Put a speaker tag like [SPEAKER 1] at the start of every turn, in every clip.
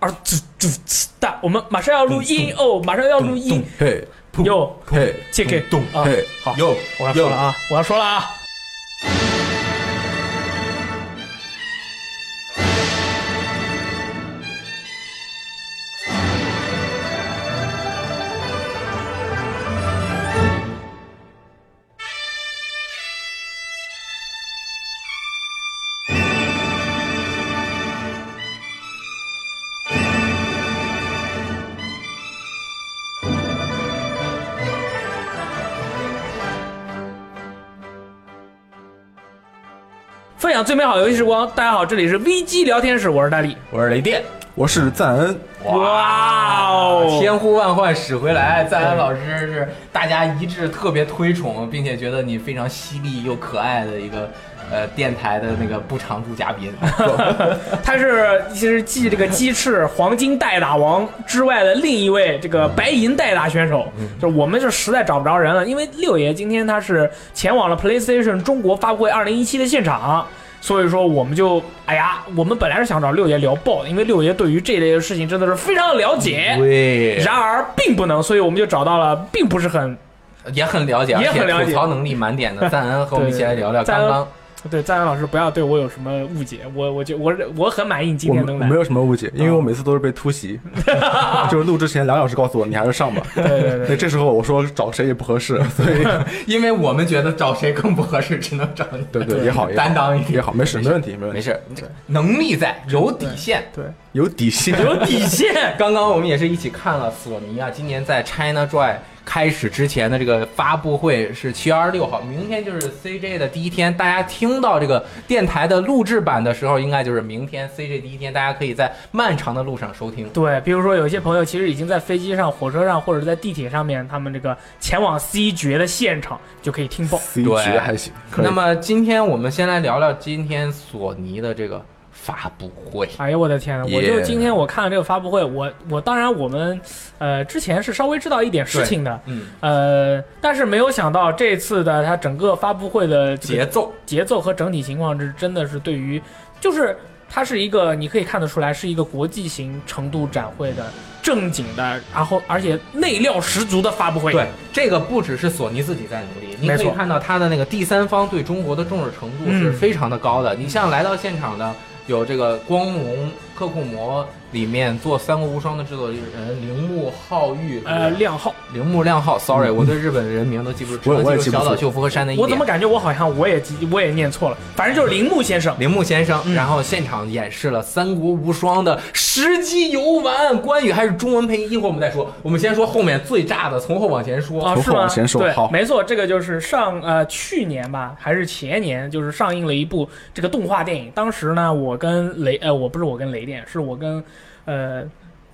[SPEAKER 1] 啊，主主哒，我们马上要录音哦，马上要录音
[SPEAKER 2] 哎嘿，
[SPEAKER 1] 哟，
[SPEAKER 2] 嘿，
[SPEAKER 1] 借给
[SPEAKER 2] 咚
[SPEAKER 1] 啊
[SPEAKER 2] 嘿，
[SPEAKER 1] 好，
[SPEAKER 2] 哟
[SPEAKER 1] 我要说了啊，我要说了啊，分享最美好游戏时光，大家好，这里是 VG 聊天室，我是大力，
[SPEAKER 3] 我是雷电。
[SPEAKER 2] 我是赞恩，
[SPEAKER 1] 哇哦，
[SPEAKER 3] 千呼万唤始回来，赞恩老师是大家一致特别推崇，并且觉得你非常犀利又可爱的一个呃电台的那个不常驻 嘉宾。
[SPEAKER 1] 他是其实继这个鸡翅黄金代打王之外的另一位这个白银代打选手，
[SPEAKER 2] 嗯
[SPEAKER 1] 就是我们就实在找不着人了，因为六爷今天他是前往了 PlayStation 中国发布会二零一七的现场。所以说，我们就哎呀，我们本来是想找六爷聊爆的，因为六爷对于这类的事情真的是非常了解。
[SPEAKER 2] 嗯
[SPEAKER 3] 对，
[SPEAKER 1] 然而并不能，所以我们就找到了并不是很
[SPEAKER 3] 也很了解，
[SPEAKER 1] 也很了解
[SPEAKER 3] 而且吐槽能力满点的赞恩和我们一起来聊 聊
[SPEAKER 1] 对对
[SPEAKER 3] 刚
[SPEAKER 1] 对
[SPEAKER 3] 刚
[SPEAKER 1] 对。赞恩老师不要对我有什么误解，我我觉我我很满意你今
[SPEAKER 2] 我
[SPEAKER 1] 天
[SPEAKER 2] 们
[SPEAKER 1] 能啊
[SPEAKER 2] 我
[SPEAKER 1] 来
[SPEAKER 2] 没。有什么误解，因为我每次都是被突袭， 就是录之前两小时告诉我你还 是上吧，
[SPEAKER 1] 对对对
[SPEAKER 2] 那这时候我说找谁也不合适，所 以
[SPEAKER 3] 因为我们觉得找谁更不合适，只能找你
[SPEAKER 2] 对对也好也好
[SPEAKER 3] 担当一点
[SPEAKER 2] 也。好，没事没问题没问
[SPEAKER 3] 哎没
[SPEAKER 2] 题，
[SPEAKER 3] 事，这个能力在，有底线。
[SPEAKER 1] 对，
[SPEAKER 2] 有底线，
[SPEAKER 1] 有底线。
[SPEAKER 3] 刚刚我们也是一起看了索尼啊，今年在 China Joy 开始之前的这个发布会是七月二十六号，明天就是 CJ 的第一天。大家听到这个电台的录制版的时候，应该就是明天 CJ 第一天，大家可以在漫长的路上收听。
[SPEAKER 1] 对，比如说有一些朋友其实已经在飞机上、火车上或者在地铁上面，他们这个前往 C 爵的现场就可以听爆。
[SPEAKER 2] C
[SPEAKER 3] 对
[SPEAKER 2] 局还行，可以
[SPEAKER 3] 那么今天我们先来聊聊今天索尼的这个发布会。
[SPEAKER 1] 哎呦我的天呐！我就
[SPEAKER 2] Yeah
[SPEAKER 1] 今天我看了这个发布会，我我当然我们呃之前是稍微知道一点事情的，
[SPEAKER 3] 嗯，
[SPEAKER 1] 呃，但是没有想到这次的它整个发布会的这个
[SPEAKER 3] 节奏
[SPEAKER 1] 节奏和整体情况是真的是对于，就是它是一个你可以看得出来是一个国际型程度展会的正经的，然后而且内料十足的发布会。
[SPEAKER 3] 对，这个不只是索尼自己在努力，你
[SPEAKER 1] 没
[SPEAKER 3] 可以
[SPEAKER 1] 错
[SPEAKER 3] 看到它的那个第三方对中国的重视程度
[SPEAKER 1] 嗯
[SPEAKER 3] 是非常的高的。你像来到现场的有这个光荣刻库魔里面做《三国无双》的制作人铃木浩玉，
[SPEAKER 1] 呃，嗯亮浩，
[SPEAKER 3] 铃木亮浩，sorry，我对日本人名都记不住，只
[SPEAKER 2] 我也
[SPEAKER 3] 能
[SPEAKER 2] 我也
[SPEAKER 3] 记
[SPEAKER 2] 记不
[SPEAKER 3] 住小
[SPEAKER 2] 住
[SPEAKER 3] 岛秀夫和山田一
[SPEAKER 1] 我怎
[SPEAKER 3] 点
[SPEAKER 1] 么感觉我好像我也记我也念错了，反正就是铃木先生。
[SPEAKER 3] 铃木先生，
[SPEAKER 1] 嗯
[SPEAKER 3] 然后现场演示了《三国无双》的实机游玩，关羽还是中文配音，一会儿我们再说。我们先说后面最炸的，从后往前说。
[SPEAKER 1] 啊，
[SPEAKER 2] 从
[SPEAKER 1] 是
[SPEAKER 2] 后
[SPEAKER 1] 吗？
[SPEAKER 2] 往前说
[SPEAKER 1] 对，
[SPEAKER 2] 好
[SPEAKER 1] 没错，这个就是上呃去年吧，还是前年，就是上映了一部这个动画电影。当时呢，我跟雷呃，我不是我跟雷电，是我跟呃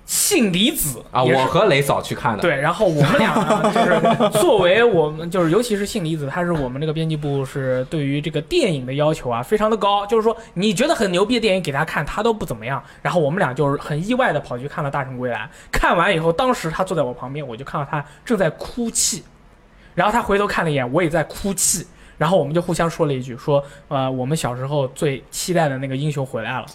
[SPEAKER 1] 信离子
[SPEAKER 3] 啊，
[SPEAKER 1] 也是
[SPEAKER 3] 我和雷嫂去看的。
[SPEAKER 1] 对，然后我们俩呢，就是 作为我们就是尤其是信离子，他是我们这个编辑部是对于这个电影的要求啊非常的高，就是说你觉得很牛逼的电影给他看，他都不怎么样。然后我们俩就是很意外的跑去看了《大圣归来》，看完以后，当时他坐在我旁边，我就看到他正在哭泣，然后他回头看了一眼，我也在哭泣。然后我们就互相说了一句，说，呃，我们小时候最期待的那个英雄回来了。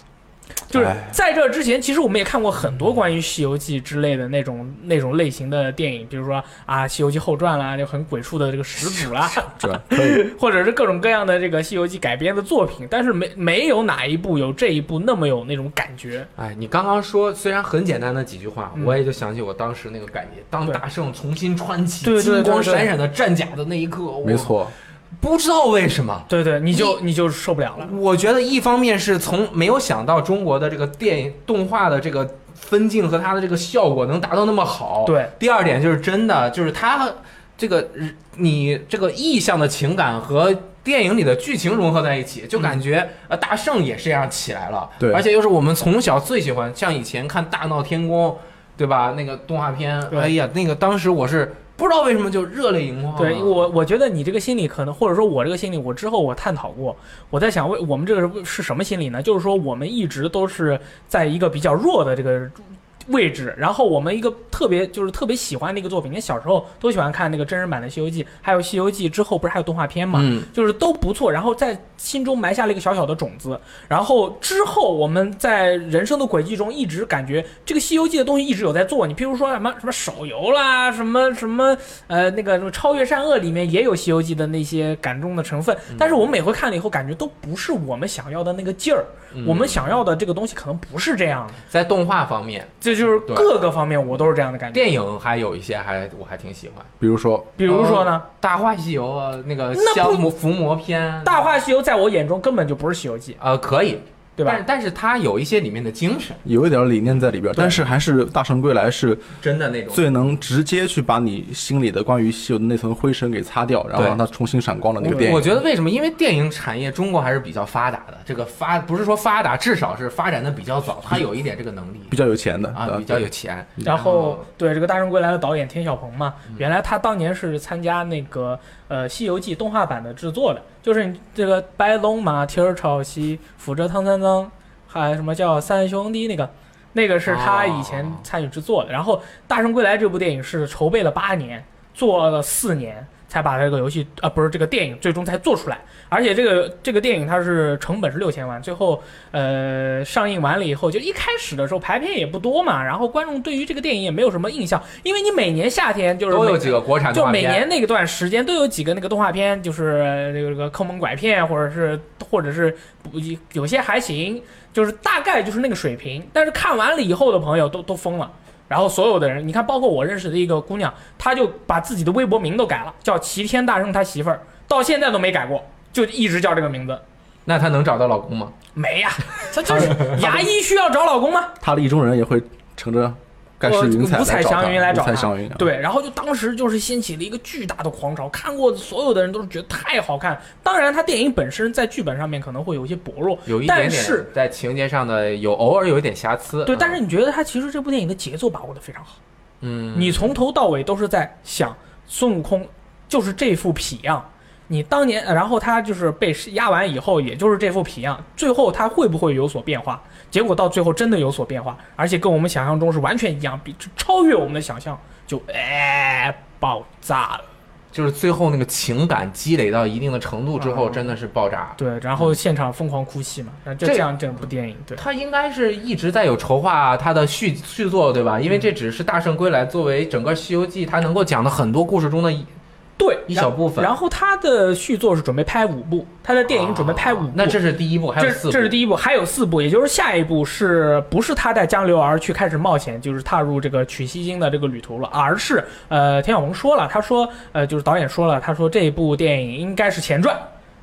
[SPEAKER 1] 就是
[SPEAKER 2] 哎
[SPEAKER 1] 在这之前，其实我们也看过很多关于《西游记》之类的那种那种类型的电影，比如说啊，《西游记后传》啦，就很鬼畜的这个始祖啦，
[SPEAKER 2] 这可以，
[SPEAKER 1] 或者是各种各样的这个《西游记》改编的作品，但是没没有哪一部有这一部那么有那种感觉。
[SPEAKER 3] 哎，你刚刚说虽然很简单的几句话，
[SPEAKER 1] 嗯
[SPEAKER 3] 我也就想起我当时那个感觉。当
[SPEAKER 1] 对
[SPEAKER 3] 大圣重新穿起
[SPEAKER 1] 对对对
[SPEAKER 3] 金光
[SPEAKER 1] 对
[SPEAKER 3] 闪闪的战甲的那一刻，我
[SPEAKER 2] 没，错，
[SPEAKER 3] 不知道为什么。
[SPEAKER 1] 对对，你就你就受不了了。
[SPEAKER 3] 我觉得一方面是从没有想到中国的这个电影动画的这个分镜和它的这个效果能达到那么好，
[SPEAKER 1] 对。
[SPEAKER 3] 第二点就是真的就是它这个你这个意象的情感和电影里的剧情融合在一起，就感
[SPEAKER 1] 嗯
[SPEAKER 3] 觉呃大圣也是这样起来了，
[SPEAKER 2] 对
[SPEAKER 3] 而且又是我们从小最喜欢，像以前看《大闹天宫》，对吧？那个动画片，
[SPEAKER 1] 对
[SPEAKER 3] 哎呀，那个当时我是不知道为什么就热泪盈眶了，啊
[SPEAKER 1] 对我，我觉得你这个心理可能，或者说我这个心理，我之后我探讨过，我在想为我们这个是什么心理呢？就是说我们一直都是在一个比较弱的这个位置，然后我们一个特别就是特别喜欢的一个作品，你看小时候都喜欢看那个真人版的《西游记》，还有《西游记》之后不是还有动画片嘛，
[SPEAKER 3] 嗯
[SPEAKER 1] 就是都不错，然后在心中埋下了一个小小的种子，然后之后我们在人生的轨迹中一直感觉这个《西游记》的东西一直有在做，你譬如说什么什么手游啦，什么什么呃那个什么超越善恶里面也有《西游记》的那些感动的成分，
[SPEAKER 3] 嗯
[SPEAKER 1] 但是我们每回看了以后，感觉都不是我们想要的那个劲儿，
[SPEAKER 3] 嗯
[SPEAKER 1] 我们想要的这个东西可能不是这样的。
[SPEAKER 3] 在动画方面，
[SPEAKER 1] 这就是
[SPEAKER 3] 对
[SPEAKER 1] 各个方面我都是这样的感觉。
[SPEAKER 3] 电影还有一些还我还挺喜欢，
[SPEAKER 2] 比如说，
[SPEAKER 1] 比如说呢，
[SPEAKER 3] 《大话西游》啊，那个
[SPEAKER 1] 那不
[SPEAKER 3] 降魔伏魔篇，
[SPEAKER 1] 大话西游》在我眼中根本就不是《西游记》，
[SPEAKER 3] 呃可以，
[SPEAKER 1] 对吧
[SPEAKER 3] 但？但是它有一些里面的精神，
[SPEAKER 2] 有一点理念在里边儿，但是还是《大圣归来》是
[SPEAKER 3] 真的那种。
[SPEAKER 2] 最能直接去把你心里的关于西游的那层灰尘给擦掉，然后
[SPEAKER 3] 对
[SPEAKER 2] 让它重新闪光的那个
[SPEAKER 1] 我
[SPEAKER 2] 电
[SPEAKER 3] 我
[SPEAKER 2] 影。
[SPEAKER 3] 觉得为什么？因为电影产业中国还是比较发达的，这个发不是说发达，至少是发展的比较早，它有一点这个能力
[SPEAKER 2] 比较有钱的
[SPEAKER 3] 啊，
[SPEAKER 2] 呃
[SPEAKER 3] 比较有钱。
[SPEAKER 1] 然后嗯对这个《大圣归来》的导演田晓鹏嘛，原来他当年是参加那个呃《西游记》动画版的制作的，就是你这个白龙马蹄儿炒西，抚着唐三藏，还什么叫三兄弟那个。那个是他以前
[SPEAKER 3] 哦
[SPEAKER 1] 参与制作的，然后《大圣归来》这部电影是筹备了八年，做了四年才把这个游戏啊、不是这个电影最终才做出来，而且这个这个电影它是成本是六千万，最后呃上映完了以后，就一开始的时候排片也不多嘛，然后观众对于这个电影也没有什么印象，因为你每年夏天就是
[SPEAKER 3] 都有
[SPEAKER 1] 每
[SPEAKER 3] 几个国产动
[SPEAKER 1] 就
[SPEAKER 3] 画
[SPEAKER 1] 每
[SPEAKER 3] 片，
[SPEAKER 1] 年那个段时间都有几个那个动画片，就是呃这个这个坑蒙拐骗，或者是或者是不有些还行，就是大概就是那个水平。但是看完了以后的朋友都都疯了，然后所有的人，你看，包括我认识的一个姑娘，她就把自己的微博名都改了，叫齐天大圣他媳妇儿，到现在都没改过，就一直叫这个名字。
[SPEAKER 3] 那她能找到老公吗？
[SPEAKER 1] 没呀、这这 是牙医需要找老公吗？
[SPEAKER 2] 他的意中人也会乘着盖世云彩
[SPEAKER 1] 我五彩祥云来
[SPEAKER 2] 来
[SPEAKER 1] 找
[SPEAKER 2] 找
[SPEAKER 1] 他
[SPEAKER 2] 他五彩祥云，啊，
[SPEAKER 1] 对，然后就当时就是掀起了一个巨大的狂潮，看过所有的人都是觉得太好看。当然，它电影本身在剧本上面可能会有一些薄弱，
[SPEAKER 3] 有一点
[SPEAKER 1] 但
[SPEAKER 3] 点
[SPEAKER 1] 是
[SPEAKER 3] 在情节上的有偶尔有一点瑕疵。
[SPEAKER 1] 对，
[SPEAKER 3] 嗯
[SPEAKER 1] 但是你觉得它其实这部电影的节奏把握的非常好，
[SPEAKER 3] 嗯，
[SPEAKER 1] 你从头到尾都是在想孙悟空就是这副痞样。你当年，然后他就是被压完以后，也就是这副痞样，最后他会不会有所变化？结果到最后真的有所变化，而且跟我们想象中是完全一样，比超越我们的想象，就哎爆炸了。
[SPEAKER 3] 就是最后那个情感积累到一定的程度之后，
[SPEAKER 1] 啊
[SPEAKER 3] 真的是爆炸。
[SPEAKER 1] 对，然后现场疯狂哭戏嘛，然后就
[SPEAKER 3] 嗯这
[SPEAKER 1] 这样整部电影，对，
[SPEAKER 3] 他应该是一直在有筹划他的续续作，对
[SPEAKER 1] 嗯
[SPEAKER 3] 吧？因为这只是《大圣归来》作为整个《西游记》，它能够讲的很多故事中的一
[SPEAKER 1] 对
[SPEAKER 3] 一小部分。
[SPEAKER 1] 然后他的续作是准备拍五部，他的电影准备拍五部，
[SPEAKER 3] 啊那这是第一部，还有
[SPEAKER 1] 这
[SPEAKER 3] 四部，
[SPEAKER 1] 这是第一部，还有四部，也就是下一部是不是他带江流儿去开始冒险，就是踏入这个取西经的这个旅途了，而是呃，田晓鹏说了，他说呃，就是导演说了，他说这部电影应该是前传。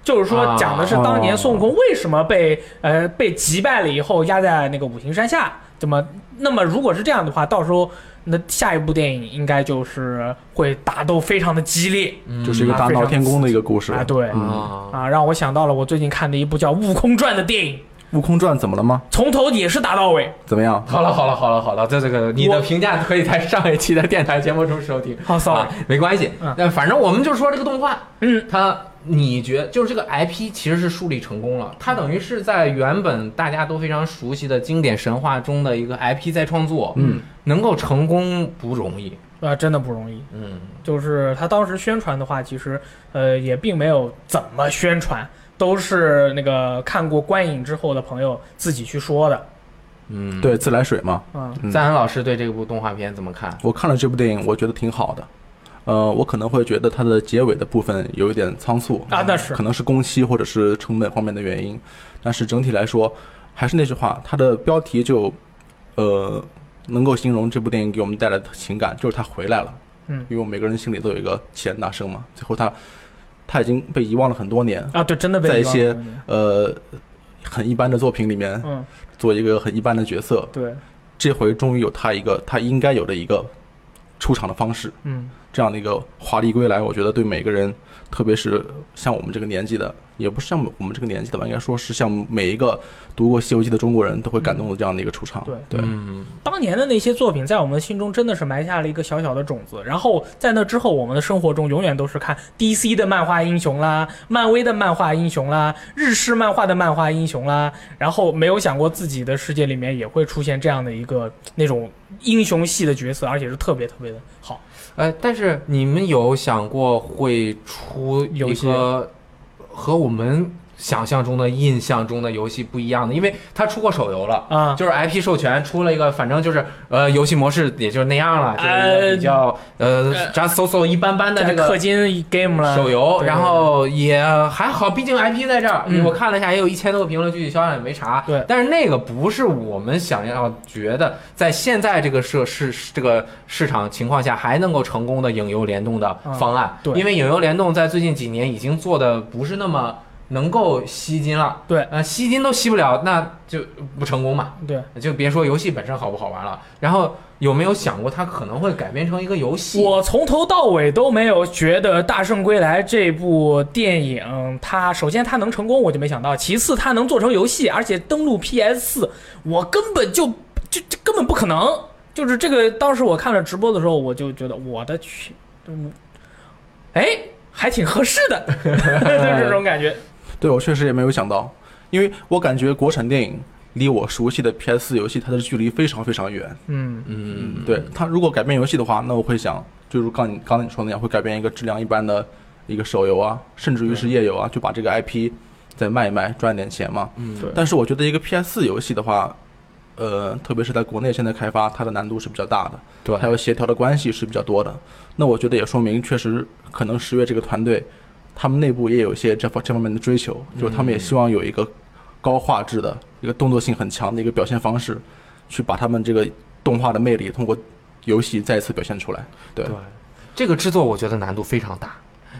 [SPEAKER 1] 就是
[SPEAKER 3] 啊
[SPEAKER 1] 说，讲的是当年
[SPEAKER 2] 哦
[SPEAKER 1] 孙悟空为什么被、呃被击败了以后压在那个五行山下，怎么？那么如果是这样的话，到时候那下一部电影应该就是会打斗非常的激烈
[SPEAKER 3] 嗯
[SPEAKER 2] 就是一个大闹天宫的一个故事
[SPEAKER 1] 啊，对
[SPEAKER 2] 嗯，
[SPEAKER 3] 啊，
[SPEAKER 1] 啊，让我想到了我最近看的一部叫《悟空传》的电影，
[SPEAKER 2] 《悟空传》怎么了吗？
[SPEAKER 1] 从头也是打到尾。
[SPEAKER 2] 怎么样？
[SPEAKER 3] 好了好了好了好了，这这个你的评价可以在上一期的电台节目中收听。
[SPEAKER 2] 哦
[SPEAKER 1] 好，sorry，、
[SPEAKER 3] 啊，没关系
[SPEAKER 1] 嗯，
[SPEAKER 3] 那反正我们就说这个动画，
[SPEAKER 1] 嗯，
[SPEAKER 3] 它你觉就是这个 IP 其实是树立成功了，它等于是在原本大家都非常熟悉的经典神话中的一个 IP 在创作，
[SPEAKER 2] 嗯，
[SPEAKER 3] 能够成功不容易，
[SPEAKER 1] 啊，真的不容易。
[SPEAKER 3] 嗯，
[SPEAKER 1] 就是他当时宣传的话，其实呃也并没有怎么宣传，都是那个看过观影之后的朋友自己去说的。
[SPEAKER 3] 嗯，
[SPEAKER 2] 对，自来水嘛。
[SPEAKER 1] 嗯，
[SPEAKER 2] 嗯
[SPEAKER 3] 赞恩老师对这部动画片怎么看？
[SPEAKER 2] 我看了这部电影，我觉得挺好的。呃，我可能会觉得它的结尾的部分有一点仓促
[SPEAKER 1] 啊那是
[SPEAKER 2] 可能是工期或者是成本方面的原因。但是整体来说，还是那句话，它的标题就，呃，能够形容这部电影给我们带来的情感，就是他回来了。
[SPEAKER 1] 嗯
[SPEAKER 2] 因为我们每个人心里都有一个齐天大圣嘛。最后他，他已经被遗忘了很多年，
[SPEAKER 1] 啊，对，真的被
[SPEAKER 2] 在
[SPEAKER 1] 遗
[SPEAKER 2] 一
[SPEAKER 1] 忘
[SPEAKER 2] 些
[SPEAKER 1] 了
[SPEAKER 2] 呃很一般的作品里面
[SPEAKER 1] 嗯，
[SPEAKER 2] 做一个很一般的角色。
[SPEAKER 1] 对，
[SPEAKER 2] 这回终于有他一个他应该有的一个出场的方式。
[SPEAKER 1] 嗯，
[SPEAKER 2] 这样的一个华丽归来，我觉得对每个人，特别是像我们这个年纪的，也不是像我们这个年纪的吧，应该说是像每一个读过《西游记》的中国人都会感动的这样的一个出场。
[SPEAKER 1] 对
[SPEAKER 2] 对，
[SPEAKER 3] 嗯，
[SPEAKER 1] 当年的那些作品，在我们心中真的是埋下了一个小小的种子。然后在那之后，我们的生活中永远都是看 DC 的漫画英雄啦，漫威的漫画英雄啦，日式漫画的漫画英雄啦。然后没有想过自己的世界里面也会出现这样的一个那种英雄系的角色，而且是特别特别的好。
[SPEAKER 3] 哎，但是你们有想过会出
[SPEAKER 1] 游
[SPEAKER 3] 一
[SPEAKER 1] 戏
[SPEAKER 3] 个和我们想象中的、印象中的游戏不一样的？因为它出过手游了。
[SPEAKER 1] 啊，
[SPEAKER 3] 就是 IP 授权出了一个，反正就是呃，游戏模式也就是那样了，就是一个比较呃
[SPEAKER 1] 哎呃
[SPEAKER 3] ，just so so 一般般的这个
[SPEAKER 1] 氪金 game 啦，
[SPEAKER 3] 手游，
[SPEAKER 1] 对
[SPEAKER 3] 然后也呃还好，毕竟 IP 在这儿，
[SPEAKER 1] 嗯
[SPEAKER 3] 我看了一下，也有一千多个评论，具体销量也没查。
[SPEAKER 1] 对
[SPEAKER 3] 但是那个不是我们想要觉得在现在这个社市这个市场情况下还能够成功的影游联动的方案，
[SPEAKER 1] 嗯对
[SPEAKER 3] 因为影游联动在最近几年已经做的不是那么能够吸金了，
[SPEAKER 1] 对
[SPEAKER 3] 呃，吸金都吸不了，那就不成功嘛，
[SPEAKER 1] 对。
[SPEAKER 3] 就别说游戏本身好不好玩了，然后有没有想过它可能会改编成一个游戏？
[SPEAKER 1] 我从头到尾都没有觉得《大圣归来》这部电影，它首先它能成功，我就没想到；其次它能做成游戏，而且登陆 PS 四，我根本就就就根本不可能。就是这个，当时我看了直播的时候，我就觉得我的去，嗯哎，还挺合适的， 就是这种感觉。
[SPEAKER 2] 对我确实也没有想到，因为我感觉国产电影离我熟悉的 PS 游戏它的距离非常非常远。
[SPEAKER 1] 嗯，
[SPEAKER 3] 嗯，
[SPEAKER 2] 对它如果改变游戏的话，那我会想，就如刚你刚才你说那样，会改变一个质量一般的一个手游啊，甚至于是页游啊，就把这个 IP 再卖一卖，赚点钱嘛。
[SPEAKER 3] 嗯
[SPEAKER 1] 对
[SPEAKER 2] 但是我觉得一个 PS 游戏的话，呃，特别是在国内现在开发，它的难度是比较大的，
[SPEAKER 3] 对
[SPEAKER 2] 还有协调的关系是比较多的。那我觉得也说明，确实可能十月这个团队，他们内部也有一些这方这方面的追求，就是他们也
[SPEAKER 3] 嗯
[SPEAKER 2] 希望有一个高画质的、一个动作性很强的一个表现方式，去把他们这个动画的魅力通过游戏再一次表现出来。对
[SPEAKER 3] 对，这个制作我觉得难度非常大。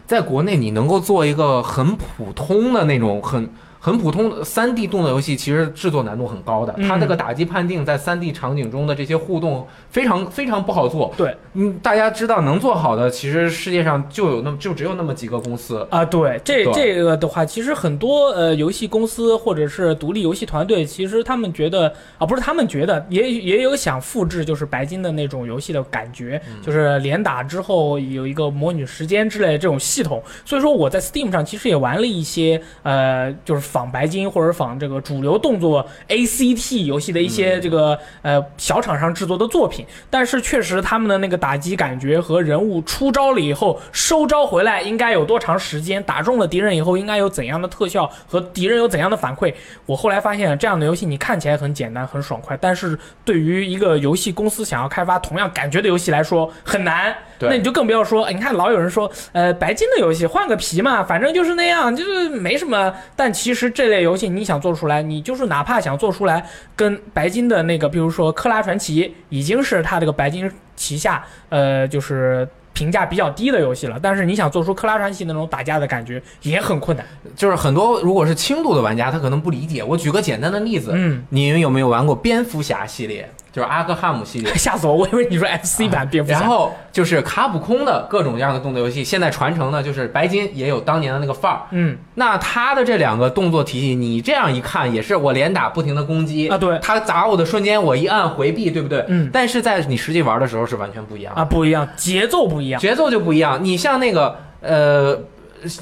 [SPEAKER 3] 在国内，你能够做一个很普通的那种很很普通的三 D 动作游戏，其实制作难度很高的。
[SPEAKER 1] 嗯
[SPEAKER 3] 它这个打击判定在三 D 场景中的这些互动非常非常不好做。
[SPEAKER 1] 对
[SPEAKER 3] 嗯，大家知道能做好的，其实世界上就有那么就只有那么几个公司。
[SPEAKER 1] 啊，对，这
[SPEAKER 3] 对
[SPEAKER 1] 这个的话，其实很多呃游戏公司或者是独立游戏团队，其实他们觉得啊，不是他们觉得，也也有想复制就是白金的那种游戏的感觉，就是连打之后有一个模拟时间之类的这种系统。所以说我在 Steam 上其实也玩了一些呃，就是仿白金或者仿这个主流动作 ACT 游戏的一些这个、呃小厂商制作的作品，但是确实他们的那个打击感觉和人物出招了以后收招回来应该有多长时间，打中了敌人以后应该有怎样的特效和敌人有怎样的反馈。我后来发现这样的游戏你看起来很简单很爽快，但是对于一个游戏公司想要开发同样感觉的游戏来说很难。
[SPEAKER 3] 对
[SPEAKER 1] 那你就更不要说，哎你看老有人说，呃，白金的游戏换个皮嘛，反正就是那样，就是没什么。但其实这类游戏你想做出来，你就是哪怕想做出来，跟白金的那个，比如说《克拉传奇》，已经是它这个白金旗下，呃，就是评价比较低的游戏了。但是你想做出《克拉传奇》那种打架的感觉，也很困难。
[SPEAKER 3] 就是很多如果是轻度的玩家，他可能不理解。我举个简单的例子，
[SPEAKER 1] 嗯，
[SPEAKER 3] 你们有没有玩过蝙蝠侠系列？就是阿克汉姆系列。
[SPEAKER 1] 吓死我！我以为你说 FC 版蝙蝠侠。
[SPEAKER 3] 然后就是卡普空的各种各样的动作游戏，现在传承呢，就是白金也有当年的那个范儿。
[SPEAKER 1] 嗯，
[SPEAKER 3] 那他的这两个动作体系，你这样一看也是我连打不停的攻击
[SPEAKER 1] 啊对
[SPEAKER 3] 他砸我的瞬间我一按回避，对不对？
[SPEAKER 1] 嗯
[SPEAKER 3] 但是在你实际玩的时候是完全不一样的
[SPEAKER 1] 啊，不一样，节奏不一样。
[SPEAKER 3] 节奏就不一样。你像那个呃，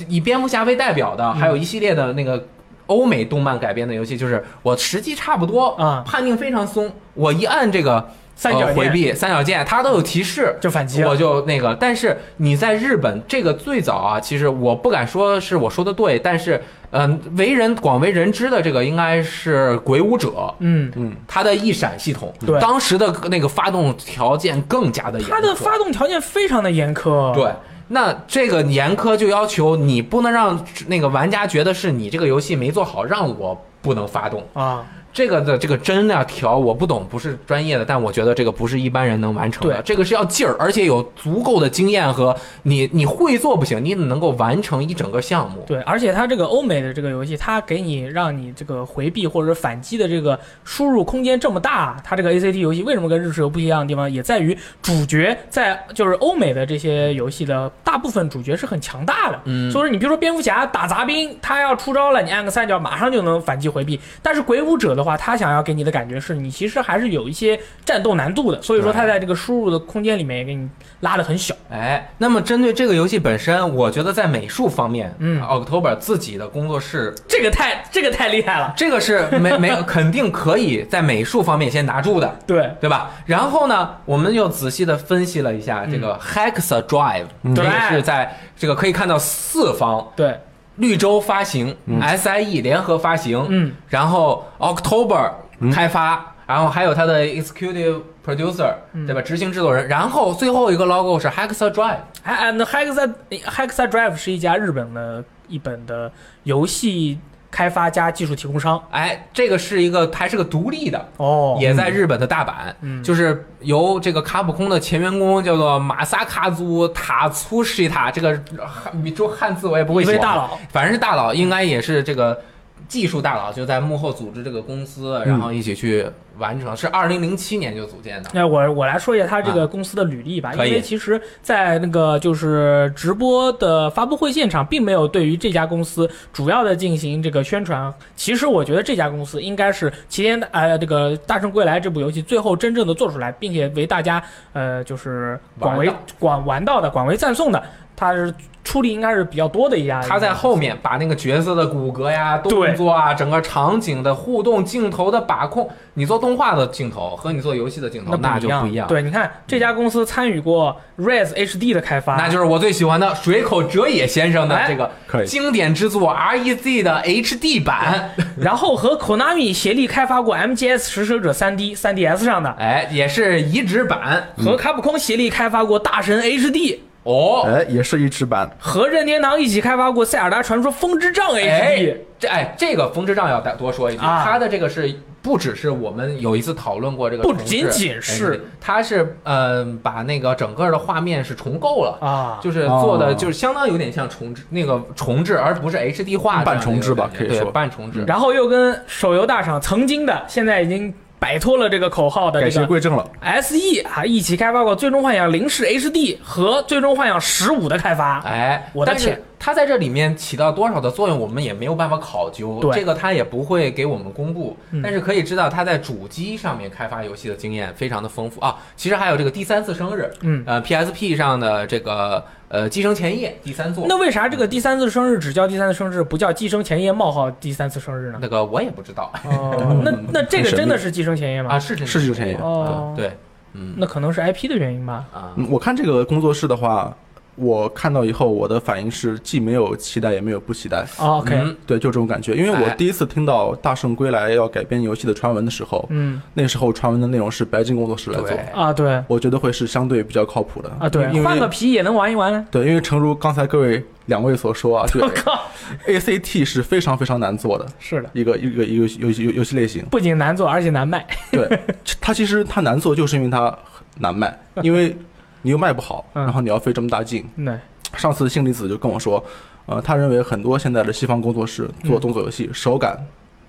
[SPEAKER 3] 以蝙蝠侠为代表的，还
[SPEAKER 1] 嗯
[SPEAKER 3] 有一系列的那个欧美动漫改编的游戏，就是我时机差不多
[SPEAKER 1] 啊
[SPEAKER 3] 判定非常松，我一按这个
[SPEAKER 1] 三角
[SPEAKER 3] 呃
[SPEAKER 1] 键
[SPEAKER 3] 回避三角键，它都有提示，
[SPEAKER 1] 就反击了
[SPEAKER 3] 我就那个，但是你在日本这个最早啊，其实我不敢说是我说的对，但是嗯、为人广为人知的这个应该是鬼武者。
[SPEAKER 1] 嗯，
[SPEAKER 3] 它的一闪系统，
[SPEAKER 1] 对
[SPEAKER 3] 当时的那个发动条件更加的严苛，
[SPEAKER 1] 它的发动条件非常的严苛。
[SPEAKER 3] 对，那这个严苛就要求你不能让那个玩家觉得是你这个游戏没做好，让我不能发动。
[SPEAKER 1] 啊，
[SPEAKER 3] 这个的这个针啊调，我不懂，不是专业的，但我觉得这个不是一般人能完成的。
[SPEAKER 1] 对
[SPEAKER 3] 这个是要劲儿，而且有足够的经验和你你会做不行，你得能够完成一整个项目。
[SPEAKER 1] 对，而且它这个欧美的这个游戏，它给你让你这个回避或者反击的这个输入空间这么大，它这个 ACT 游戏为什么跟日式游不一样的地方，也在于主角在就是欧美的这些游戏的大部分主角是很强大的，
[SPEAKER 3] 嗯
[SPEAKER 1] 所以说你比如说蝙蝠侠打杂兵，他要出招了，你按个三角马上就能反击回避，但是鬼舞者的话，他想要给你的感觉是你其实还是有一些战斗难度的，所以说
[SPEAKER 3] 对
[SPEAKER 1] 他在这个输入的空间里面也给你拉得很小，
[SPEAKER 3] 哎，那么针对这个游戏本身，我觉得在美术方面，啊
[SPEAKER 1] 嗯
[SPEAKER 3] ，October 自己的工作室，
[SPEAKER 1] 这个太这个太厉害了，
[SPEAKER 3] 这个是没 没有肯定可以在美术方面先拿住的。
[SPEAKER 1] 对。
[SPEAKER 3] 对吧？然后呢，我们又仔细的分析了一下这个 Hexa Drive，、这个
[SPEAKER 1] 嗯对
[SPEAKER 3] 是在这个可以看到四方
[SPEAKER 1] 对，
[SPEAKER 3] 绿洲发行、SIE 联合发行，
[SPEAKER 1] 嗯，
[SPEAKER 3] 然后 October 开发，然后还有它的 Executive Producer，、对吧？执行制作人，然后最后一个 logo 是 Hexa Drive，
[SPEAKER 1] 还啊，那 Hexa Hexa Drive 是一家日本的一本的游戏开发加技术提供商
[SPEAKER 3] 哎，这个是一个还是个独立的，
[SPEAKER 1] 哦
[SPEAKER 3] 也在日本的大阪，
[SPEAKER 1] 嗯
[SPEAKER 3] 就是由这个卡普空的前员工叫做马萨卡祖塔粗西塔，这个汉米中汉字我也不会
[SPEAKER 1] 一
[SPEAKER 3] 写，啊
[SPEAKER 1] 位大佬，
[SPEAKER 3] 反正是大佬，应该也是这个技术大佬，就在幕后组织这个公司，然
[SPEAKER 1] 嗯
[SPEAKER 3] 后一起去完成，是二零零七年就组建的。
[SPEAKER 1] 那我我来说一下他这个公司的履历吧，因
[SPEAKER 3] 啊可以
[SPEAKER 1] 为其实，在那个就是直播的发布会现场，并没有对于这家公司主要的进行这个宣传。其实我觉得这家公司应该是《齐天大呃这个《大圣归来》这部游戏最后真正的做出来，并且为大家呃就是广为
[SPEAKER 3] 玩到
[SPEAKER 1] 广玩到的、广为赞颂的，它是出力应该是比较多的一家。
[SPEAKER 3] 他在后面把那个角色的骨骼呀、动
[SPEAKER 1] 对
[SPEAKER 3] 作啊、整个场景的互动、镜头的把控，你做动画的镜头和你做游戏的镜头那
[SPEAKER 1] 那
[SPEAKER 3] 就
[SPEAKER 1] 不
[SPEAKER 3] 不
[SPEAKER 1] 一
[SPEAKER 3] 一样。
[SPEAKER 1] 对，你看这家公司参与过 Res HD 的开发，
[SPEAKER 3] 那就是我最喜欢的水口哲也先生的
[SPEAKER 1] 哎
[SPEAKER 3] 这个
[SPEAKER 2] 可以
[SPEAKER 3] 经典之作 REZ 的 HD 版，
[SPEAKER 1] 然后和 Konami 协力开发过 MGS 实施者 3D、3DS 上的，
[SPEAKER 3] 哎，也是移植版
[SPEAKER 2] 嗯
[SPEAKER 1] 和卡普空协力开发过大神 HD，
[SPEAKER 3] 哦。
[SPEAKER 2] 哎，也是一直版，
[SPEAKER 1] 和任天堂一起开发过塞尔达传说风之杖 HD
[SPEAKER 3] 哎。，这哎，这个风之杖要再多说一句，
[SPEAKER 1] 啊
[SPEAKER 3] 它的这个是不只是我们有一次讨论过这个
[SPEAKER 1] 不
[SPEAKER 3] 重置，
[SPEAKER 1] 仅仅是
[SPEAKER 3] 哎它是呃把那个整个的画面是重构了，
[SPEAKER 2] 哎
[SPEAKER 1] 啊，
[SPEAKER 3] 就是做的
[SPEAKER 2] 哦
[SPEAKER 3] 就是相当有点像重置那个重置，而不是 HD 画这样的
[SPEAKER 2] 半重置吧
[SPEAKER 3] 一个感觉
[SPEAKER 2] 可以说
[SPEAKER 3] 对半重置。
[SPEAKER 1] 然后又跟手游大厂曾经的，现在已经摆脱了这个口号的
[SPEAKER 2] 改
[SPEAKER 1] 这
[SPEAKER 2] 邪
[SPEAKER 1] 个
[SPEAKER 2] 归正了。
[SPEAKER 1] SE 啊，一起开发过《最终幻想零式 HD》和《最终幻想十五》的开发。
[SPEAKER 3] 哎，
[SPEAKER 1] 啊我的
[SPEAKER 3] 但是
[SPEAKER 1] 天
[SPEAKER 3] 它在这里面起到多少的作用，我们也没有办法考究，
[SPEAKER 1] 对
[SPEAKER 3] 这个它也不会给我们公布。
[SPEAKER 1] 嗯
[SPEAKER 3] 但是可以知道，它在主机上面开发游戏的经验非常的丰富啊。其实还有这个第三次生日，
[SPEAKER 1] 嗯
[SPEAKER 3] 呃，PSP 上的这个呃《寄生前夜》第三座，
[SPEAKER 1] 那为啥这个第三次生日只叫第三次生日，不叫寄生前夜冒号第三次生日呢？
[SPEAKER 3] 那个我也不知道
[SPEAKER 1] 哦，那那这个
[SPEAKER 2] 嗯很神秘
[SPEAKER 1] 真的是寄生前夜
[SPEAKER 3] 啊，
[SPEAKER 1] 吗？
[SPEAKER 3] 是
[SPEAKER 2] 是寄生前夜
[SPEAKER 1] 哦，，
[SPEAKER 3] 对，嗯
[SPEAKER 1] 那可能是 IP 的原因吧。
[SPEAKER 3] 啊，
[SPEAKER 2] 嗯我看这个工作室的话，我看到以后，我的反应是既没有期待，也没有不期待。
[SPEAKER 1] 哦 OK，
[SPEAKER 3] 嗯
[SPEAKER 2] 对，就这种感觉。因为我
[SPEAKER 3] 哎
[SPEAKER 2] 第一次听到《大圣归来》要改编游戏的传闻的时候，
[SPEAKER 1] 嗯
[SPEAKER 2] 那时候传闻的内容是白金工作室来做
[SPEAKER 3] 对，
[SPEAKER 1] 啊对
[SPEAKER 2] 我觉得会是相对比较靠谱的
[SPEAKER 1] 啊对
[SPEAKER 2] 因，为
[SPEAKER 1] 换个皮也能玩一玩啊呢。
[SPEAKER 2] 对，因为诚如刚才各位两位所说啊，对
[SPEAKER 1] 我 靠，
[SPEAKER 2] ACT 是非常非常难做的
[SPEAKER 1] 是的，
[SPEAKER 2] 一个一个一个游戏游戏游戏类型。
[SPEAKER 1] 不仅难做，而且难卖。
[SPEAKER 2] 对，它其实它难做，就是因为它很难卖，因为你又卖不好，
[SPEAKER 1] 嗯
[SPEAKER 2] 然后你要费这么大劲。
[SPEAKER 1] 对，嗯
[SPEAKER 2] 上次杏离子就跟我说，呃，他认为很多现在的西方工作室做动作游戏、手感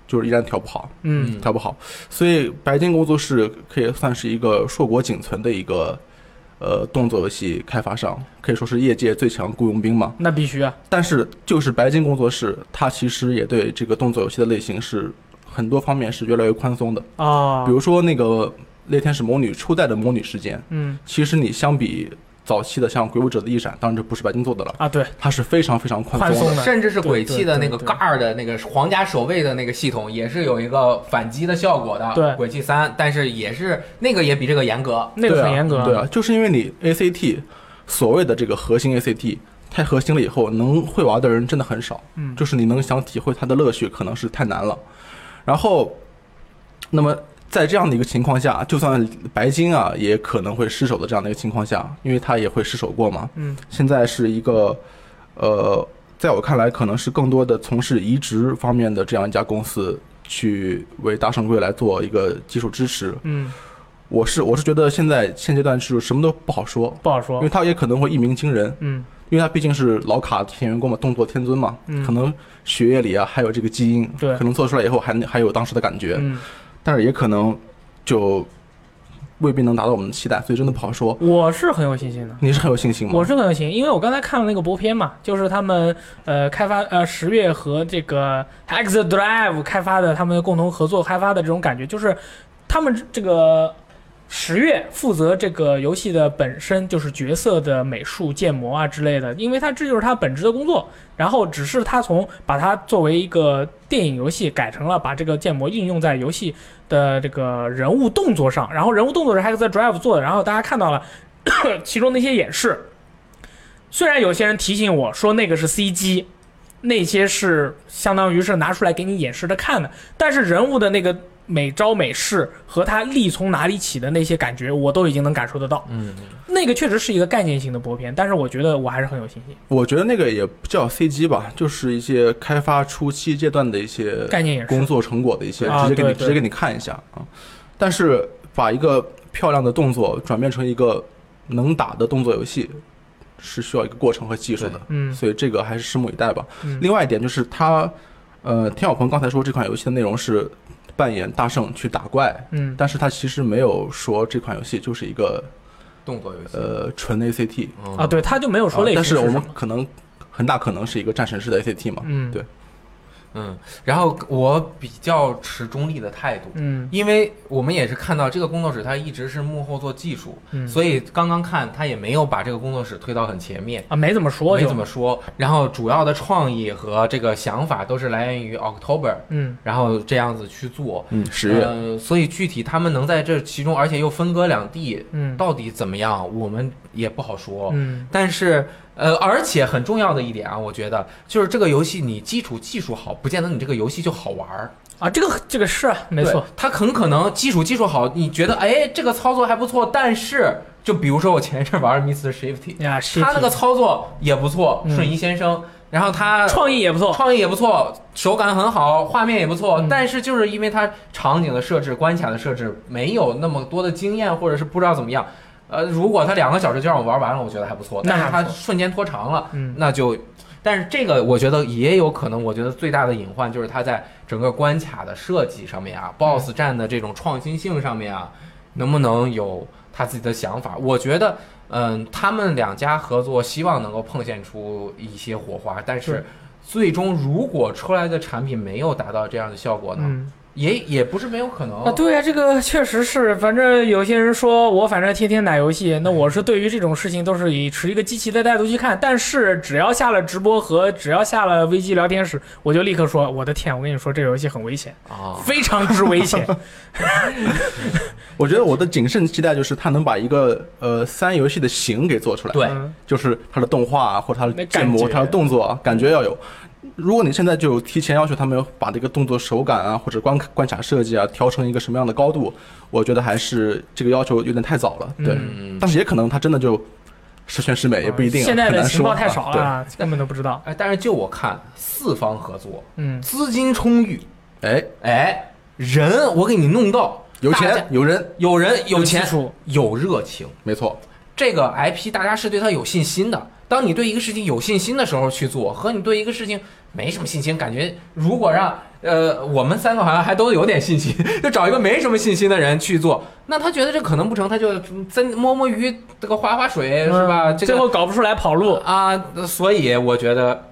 [SPEAKER 2] 就是依然调不好，
[SPEAKER 1] 嗯，
[SPEAKER 2] 调不好，所以白金工作室可以算是一个硕果仅存的一个。呃，动作游戏开发商可以说是业界最强雇佣兵嘛，
[SPEAKER 1] 那必须啊。
[SPEAKER 2] 但是就是白金工作室，它其实也对这个动作游戏的类型是很多方面是越来越宽松的。
[SPEAKER 1] 哦
[SPEAKER 2] 比如说那个那天是魔女初代的魔女事件，
[SPEAKER 1] 嗯
[SPEAKER 2] 其实你相比早期的像《鬼舞者的翼闪》，当然这不是白金做的了，
[SPEAKER 1] 啊对，
[SPEAKER 2] 它是非常非常宽松
[SPEAKER 1] 宽松
[SPEAKER 2] 的。
[SPEAKER 1] 的
[SPEAKER 3] 甚至是鬼泣的那个
[SPEAKER 1] 对对对
[SPEAKER 3] GAR 的那个皇家守卫的那个系统，也是有一个反击的效果的。
[SPEAKER 1] 对
[SPEAKER 3] 鬼泣三，但是也是那个也比这个严格。
[SPEAKER 1] 那个很严格。
[SPEAKER 2] 对啊，对啊，就是因为你 ACT 所谓的这个核心 ACT 太核心了以后，能会玩的人真的很少，
[SPEAKER 1] 嗯
[SPEAKER 2] 就是你能想体会它的乐趣，可能是太难了。然后，那么在这样的一个情况下，就算白金啊也可能会失手的这样的一个情况下，因为他也会失手过嘛。
[SPEAKER 1] 嗯
[SPEAKER 2] 现在是一个，呃，在我看来，可能是更多的从事移植方面的这样一家公司去为大圣归来做一个技术支持。
[SPEAKER 1] 嗯，
[SPEAKER 2] 我是我是觉得现在现阶段是什么都不好说，
[SPEAKER 1] 不好
[SPEAKER 2] 因
[SPEAKER 1] 说
[SPEAKER 2] 为。他也可能会一鸣惊人，
[SPEAKER 1] 嗯
[SPEAKER 2] 因为他毕竟是老卡田员工嘛，动作天尊嘛，
[SPEAKER 1] 嗯
[SPEAKER 2] 可能血液里啊还有这个基因，
[SPEAKER 1] 对
[SPEAKER 2] 可能做出来以后还还有当时的感觉，
[SPEAKER 1] 嗯，
[SPEAKER 2] 但是也可能就未必能达到我们的期待，所以真的不好说。
[SPEAKER 1] 我是很有信心的。
[SPEAKER 2] 你是很有信心吗？
[SPEAKER 1] 我是很有信心，因为我刚才看了那个播片嘛，就是他们呃开发呃十月和这个 X Drive 开发的，他们共同合作开发的这种感觉，就是他们这个十月负责这个游戏的本身就是角色的美术建模啊之类的，因为他这就是他本职的工作，然后只是他从把它作为一个电影游戏改成了把这个建模应用在游戏的这个人物动作上，然后人物动作是 X Drive 做的，然后大家看到了其中那些演示。虽然有些人提醒我说那个是 CG，那些是相当于是拿出来给你演示着看的，但是人物的那个每招每式和他力从哪里起的那些感觉，我都已经能感受得到。
[SPEAKER 3] 嗯，
[SPEAKER 1] 那个确实是一个概念性的薄片，但是我觉得我还是很有信心。
[SPEAKER 2] 我觉得那个也不叫 CG 吧，就是一些开发初期阶段的一些
[SPEAKER 1] 概念演示
[SPEAKER 2] 工作成果的一些，
[SPEAKER 1] 啊
[SPEAKER 2] 直接给你
[SPEAKER 1] 对对
[SPEAKER 2] 直接给你看一下啊。但是把一个漂亮的动作转变成一个能打的动作游戏，是需要一个过程和技术的，
[SPEAKER 1] 嗯
[SPEAKER 2] 所以这个还是拭目以待吧。
[SPEAKER 1] 嗯
[SPEAKER 2] 另外一点就是他，呃，田小鹏刚才说这款游戏的内容是扮演大圣去打怪，
[SPEAKER 1] 嗯
[SPEAKER 2] 但是他其实没有说这款游戏就是一个
[SPEAKER 3] 动作游戏
[SPEAKER 2] 呃纯 ACT，
[SPEAKER 3] 嗯
[SPEAKER 1] 啊，对，他就没有说
[SPEAKER 2] 啊
[SPEAKER 1] 类型
[SPEAKER 2] 但
[SPEAKER 1] 是
[SPEAKER 2] 是
[SPEAKER 1] 什
[SPEAKER 2] 我
[SPEAKER 1] 么、
[SPEAKER 2] 们可能很大可能是一个战神式的 ACT 嘛，
[SPEAKER 1] 嗯
[SPEAKER 2] 对，
[SPEAKER 3] 嗯，然后我比较持中立的态度，
[SPEAKER 1] 嗯
[SPEAKER 3] 因为我们也是看到这个工作室，它一直是幕后做技术，
[SPEAKER 1] 嗯
[SPEAKER 3] 所以刚刚看他也没有把这个工作室推到很前面。
[SPEAKER 1] 啊没怎么说
[SPEAKER 3] 没
[SPEAKER 1] 就
[SPEAKER 3] 怎么说，然后主要的创意和这个想法都是来源于 October，
[SPEAKER 1] 嗯
[SPEAKER 3] 然后这样子去做。
[SPEAKER 2] 嗯，十月，
[SPEAKER 3] 呃，所以具体他们能在这其中，而且又分割两地，
[SPEAKER 1] 嗯
[SPEAKER 3] 到底怎么样，我们也不好说。
[SPEAKER 1] 嗯
[SPEAKER 3] 但是，呃，而且很重要的一点啊，我觉得就是这个游戏你基础技术好，不见得你这个游戏就好玩儿。
[SPEAKER 1] 啊这个这个是啊没
[SPEAKER 3] 对
[SPEAKER 1] 错，，
[SPEAKER 3] 它很可能基础技术好，你觉得哎这个操作还不错，但是就比如说我前一阵玩 Mr. Shifty，
[SPEAKER 1] 呀、
[SPEAKER 3] 他那个操作也不错，
[SPEAKER 1] 嗯
[SPEAKER 3] 瞬移先生，然后他
[SPEAKER 1] 创意也不错，
[SPEAKER 3] 创意也不错，手感很好，画面也不错，
[SPEAKER 1] 嗯
[SPEAKER 3] 但是就是因为它场景的设置、关卡的设置没有那么多的经验，或者是不知道怎么样。呃，如果他两个小时就让我玩完了，我觉得还不错，
[SPEAKER 1] 那
[SPEAKER 3] 但
[SPEAKER 1] 还
[SPEAKER 3] 是
[SPEAKER 1] 不
[SPEAKER 3] 他
[SPEAKER 1] 错
[SPEAKER 3] 瞬间拖长了，
[SPEAKER 1] 嗯
[SPEAKER 3] 那就。但是这个我觉得也有可能，我觉得最大的隐患就是它在整个关卡的设计上面
[SPEAKER 1] 嗯
[SPEAKER 3] 啊，BOSS 战的这种创新性上面啊，能不能有他自己的想法？我觉得，嗯，他们两家合作，希望能够碰现出一些火花。但
[SPEAKER 1] 对
[SPEAKER 3] 是最终如果出来的产品没有达到这样的效果呢，
[SPEAKER 1] 嗯。
[SPEAKER 3] 也也不是没有可能
[SPEAKER 2] 哦
[SPEAKER 1] 啊，对啊，这个 确实是，反正有些人说我反正天天打游戏，那我是对于这种事情都是以持一个积极的态度去看，但是只要下了直播和只要下了危机聊天室，我就立刻说，我的天，我跟你说这游戏很危险，
[SPEAKER 2] 哦
[SPEAKER 3] 啊，
[SPEAKER 1] 非常之危 险。
[SPEAKER 2] 我觉得我的谨慎期待就是他能把一个呃三游戏的型给做出来，
[SPEAKER 3] 对
[SPEAKER 1] 嗯
[SPEAKER 2] 就是它的动画啊或者它
[SPEAKER 1] 那
[SPEAKER 2] 的
[SPEAKER 1] 感
[SPEAKER 2] 建模、
[SPEAKER 1] 觉
[SPEAKER 2] 它的动作啊，感觉要有。如果你现在就提前要求他们把这个动作手感啊，或者关卡关卡设计啊，调成一个什么样的高度，我觉得还是这个要求有点太早了。对，
[SPEAKER 3] 嗯
[SPEAKER 2] 但是也可能他真的就十全十美，也不一定啊。
[SPEAKER 1] 现在
[SPEAKER 2] 很
[SPEAKER 1] 的
[SPEAKER 2] 难
[SPEAKER 1] 情报
[SPEAKER 2] 说
[SPEAKER 1] 太
[SPEAKER 2] 啊
[SPEAKER 1] 少了啊，根本都不知道。
[SPEAKER 3] 哎，但是就我看，四方合作，
[SPEAKER 1] 嗯，
[SPEAKER 3] 资金充裕，
[SPEAKER 2] 对，哎，
[SPEAKER 3] 哎，人我给你弄到
[SPEAKER 2] 有
[SPEAKER 3] 大
[SPEAKER 2] 钱
[SPEAKER 3] 家
[SPEAKER 2] 有人，
[SPEAKER 3] 有人有钱
[SPEAKER 1] 技术，
[SPEAKER 3] 有热情，
[SPEAKER 2] 没错。
[SPEAKER 3] 这个 IP 大家是对它有信心的。当你对一个事情有信心的时候去做，和你对一个事情没什么信心，感觉如果让呃我们三个好像还都有点信心， 就找一个没什么信心的人去做，那他觉得这可能不成，他就真摸摸鱼，这个划划
[SPEAKER 2] 哎
[SPEAKER 3] 水是吧？
[SPEAKER 1] 嗯
[SPEAKER 3] 这
[SPEAKER 1] 最
[SPEAKER 3] 个
[SPEAKER 1] 后搞不出来跑路。
[SPEAKER 3] 啊，所以我觉得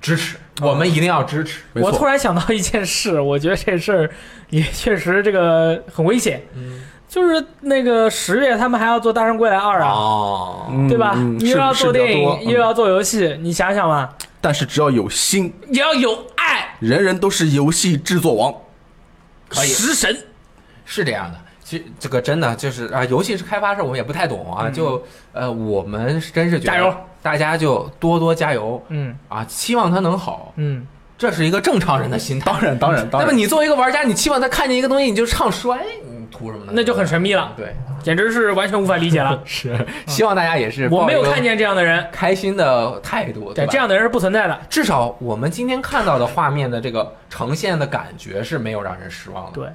[SPEAKER 3] 支持，我
[SPEAKER 1] 哦
[SPEAKER 3] 们一定要支持。
[SPEAKER 2] 没
[SPEAKER 1] 我
[SPEAKER 2] 错
[SPEAKER 1] 突然想到一件事，我觉得这事儿也 确实这个很危险，
[SPEAKER 3] 嗯，
[SPEAKER 1] 就是那个十月他们还要做《大圣归来二》啊。
[SPEAKER 3] 哦，
[SPEAKER 2] 嗯
[SPEAKER 1] 对吧？
[SPEAKER 2] 嗯
[SPEAKER 1] 你又
[SPEAKER 2] 是
[SPEAKER 1] 要
[SPEAKER 2] 是
[SPEAKER 1] 做
[SPEAKER 2] 比较
[SPEAKER 1] 电影，
[SPEAKER 2] 多嗯
[SPEAKER 1] 又要做游戏，你想想吧，
[SPEAKER 2] 但是只要有心，
[SPEAKER 1] 你要有爱，
[SPEAKER 2] 人人都是游戏制作王。
[SPEAKER 3] 可以
[SPEAKER 1] 食神，
[SPEAKER 3] 是这样的，其实这个真的就是啊，尤其是开发事，我们也不太懂啊，就呃，我们是真是觉
[SPEAKER 1] 嗯
[SPEAKER 3] 得
[SPEAKER 1] 加油，
[SPEAKER 3] 大家就多多加油
[SPEAKER 1] 嗯
[SPEAKER 3] 啊，期望它能好，
[SPEAKER 1] 嗯，
[SPEAKER 3] 这是一个正常人的心态。
[SPEAKER 2] 当然，当然，当
[SPEAKER 3] 那
[SPEAKER 2] 然。
[SPEAKER 3] 嗯么你作为一个玩家，你期望他看见一个东西你就唱衰，你图什么呢？
[SPEAKER 1] 那就很神秘了。
[SPEAKER 3] 对，
[SPEAKER 1] 简直是完全无法理解了。
[SPEAKER 3] 是，希望大家也是
[SPEAKER 1] 我
[SPEAKER 3] 抱
[SPEAKER 1] 没
[SPEAKER 3] 一
[SPEAKER 1] 有
[SPEAKER 3] 个
[SPEAKER 1] 看见这样的人，
[SPEAKER 3] 开心的态度，
[SPEAKER 1] 对，
[SPEAKER 3] 吧
[SPEAKER 1] 这样的人是不存在的。
[SPEAKER 3] 至少我们今天看到的画面的这个呈现的感觉是没有让人失望的。
[SPEAKER 1] 对，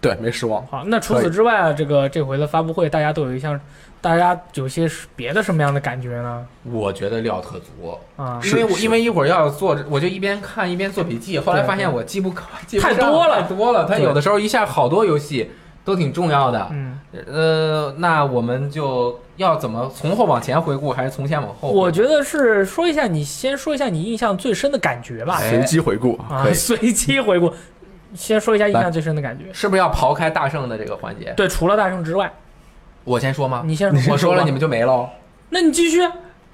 [SPEAKER 2] 对，没失望。
[SPEAKER 1] 好，那除此之外啊，这个这回的发布会，大家都有一项，大家有些是别的什么样的感觉呢？
[SPEAKER 3] 我觉得料特足，
[SPEAKER 1] 啊，
[SPEAKER 2] 是
[SPEAKER 3] 因为我
[SPEAKER 2] 是
[SPEAKER 3] 因为一会儿要做，我就一边看一边做笔记，后来
[SPEAKER 1] 对
[SPEAKER 3] 发现
[SPEAKER 1] 对
[SPEAKER 3] 我记不 记不
[SPEAKER 1] 太
[SPEAKER 3] 上
[SPEAKER 1] 多了
[SPEAKER 3] 太多了。它
[SPEAKER 1] 对
[SPEAKER 3] 有的时候一下好多游戏都挺重要的。
[SPEAKER 1] 嗯，
[SPEAKER 3] 呃，那我们就要怎么从后往前回顾，还是从前往后回顾？
[SPEAKER 1] 我觉得是说一下你先说一下你印象最深的感觉吧，
[SPEAKER 3] 哎
[SPEAKER 2] 随机回顾
[SPEAKER 1] 啊
[SPEAKER 2] 可，以，
[SPEAKER 1] 随机回顾，先说一下印象最深的感觉。
[SPEAKER 3] 是不是要刨开大圣的这个环节？
[SPEAKER 1] 对，除了大圣之外，
[SPEAKER 3] 我先说吗？
[SPEAKER 1] 你先说
[SPEAKER 3] 我说了，
[SPEAKER 1] 吧
[SPEAKER 3] 你们就没喽。
[SPEAKER 1] 那你继续，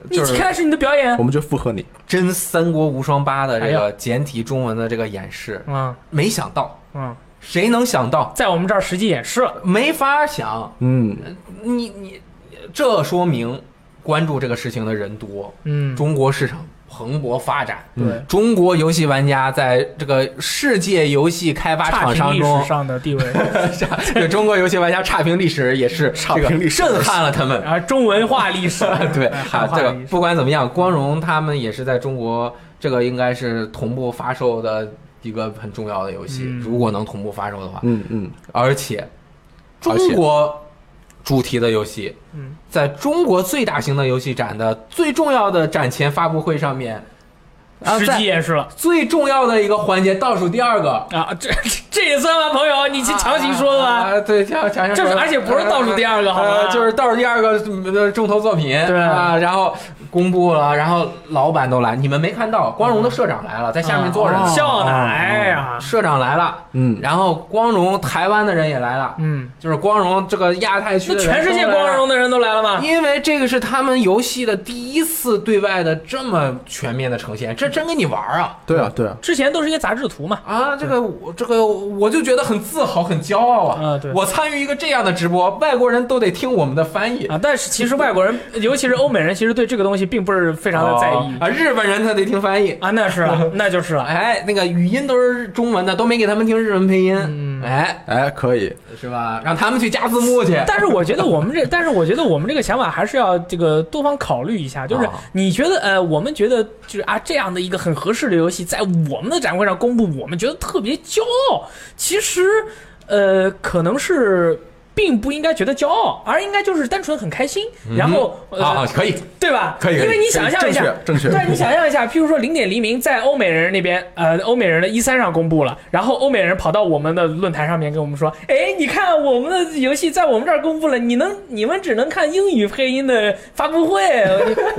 [SPEAKER 1] 你
[SPEAKER 3] 就是
[SPEAKER 1] 开始你的表演
[SPEAKER 2] 我。们就附和你。
[SPEAKER 3] 真《三国无双八》的这
[SPEAKER 1] 哎
[SPEAKER 3] 个 简体中文的这个演示，
[SPEAKER 1] 嗯
[SPEAKER 3] 没想到，
[SPEAKER 1] 嗯，
[SPEAKER 3] 谁能想到？
[SPEAKER 1] 在我们这儿实际演示了。
[SPEAKER 3] 没法想，
[SPEAKER 2] 嗯，
[SPEAKER 3] 你你，这说明关注这个事情的人多，
[SPEAKER 1] 嗯，
[SPEAKER 3] 中国市场蓬勃发展。
[SPEAKER 1] 对，
[SPEAKER 3] 中国游戏玩家在这个世界游戏开发
[SPEAKER 1] 差
[SPEAKER 3] 厂
[SPEAKER 1] 评
[SPEAKER 3] 商
[SPEAKER 1] 历
[SPEAKER 3] 中
[SPEAKER 1] 史，上的地位，
[SPEAKER 3] 对中国游戏玩家差评历史也是这个
[SPEAKER 2] 差评历史
[SPEAKER 3] 震撼了他们。，
[SPEAKER 1] 然后啊中文化历史
[SPEAKER 3] 对
[SPEAKER 1] 哎
[SPEAKER 3] 啊
[SPEAKER 1] 汉，
[SPEAKER 3] 这
[SPEAKER 1] 化
[SPEAKER 3] 个
[SPEAKER 1] 历史。
[SPEAKER 3] 不管怎么样，光荣他们也是在中国这个应该是同步发售的一个很重要的游戏，
[SPEAKER 1] 嗯
[SPEAKER 3] 如果能同步发售的话，
[SPEAKER 2] 嗯嗯，
[SPEAKER 3] 而且
[SPEAKER 2] 而且
[SPEAKER 3] 中国主题的游戏。
[SPEAKER 1] 嗯，
[SPEAKER 3] 在中国最大型的游戏展的最重要的展前发布会上面，啊，
[SPEAKER 1] 实际
[SPEAKER 3] 在
[SPEAKER 1] 演示了
[SPEAKER 3] 最重要的一个环节倒数第二个，
[SPEAKER 1] 啊，这这也算吗，朋友？你去强行说的
[SPEAKER 3] 啊
[SPEAKER 1] 吧。
[SPEAKER 3] 啊对，强强行
[SPEAKER 1] 这
[SPEAKER 3] 说的，
[SPEAKER 1] 是而且不是倒数第二个，好
[SPEAKER 3] 呃，
[SPEAKER 1] 吗？
[SPEAKER 3] 就是倒数第二个嗯呃重头作品，
[SPEAKER 1] 对
[SPEAKER 3] 啊，然后公布了，然后老板都来，你们没看到，光荣的社长来了，在
[SPEAKER 1] 啊
[SPEAKER 3] 下面坐着呢，
[SPEAKER 1] 哦
[SPEAKER 3] 哦
[SPEAKER 1] 笑奶呀，
[SPEAKER 3] 社长来了，
[SPEAKER 2] 嗯
[SPEAKER 3] 然后光荣台湾的人也来了，
[SPEAKER 1] 嗯，
[SPEAKER 3] 就是光荣这个亚太区
[SPEAKER 1] 那
[SPEAKER 3] 的人
[SPEAKER 1] 全世界
[SPEAKER 3] 都来了
[SPEAKER 1] 光荣的人都来了吗？
[SPEAKER 3] 因为这个是他们游戏的第一次对外的这么全面的呈现，这真跟你玩儿啊！
[SPEAKER 2] 对啊对啊，
[SPEAKER 1] 之前都是一些杂志图嘛，
[SPEAKER 3] 啊，这个我这个我就觉得很自豪、很骄傲啊！
[SPEAKER 1] 啊对
[SPEAKER 3] 我参与一个这样的直播，外国人都得听我们的翻译，
[SPEAKER 1] 啊，但是其实外国人，尤其是欧美人，其实对这个东西并不是非常的在意
[SPEAKER 3] 哦啊，日本人他得听翻译。
[SPEAKER 1] 啊，那是 了，那就是了，
[SPEAKER 3] 哎，那个语音都是中文的，都没给他们听日文配音，
[SPEAKER 1] 嗯
[SPEAKER 3] 哎，
[SPEAKER 2] 哎，可以，
[SPEAKER 3] 是吧？让他们去加字幕去。
[SPEAKER 1] 但是我觉得我们这， 但是我觉得我们这个想法还是要这个多方考虑一下。就是
[SPEAKER 3] 啊
[SPEAKER 1] 你觉得呃，我们觉得就是啊，这样的一个很合适的游戏，在我们的展会上公布，我们觉得特别骄傲。其实呃，可能是。并不应该觉得骄傲，而应该就是单纯很开心，然后、呃
[SPEAKER 3] 啊，啊可以，
[SPEAKER 1] 对吧？
[SPEAKER 3] 可以可以
[SPEAKER 1] 因为你想象一下，
[SPEAKER 2] 正确正确
[SPEAKER 1] 对，你想象一下，譬如说《零点黎明》在欧美人那边，呃，欧美人的一三上公布了，然后欧美人跑到我们的论坛上面跟我们说，哎，你看我们的游戏在我们这儿公布了，你能你们只能看英语配音的发布 会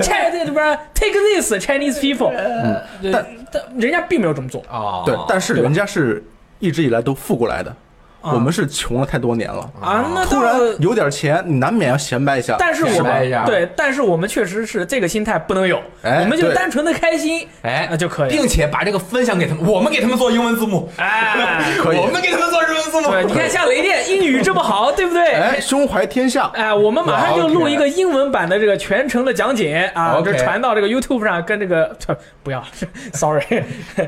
[SPEAKER 1] ，Chat 这边 Take this Chinese people，嗯，但但人家并没有这么做，
[SPEAKER 3] 哦，
[SPEAKER 2] 对，但是
[SPEAKER 1] 对吧
[SPEAKER 2] 人家是一直以来都富过来的，
[SPEAKER 1] 啊
[SPEAKER 2] 我们是穷了太多年了，
[SPEAKER 1] 啊，那
[SPEAKER 2] 突
[SPEAKER 1] 当
[SPEAKER 2] 然
[SPEAKER 1] 然。
[SPEAKER 2] 有点钱，你难免要显摆一下。
[SPEAKER 1] 但是我
[SPEAKER 3] 显摆一
[SPEAKER 1] 们
[SPEAKER 3] 下
[SPEAKER 1] 对，但是我们确实是这个心态不能有，
[SPEAKER 2] 哎
[SPEAKER 1] 我们就
[SPEAKER 2] 对
[SPEAKER 1] 单纯的开心，
[SPEAKER 3] 哎
[SPEAKER 1] 啊就可以了，
[SPEAKER 3] 并且把这个分享给他们，我们给他们做英文字幕，
[SPEAKER 1] 哎，
[SPEAKER 2] 可以
[SPEAKER 3] 我们给他们做日文字幕。
[SPEAKER 1] 对，你看像雷电英语这么好，对不对？
[SPEAKER 2] 哎，胸怀天下，
[SPEAKER 1] 哎，我们马上就录一个英文版的这个全程的讲解啊，
[SPEAKER 3] OK
[SPEAKER 1] 这传到这个 YouTube 上，跟这个 不要，sorry。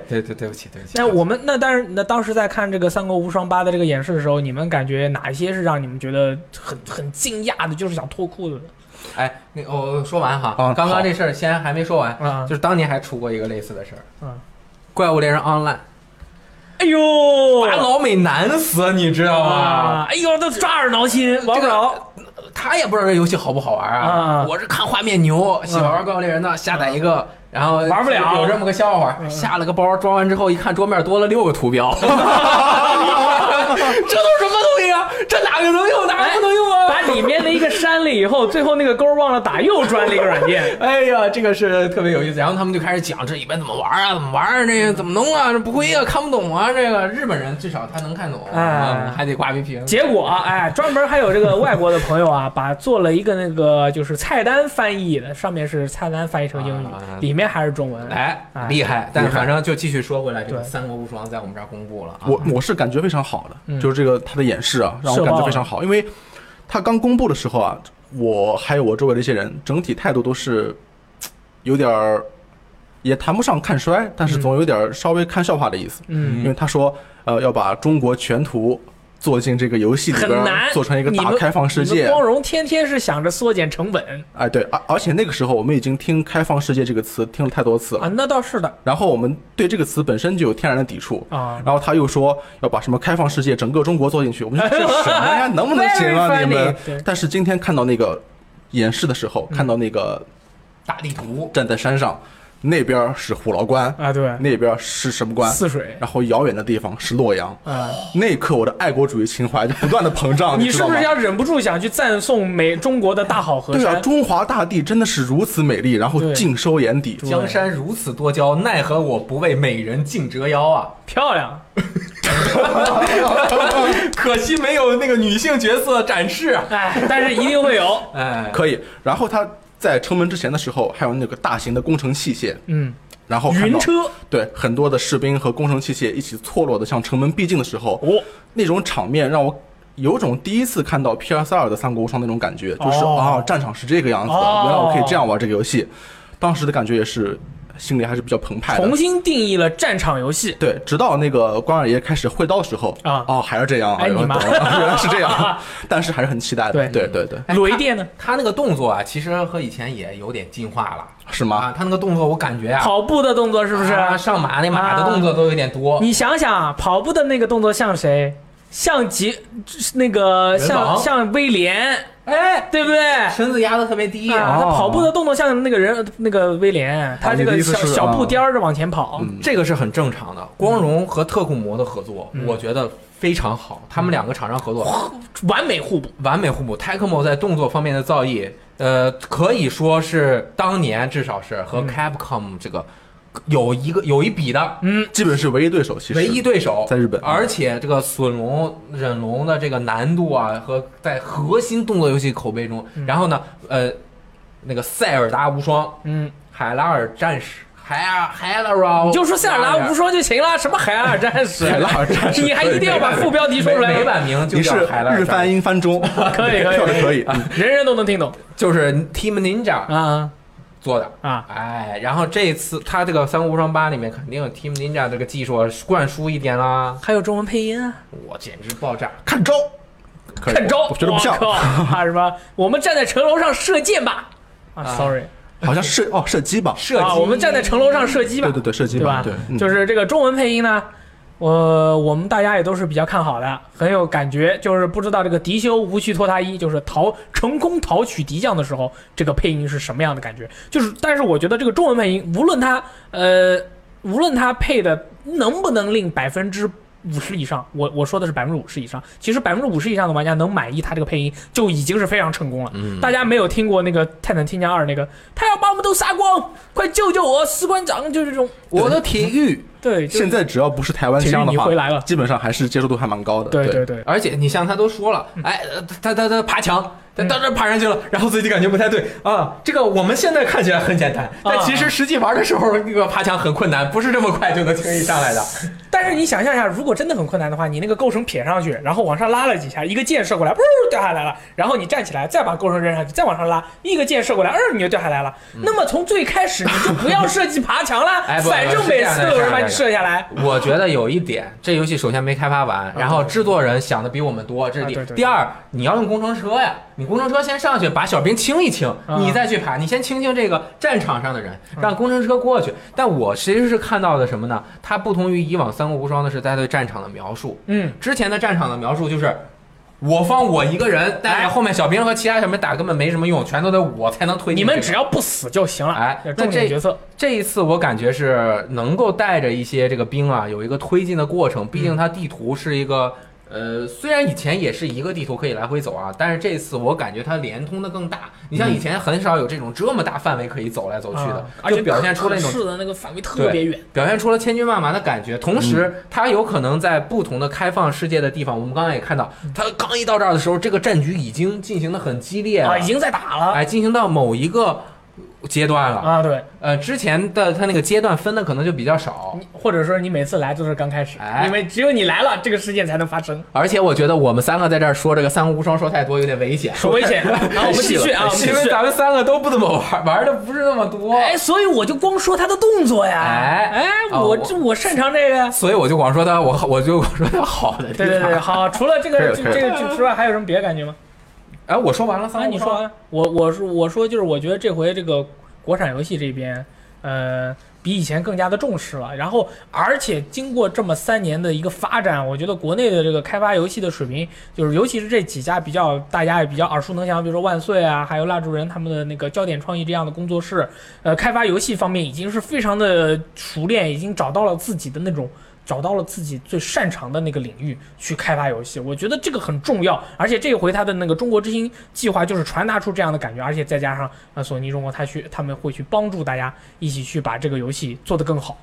[SPEAKER 3] 对对，对不起，对不起。
[SPEAKER 1] 那我们那但是那当时在看这个《三国无双八》的这个演示的时候，你们感觉哪一些是让你们觉得很很惊讶的，就是想脱裤子的
[SPEAKER 3] 哎，那我说完哈，
[SPEAKER 1] 哦
[SPEAKER 2] 啊
[SPEAKER 3] 刚
[SPEAKER 2] 好
[SPEAKER 3] 刚这事儿先还没说完，
[SPEAKER 1] 啊
[SPEAKER 3] 就是当年还出过一个类似的事儿，
[SPEAKER 1] 啊？
[SPEAKER 3] 怪物猎人 Online
[SPEAKER 1] 哎呦，
[SPEAKER 3] 把老美难死，你知道吗？
[SPEAKER 1] 啊！哎呦，都抓耳挠心，玩不了。
[SPEAKER 3] 他也不知道这游戏好不好玩
[SPEAKER 1] 啊
[SPEAKER 3] 啊，我是看画面牛，喜欢玩怪物猎人的下载一个。然后
[SPEAKER 1] 嗯玩不了嗯
[SPEAKER 3] 有这么个笑话，下了个包，装完之后一看桌面多了六个图标， 这都是什么东西啊？这哪个能用，哪个不能用啊？
[SPEAKER 1] 把里面的一个删了以后，最后那个勾忘了打，又装了一个软件。
[SPEAKER 3] 哎呀，这个是特别有意思。然后他们就开始讲这里边怎么玩啊，怎么玩啊，这个怎么弄啊，这不会啊，看不懂啊。这个日本人至少他能看懂，
[SPEAKER 1] 哎
[SPEAKER 3] 啊，还得挂 VPN。
[SPEAKER 1] 结果啊，哎，专门还有这个外国的朋友啊，把做了一个那个就是菜单翻译的，上面是菜单翻译成英语
[SPEAKER 3] 啊，
[SPEAKER 1] 里面还是中文。哎
[SPEAKER 3] 哎，厉害！但
[SPEAKER 2] 厉害
[SPEAKER 3] 反正就继续说回来，这个《
[SPEAKER 1] 对
[SPEAKER 3] 三国无双》在我们这儿公布了啊。
[SPEAKER 2] 我我是感觉非常好
[SPEAKER 1] 嗯
[SPEAKER 2] 的，就是这个他的演示啊，让我
[SPEAKER 1] 社
[SPEAKER 2] 感
[SPEAKER 1] 爆
[SPEAKER 2] 觉
[SPEAKER 1] 了
[SPEAKER 2] 非常好，因为他刚公布的时候啊，我还有我周围的一些人，整体态度都是嘖有点儿，也谈不上看衰，但是
[SPEAKER 1] 嗯
[SPEAKER 2] 总有点儿稍微看笑话的意思。
[SPEAKER 1] 嗯
[SPEAKER 2] 因为他说，呃，要把中国全图做进这个游戏里
[SPEAKER 1] 很
[SPEAKER 2] 边
[SPEAKER 1] 难
[SPEAKER 2] 儿，做成一个
[SPEAKER 1] 你
[SPEAKER 2] 大
[SPEAKER 1] 们
[SPEAKER 2] 开放世
[SPEAKER 1] 你
[SPEAKER 2] 界
[SPEAKER 1] 们。光荣天天是想着缩减成本
[SPEAKER 2] 哎，对，而而且那个时候我们已经听“开放世界”这个词听了太多次了，
[SPEAKER 1] 啊，那倒是的
[SPEAKER 2] 然后我们对这个词本身就有天然的抵触。
[SPEAKER 1] 啊。
[SPEAKER 2] 然后他又说要把什么开放世界整个中国做进去，我们说 这什么呀，能不能行啊
[SPEAKER 1] Very
[SPEAKER 2] 你们
[SPEAKER 1] funny，对？嗯
[SPEAKER 2] 但是今天看到那个演示的时候，看到那个
[SPEAKER 3] 大地图，
[SPEAKER 2] 站在山上，那边是虎牢关，
[SPEAKER 1] 啊，对，
[SPEAKER 2] 那边是什么关？
[SPEAKER 1] 泗水
[SPEAKER 2] 然后遥远的地方是洛阳。
[SPEAKER 1] 啊，
[SPEAKER 2] 那一刻，我的爱国主义情怀就不断的 膨胀，
[SPEAKER 1] 你
[SPEAKER 2] 知
[SPEAKER 1] 是
[SPEAKER 2] 道
[SPEAKER 1] 不
[SPEAKER 2] 吗
[SPEAKER 1] 是？要忍不住想去赞颂美中国的大好河
[SPEAKER 2] 对啊，
[SPEAKER 1] 山？
[SPEAKER 2] 中华大地真的是如此美丽，然后
[SPEAKER 1] 对
[SPEAKER 2] 尽收眼底。
[SPEAKER 1] 对
[SPEAKER 3] 江山如此多娇，奈何我不为美人尽折腰啊！
[SPEAKER 1] 漂亮，
[SPEAKER 3] 可惜没有那个女性角色展示啊。
[SPEAKER 1] 哎，但是一定会有，
[SPEAKER 3] 哎，
[SPEAKER 2] 可以。然后他在城门之前的时候，还有那个大型的工程器械，
[SPEAKER 1] 嗯，
[SPEAKER 2] 然后看
[SPEAKER 1] 云
[SPEAKER 2] 到
[SPEAKER 1] 车
[SPEAKER 2] 对很多的士兵和工程器械一起错落的向城门逼近的时候，
[SPEAKER 1] 哦，
[SPEAKER 2] 那种场面让我有种第一次看到 PS 二的《三国无双》那种感觉，就是、
[SPEAKER 1] 哦
[SPEAKER 2] 啊，战场是这个样子的，
[SPEAKER 1] 哦
[SPEAKER 2] 原来我可以这样玩这个游戏。当时的感觉也是心里还是比较澎湃
[SPEAKER 1] 重
[SPEAKER 2] 的。
[SPEAKER 1] 新定义了战场游戏。
[SPEAKER 2] 对，直到那个关二爷开始挥刀的时候，
[SPEAKER 1] 啊
[SPEAKER 2] 哦，还是这样啊，
[SPEAKER 1] 哎你妈
[SPEAKER 2] 原来是这样，但是还是很期待的。
[SPEAKER 1] 对
[SPEAKER 2] 对对对，
[SPEAKER 3] 哎
[SPEAKER 1] 雷电呢？
[SPEAKER 3] 他那个动作啊，其实和以前也有点进化了
[SPEAKER 2] 是吗？
[SPEAKER 3] 啊。他那个动作，我感觉啊，
[SPEAKER 1] 跑步的动作是不是？
[SPEAKER 3] 啊上马那马的动作都有点多。
[SPEAKER 1] 你想想啊，跑步的那个动作像谁？像吉，那个
[SPEAKER 3] 人
[SPEAKER 1] 像
[SPEAKER 3] 王
[SPEAKER 1] 像威廉，
[SPEAKER 3] 哎，
[SPEAKER 1] 对不对？
[SPEAKER 3] 身子压得特别低，
[SPEAKER 1] 啊，他跑步的动作像那个人，那个威廉，他这
[SPEAKER 2] 哦你的
[SPEAKER 1] 个
[SPEAKER 2] 意思
[SPEAKER 1] 小
[SPEAKER 2] 是嗯
[SPEAKER 1] 小
[SPEAKER 2] 啊
[SPEAKER 1] 步颠儿着往前跑，
[SPEAKER 3] 这个是很正常的。
[SPEAKER 1] 嗯
[SPEAKER 3] 光荣和特库摩的合作，我觉得非常好，他
[SPEAKER 1] 嗯
[SPEAKER 3] 们两个厂商合作
[SPEAKER 1] 完美互补。
[SPEAKER 3] 完美互补。Tecmo 在动作方面的造诣，呃，可以说是当年至少是和
[SPEAKER 1] 嗯
[SPEAKER 3] Capcom 这个有一个有一比的
[SPEAKER 2] 基本是唯一对手，其实
[SPEAKER 3] 唯一对手，
[SPEAKER 2] 在日本
[SPEAKER 3] 而且这个隼龙、忍龙的这个难度啊，和在核心动作游戏口碑中，然后呢，呃，那个塞尔达无双、
[SPEAKER 1] 嗯，
[SPEAKER 3] 海拉尔战士、海尔海拉尔，
[SPEAKER 1] 你就说塞尔达无双就行了，什么海尔战士，
[SPEAKER 2] 海拉尔战士
[SPEAKER 1] 你还一定要把副标题说出来，
[SPEAKER 3] 美版名就
[SPEAKER 2] 你是
[SPEAKER 3] 叫海拉
[SPEAKER 2] 日
[SPEAKER 3] 尔战
[SPEAKER 2] 翻
[SPEAKER 3] 士，
[SPEAKER 2] 英翻中，
[SPEAKER 1] 可以可以
[SPEAKER 2] 跳的可以。嗯
[SPEAKER 1] 人人都能听懂
[SPEAKER 3] 就是 Team Ninja
[SPEAKER 1] 啊
[SPEAKER 3] 做的。
[SPEAKER 1] 啊！
[SPEAKER 3] 哎，然后这次他这个《三国无双八》里面肯定有 Team Ninja 这个技术灌输一点啦，
[SPEAKER 1] 还有中文配音啊，
[SPEAKER 3] 我简直爆炸！
[SPEAKER 2] 看招，可以
[SPEAKER 1] 看招，
[SPEAKER 2] 我觉得不像
[SPEAKER 1] 我，靠啊什么？我们站在城楼上射箭吧！啊
[SPEAKER 3] 啊
[SPEAKER 1] ，sorry，
[SPEAKER 2] 好像射哦射击吧，
[SPEAKER 3] 射击，
[SPEAKER 1] 啊，我们站在城楼上射击吧，
[SPEAKER 2] 对对对，射击
[SPEAKER 1] 对吧？
[SPEAKER 2] 对，嗯
[SPEAKER 1] 就是这个中文配音呢，我、我们大家也都是比较看好的，很有感觉。就是不知道这个迪修无需脱他衣，就是逃成功逃取敌将的时候，这个配音是什么样的感觉？就是，但是我觉得这个中文配音，无论他呃，无论他配的能不能令百分之。五十以上，我我说的是百分之五十以上。其实百分之五十以上的玩家能满意他这个配音，就已经是非常成功了。
[SPEAKER 3] 嗯
[SPEAKER 1] 大家没有听过那个《泰坦天降二》那个，他要把我们都杀光，快救救我，士官长！就是这种，
[SPEAKER 3] 我的体育。
[SPEAKER 1] 对，就是
[SPEAKER 2] 嗯现在只要不是台湾腔
[SPEAKER 1] 体育
[SPEAKER 2] 的
[SPEAKER 1] 你
[SPEAKER 2] 话，
[SPEAKER 1] 回来了
[SPEAKER 2] 基本上还是接受度还蛮高的。
[SPEAKER 1] 对
[SPEAKER 2] 对
[SPEAKER 1] 对对，
[SPEAKER 3] 而且你像他都说了，哎，呃他他他爬墙，他到这爬上去了，然后自己感觉不太对啊。这个我们现在看起来很简单，但其实实际玩的时候，那个爬墙很困难，不是这么快就能轻易上来的。，
[SPEAKER 1] 但是你想象一下，如果真的很困难的话，你那个构绳撇上去，然后往上拉了几下，一个箭射过来，呜掉下来了，然后你站起来，再把构绳扔上去，再往上拉，一个箭射过来，嗯，你就掉下来了。那么从最开始你就不要设计爬墙了
[SPEAKER 3] 哎不
[SPEAKER 1] 反正每次都有人把你射下来。
[SPEAKER 3] 我觉得有一点，这游戏首先没开发完，然后制作人想的比我们多，这是
[SPEAKER 1] 啊
[SPEAKER 3] 第
[SPEAKER 1] 对对对
[SPEAKER 3] 第二，你要用工程车呀，你工程车先上去把小兵清一清，
[SPEAKER 1] 啊
[SPEAKER 3] 你再去爬，你先清清这个战场上的人，让工程车过去。但我其实是看到的什么呢？它不同于以往《三国无双》的是它对战场的描述，
[SPEAKER 1] 嗯，
[SPEAKER 3] 之前的战场的描述就是。我方我一个人，但是后面小兵和其他什么打根本没什么用，全都得我才能推
[SPEAKER 1] 你
[SPEAKER 3] 进去。
[SPEAKER 1] 们只要不死就行了。
[SPEAKER 3] 嗯哎那
[SPEAKER 1] 重点
[SPEAKER 3] 这
[SPEAKER 1] 角色，
[SPEAKER 3] 这一次我感觉是能够带着一些这个兵啊，有一个推进的过程。毕竟它地图是一个，呃，虽然以前也是一个地图可以来回走啊，但是这次我感觉它连通的更大。你像以前很少有这种这么大范围可以走来走去的
[SPEAKER 1] 啊，
[SPEAKER 3] 就表现出了那种
[SPEAKER 1] 可视的那个范围特别远。嗯
[SPEAKER 3] 表现出了千军万马的感觉，同时它有可能在不同的开放世界的地方，我们刚刚也看到，它刚
[SPEAKER 1] 啊
[SPEAKER 3] 一到这儿的时候，这个战局已经进行的很激烈了，
[SPEAKER 1] 啊，已经在打了。
[SPEAKER 3] 哎进行到某一个阶段了。
[SPEAKER 1] 啊，对，
[SPEAKER 3] 呃，之前的它那个阶段分的可能就比较少，
[SPEAKER 1] 你或者说你每次来都是刚开始，
[SPEAKER 3] 哎
[SPEAKER 1] 因为只有你来了，这个事件才能发生，
[SPEAKER 3] 而且我觉得我们三个在这儿说这个《三国无双》说太多有点危险，
[SPEAKER 1] 很危险。然后我们继续啊，我们继
[SPEAKER 3] 因为
[SPEAKER 1] 续。
[SPEAKER 3] 咱们三个都不怎么玩，玩的不是那么多，
[SPEAKER 1] 哎，所以我就光说他的动作呀，
[SPEAKER 3] 哎
[SPEAKER 1] 哎，
[SPEAKER 3] 哦
[SPEAKER 1] 我
[SPEAKER 3] 我
[SPEAKER 1] 这我擅长这个呀。
[SPEAKER 3] 所以我就光说他，我我就说他好的地
[SPEAKER 1] 对
[SPEAKER 3] 方。
[SPEAKER 1] 对对，好，除了这个
[SPEAKER 2] 可以了
[SPEAKER 1] 这
[SPEAKER 2] 可以
[SPEAKER 1] 这个之外，还有什么别的感觉吗？
[SPEAKER 3] 哎，我说完了，三
[SPEAKER 1] 啊，
[SPEAKER 3] 国
[SPEAKER 1] 你
[SPEAKER 3] 无
[SPEAKER 1] 说
[SPEAKER 3] 双。
[SPEAKER 1] 完了，我我说我说就是，我觉得这回这个国产游戏这边，呃，比以前更加的重视了。然后，而且经过这么三年的一个发展，我觉得国内的这个开发游戏的水平，就是尤其是这几家比较大家也比较耳熟能详，比如说万岁啊，还有蜡烛人他们的那个焦点创意这样的工作室，呃，开发游戏方面已经是非常的熟练，已经找到了自己的那种。找到了自己最擅长的那个领域去开发游戏，我觉得这个很重要。而且这一回他的那个中国之星计划就是传达出这样的感觉，而且再加上呃索尼中国他去他们会去帮助大家一起去把这个游戏做得更好。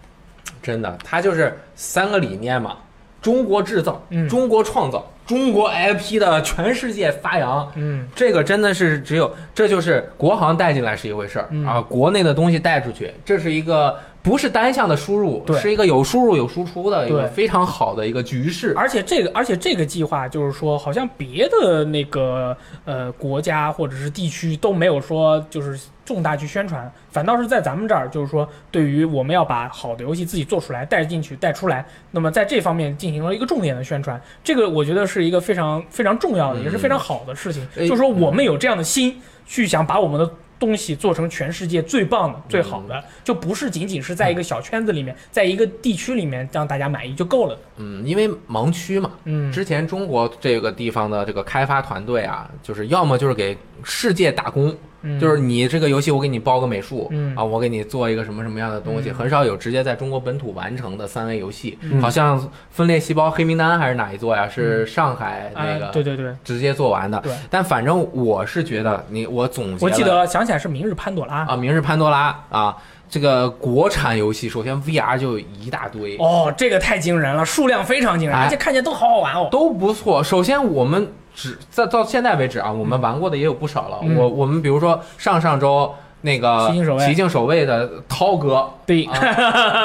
[SPEAKER 3] 真的，它就是三个理念嘛：中国制造、
[SPEAKER 1] 嗯
[SPEAKER 3] 中国创造、中国 IP 的全世界发扬。
[SPEAKER 1] 嗯，
[SPEAKER 3] 这个真的是只有，这就是国行带进来是一回事儿、
[SPEAKER 1] 嗯
[SPEAKER 3] 啊，国内的东西带出去，这是一个不是单向的输入
[SPEAKER 1] 对，
[SPEAKER 3] 是一个有输入有输出的一个
[SPEAKER 1] 对
[SPEAKER 3] 非常好的一个局势。
[SPEAKER 1] 而且这个而且这个计划就是说，好像别的那个呃国家或者是地区都没有说就是重大去宣传，反倒是在咱们这儿，就是说对于我们要把好的游戏自己做出来带进去带出来，那么在这方面进行了一个重点的宣传，这个我觉得是一个非常非常重要的，
[SPEAKER 3] 嗯
[SPEAKER 1] 也是非常好的事情，
[SPEAKER 3] 哎
[SPEAKER 1] 就是说我们有这样的心去想把我们的。东西做成全世界最棒的、最好
[SPEAKER 3] 嗯
[SPEAKER 1] 的，就不是仅仅是在一个小圈子里面，在一个地区里面让大家满意就够了。
[SPEAKER 3] 嗯，因为盲区嘛，
[SPEAKER 1] 嗯，
[SPEAKER 3] 之前中国这个地方的这个开发团队啊，就是要么就是给世界打工，
[SPEAKER 1] 嗯
[SPEAKER 3] 就是你这个游戏我给你包个美术，
[SPEAKER 1] 嗯
[SPEAKER 3] 啊，我给你做一个什么什么样的东西，
[SPEAKER 1] 嗯
[SPEAKER 3] 很少有直接在中国本土完成的三 A 游戏，
[SPEAKER 1] 嗯
[SPEAKER 3] 好像分裂细胞黑名单还是哪一座呀？是上海哎那
[SPEAKER 1] 啊
[SPEAKER 3] 个
[SPEAKER 1] 对对对，
[SPEAKER 3] 直接做完的。
[SPEAKER 1] 对
[SPEAKER 3] 但反正我是觉得你我总结
[SPEAKER 1] 我记
[SPEAKER 3] 了
[SPEAKER 1] 得想起来是《明日潘朵拉》
[SPEAKER 3] 啊，《明日潘多拉》啊，这个国产游戏首先 VR 就有一大堆，
[SPEAKER 1] 哦，这个太惊人了，数量非常惊人，
[SPEAKER 3] 哎
[SPEAKER 1] 而且看起来都好好玩 哦。
[SPEAKER 3] 都不错。首先，我们只在到现在为止啊，我们玩过的也有不少了。
[SPEAKER 1] 嗯
[SPEAKER 3] 我我们比如说上上周那个
[SPEAKER 1] 骑行守卫
[SPEAKER 3] 骑行守卫的涛哥，
[SPEAKER 1] 对，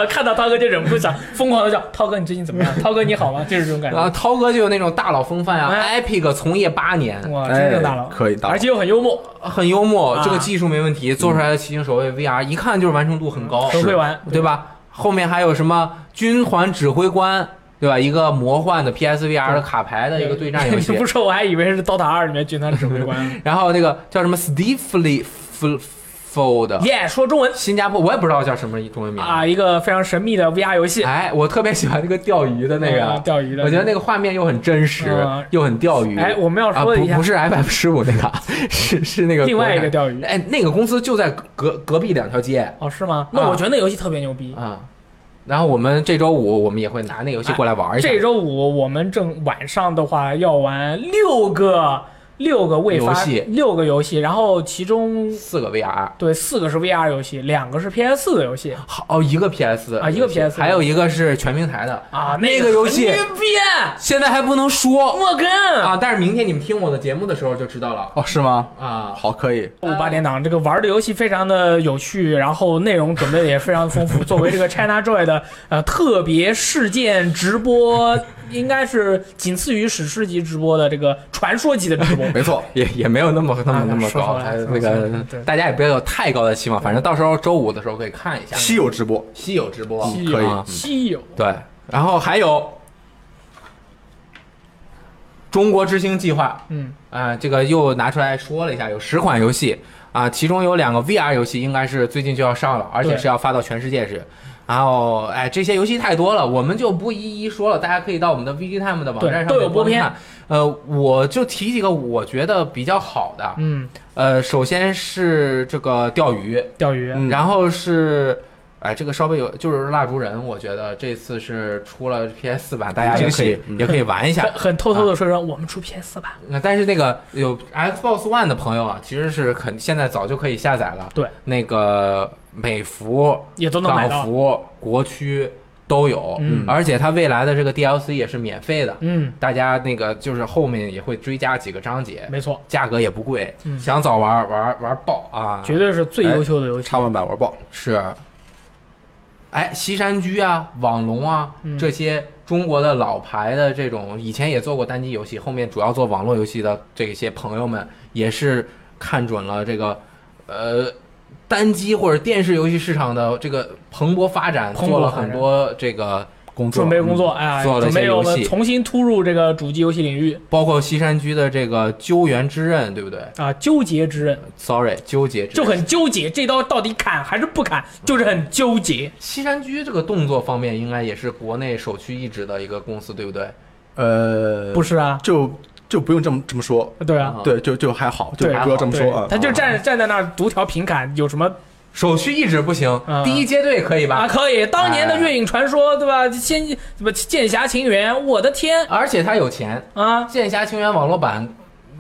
[SPEAKER 1] 看到涛哥就忍不住想疯狂的叫涛哥，你最近怎么 样？涛哥你好吗？就是这种感
[SPEAKER 3] 然后
[SPEAKER 1] 觉。
[SPEAKER 3] 啊涛哥就有那种大佬风范啊
[SPEAKER 1] 哎
[SPEAKER 3] ，Epic 从业八年，
[SPEAKER 1] 哇，
[SPEAKER 2] 哎
[SPEAKER 1] 真正大佬，
[SPEAKER 2] 可以大佬
[SPEAKER 1] 而且又很幽默，
[SPEAKER 3] 很幽默，
[SPEAKER 1] 啊
[SPEAKER 3] 这个技术没问题，做出来的骑行守卫 VR 一看哦就是完成度很高，
[SPEAKER 1] 很会玩，
[SPEAKER 3] 对？吧？后面还有什么军团指挥官，对吧？一个魔幻的 PSVR 的卡牌的一个对战游戏
[SPEAKER 1] 你， 不说我还以为是《DOTA 二》里面军团指挥官。
[SPEAKER 3] 然后那个叫什么 Steve Fold，
[SPEAKER 1] 耶，说中文
[SPEAKER 3] 新加坡我也不知道叫什么中文名
[SPEAKER 1] 啊，一个非常神秘的 VR 游戏，
[SPEAKER 3] 哎，我特别喜欢那个钓鱼的那
[SPEAKER 1] 嗯
[SPEAKER 3] 个，
[SPEAKER 1] 钓鱼的，
[SPEAKER 3] 我觉得那个画面又很真实
[SPEAKER 1] 嗯，
[SPEAKER 3] 又很钓鱼。
[SPEAKER 1] 哎，我们要
[SPEAKER 3] 啊，
[SPEAKER 1] 说
[SPEAKER 3] 不
[SPEAKER 1] 一下
[SPEAKER 3] 不是 F F 十五那个， 是是那个
[SPEAKER 1] 另外一个
[SPEAKER 3] 国
[SPEAKER 1] 钓鱼
[SPEAKER 3] 产。哎，那个公司就在隔隔壁两条街
[SPEAKER 1] 哦，是吗？那我觉得那游戏特别牛逼。
[SPEAKER 3] 啊。然后我们这周五我们也会拿那个游戏过来玩一下。
[SPEAKER 1] 啊这周五我们正晚上的话要玩六个六个未发
[SPEAKER 3] 游戏
[SPEAKER 1] 六个游戏，然后其中
[SPEAKER 3] 四个 V R，
[SPEAKER 1] 对四个是 VR 游戏，两个是 PS 4的游戏啊
[SPEAKER 3] 好哦，一个 P S
[SPEAKER 1] 啊一个 PS
[SPEAKER 3] 还有一个是全平台的，
[SPEAKER 1] 啊，
[SPEAKER 3] 那
[SPEAKER 1] 个
[SPEAKER 3] 个游戏
[SPEAKER 1] 很牛逼，
[SPEAKER 3] 现在还不能说
[SPEAKER 1] 莫根
[SPEAKER 3] 啊。但是明天你们听我的节目的时候就知道了
[SPEAKER 2] 哦，是吗？
[SPEAKER 3] 啊。
[SPEAKER 2] 好，可以。
[SPEAKER 1] 五八点档这个玩的游戏非常的有趣，然后内容准备的也非常丰富。作为这个 ChinaJoy 的呃特别事件直播，应该是仅次于史诗级直播的这个传说级的直播。
[SPEAKER 2] 没错，
[SPEAKER 3] 也也没有那么那么
[SPEAKER 1] 啊
[SPEAKER 3] 那么
[SPEAKER 1] 说
[SPEAKER 3] 高，
[SPEAKER 1] 出来
[SPEAKER 3] 还
[SPEAKER 1] 说
[SPEAKER 3] 那
[SPEAKER 1] 出来
[SPEAKER 3] 个
[SPEAKER 1] 对
[SPEAKER 3] 大家也不要有太高的期望，反正到时候周五的时候可以看一下
[SPEAKER 2] 稀有直播，
[SPEAKER 3] 稀有直播，
[SPEAKER 1] 稀
[SPEAKER 2] 可以
[SPEAKER 1] 有，稀有，
[SPEAKER 3] 对，然后还有中国之星计划
[SPEAKER 1] 嗯，
[SPEAKER 3] 啊、这个又拿出来说了一下，有十款游戏啊、其中有两个 VR 游戏应该是最近就要上了，而且
[SPEAKER 1] 对
[SPEAKER 3] 是要发到全世界去。然后，哎，这些游戏太多了，我们就不一一说了。大家可以到我们的 VGTime 的网
[SPEAKER 1] 对
[SPEAKER 3] 站上
[SPEAKER 1] 都有
[SPEAKER 3] 面
[SPEAKER 1] 播片
[SPEAKER 3] 观看。呃，我就提几个我觉得比较好的，
[SPEAKER 1] 嗯，
[SPEAKER 3] 呃，首先是这个钓鱼，
[SPEAKER 1] 钓鱼，
[SPEAKER 2] 嗯
[SPEAKER 3] 然后是。哎，这个稍微有，就是蜡烛人，我觉得这次是出了 PS 版，大家也可以
[SPEAKER 2] 惊喜嗯
[SPEAKER 3] 也可以玩一下
[SPEAKER 1] 很。很偷偷的说说，我们出 PS 版。
[SPEAKER 3] 那 但是那个有 Xbox One 的朋友啊，其实是很现在早就可以下载了。
[SPEAKER 1] 对，
[SPEAKER 3] 那个美服、
[SPEAKER 1] 也都能买
[SPEAKER 3] 港
[SPEAKER 1] 到。
[SPEAKER 3] 服、国区都有，
[SPEAKER 1] 嗯
[SPEAKER 3] 而且它未来的这个 DLC 也是免费的，
[SPEAKER 1] 嗯，
[SPEAKER 3] 大家那个就是后面也会追加几个章节，
[SPEAKER 1] 没错，
[SPEAKER 3] 价格也不贵，
[SPEAKER 1] 嗯
[SPEAKER 3] 想早玩玩玩爆啊！
[SPEAKER 1] 绝对是最优秀的游戏。
[SPEAKER 2] 插完版玩爆，
[SPEAKER 3] 是，哎，西山居啊，网龙啊，
[SPEAKER 1] 嗯
[SPEAKER 3] 这些中国的老牌的这种，以前也做过单机游戏，后面主要做网络游戏的这些朋友们，也是看准了这个，呃。单机或者电视游戏市场的这个蓬勃发展，
[SPEAKER 1] 蓬勃
[SPEAKER 3] 做了
[SPEAKER 1] 发展
[SPEAKER 3] 很多这个
[SPEAKER 2] 工作
[SPEAKER 1] 准备工作，哎，
[SPEAKER 3] 做了
[SPEAKER 1] 准
[SPEAKER 3] 一些
[SPEAKER 1] 备我
[SPEAKER 3] 游戏
[SPEAKER 1] 们重新突入这个主机游戏领域
[SPEAKER 3] 包括西山居的这个鸠原之刃，对不对
[SPEAKER 1] 啊，纠结之刃
[SPEAKER 3] ？Sorry，纠结之
[SPEAKER 1] 就
[SPEAKER 3] 刃
[SPEAKER 1] 很纠结，这刀到底砍还是不砍，就是很纠结。
[SPEAKER 3] 西山居这个动作方面，应该也是国内首屈一指的一个公司，对不对？
[SPEAKER 2] 呃，
[SPEAKER 1] 不是啊，
[SPEAKER 2] 就就不用这么这么说，
[SPEAKER 1] 对啊，
[SPEAKER 3] 啊
[SPEAKER 2] 对，就就还好，就
[SPEAKER 1] 对
[SPEAKER 2] 不要这么
[SPEAKER 1] 对
[SPEAKER 2] 说啊。
[SPEAKER 1] 他就站站在那儿独条平砍，有什么
[SPEAKER 3] 首屈一指不行，
[SPEAKER 1] 嗯
[SPEAKER 3] 第一阶队可以
[SPEAKER 1] 啊？
[SPEAKER 3] 吧？
[SPEAKER 1] 可以，当年的《月影传说》对吧？仙什么《剑侠情缘》，我的天
[SPEAKER 3] 而且他有钱，
[SPEAKER 1] 啊！
[SPEAKER 3] 《剑侠情缘》网络版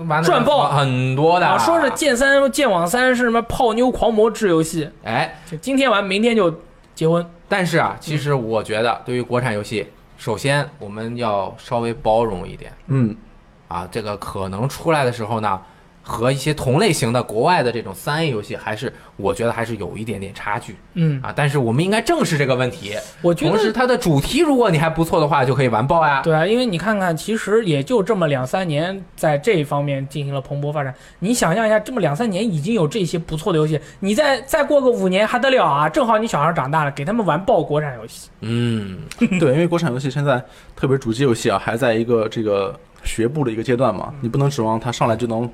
[SPEAKER 3] 玩的
[SPEAKER 1] 赚爆
[SPEAKER 3] 很多的、
[SPEAKER 1] 啊，说是《剑三》《剑网三》是什么泡妞狂魔之游戏，
[SPEAKER 3] 哎，
[SPEAKER 1] 就今天玩，明天就结婚。
[SPEAKER 3] 但是啊，其实我觉得对于国产游戏，首先我们要稍微包容一点
[SPEAKER 2] 嗯，
[SPEAKER 3] 啊，这个可能出来的时候呢。和一些同类型的国外的这种三 A 游戏，还是我觉得还是有一点点差距
[SPEAKER 1] 嗯，
[SPEAKER 3] 啊。但是我们应该正视这个问题，
[SPEAKER 1] 我觉
[SPEAKER 3] 同时，
[SPEAKER 1] 得
[SPEAKER 3] 它的主题如果你还不错的话，就可以完爆呀。
[SPEAKER 1] 对啊，因为你看看，其实也就这么两三年，在这一方面进行了蓬勃发展。你想象一下，这么两三年已经有这些不错的游戏，你再再过个五年还得了啊？正好你小孩长大了，给他们玩爆国产游戏。
[SPEAKER 3] 嗯，
[SPEAKER 2] 对，因为国产游戏现在，特别是主机游戏啊，还在一个这个学步的一个阶段嘛，你不能指望它上来就能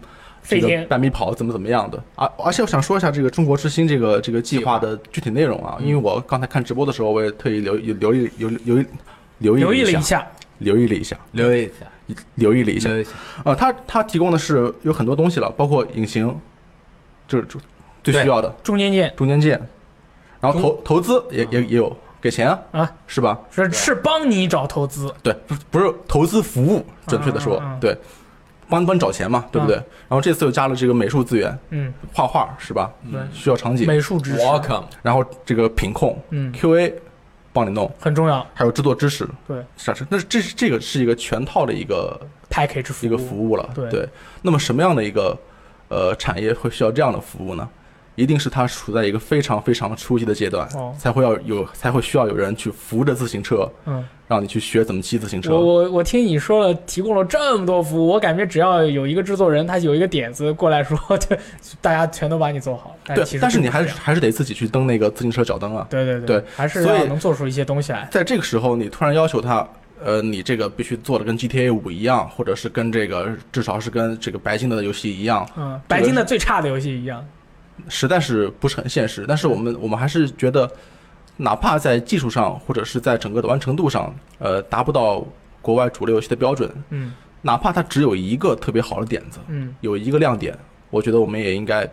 [SPEAKER 2] 这
[SPEAKER 1] 飞
[SPEAKER 2] 个
[SPEAKER 1] 天
[SPEAKER 2] 半米跑怎么怎么样的。而啊而且我想说一下这个中国之星这个这个计划的具体内容啊，因为我刚才看直播的时候，我也特意留有留意有留留
[SPEAKER 1] 留
[SPEAKER 2] 意
[SPEAKER 1] 意了
[SPEAKER 2] 了
[SPEAKER 1] 一
[SPEAKER 2] 一下，
[SPEAKER 1] 下，
[SPEAKER 2] 留意了一下，
[SPEAKER 3] 留意一下，
[SPEAKER 2] 留意了一下。
[SPEAKER 3] 留意一下。
[SPEAKER 2] 呃，它它提供的是有很多东西了，包括隐形，就是就最
[SPEAKER 3] 对
[SPEAKER 2] 需要的
[SPEAKER 1] 啊中间件
[SPEAKER 2] 中间件，然后投投资也也也有给钱啊，
[SPEAKER 1] 啊，
[SPEAKER 2] 是吧？
[SPEAKER 1] 是是帮你找投资，
[SPEAKER 2] 对，不不是投资服务，准确的说，
[SPEAKER 1] 嗯嗯嗯
[SPEAKER 2] 对，帮帮你找钱嘛，对不对？然后这次又加了这个美术资源，
[SPEAKER 1] 嗯，
[SPEAKER 2] 画画是吧？
[SPEAKER 1] 对，
[SPEAKER 2] 需要场景，
[SPEAKER 1] 美术支持，
[SPEAKER 3] Welcome，
[SPEAKER 2] 然后这个品控、
[SPEAKER 1] 嗯，
[SPEAKER 2] QA 帮你弄，
[SPEAKER 1] 很重要
[SPEAKER 2] 还有制作支持，
[SPEAKER 1] 对，
[SPEAKER 2] 是啊是，那这是这个是一个全套的一个
[SPEAKER 1] ，package 服务
[SPEAKER 2] 一个服务了，
[SPEAKER 1] 对
[SPEAKER 2] 那么什么样的一个呃产业会需要这样的服务呢？一定是它处在一个非常非常初级的阶段，
[SPEAKER 1] 哦
[SPEAKER 2] 才会要有才会需要有人去扶着自行车，
[SPEAKER 1] 嗯，
[SPEAKER 2] 让你去学怎么骑自行车。
[SPEAKER 1] 我我我听你说了，提供了这么多服务，我感觉只要有一个制作人，他有一个点子过来说，就大家全都把你做好。但
[SPEAKER 2] 对
[SPEAKER 1] 其，实
[SPEAKER 2] 但是
[SPEAKER 1] 并
[SPEAKER 2] 你
[SPEAKER 1] 不
[SPEAKER 2] 还
[SPEAKER 1] 这
[SPEAKER 2] 是
[SPEAKER 1] 样
[SPEAKER 2] 还是得自己去登那个自行车脚蹬啊。
[SPEAKER 1] 对对
[SPEAKER 2] 对
[SPEAKER 1] 还是
[SPEAKER 2] 所以
[SPEAKER 1] 要能做出一些东西来。
[SPEAKER 2] 在这个时候，你突然要求他，呃，你这个必须做的跟 GTA 五一样，或者是跟这个至少是跟这个白金的游戏一样，
[SPEAKER 1] 嗯，白金的最差的游戏一样，
[SPEAKER 2] 实在是不是很现实。但是我们我们还是觉得，哪怕在技术上或者是在整个的完成度上，呃，达不到国外主流游戏的标准，
[SPEAKER 1] 嗯
[SPEAKER 2] 哪怕它只有一个特别好的点子，
[SPEAKER 1] 嗯，
[SPEAKER 2] 有一个亮点，我觉得我们也应该，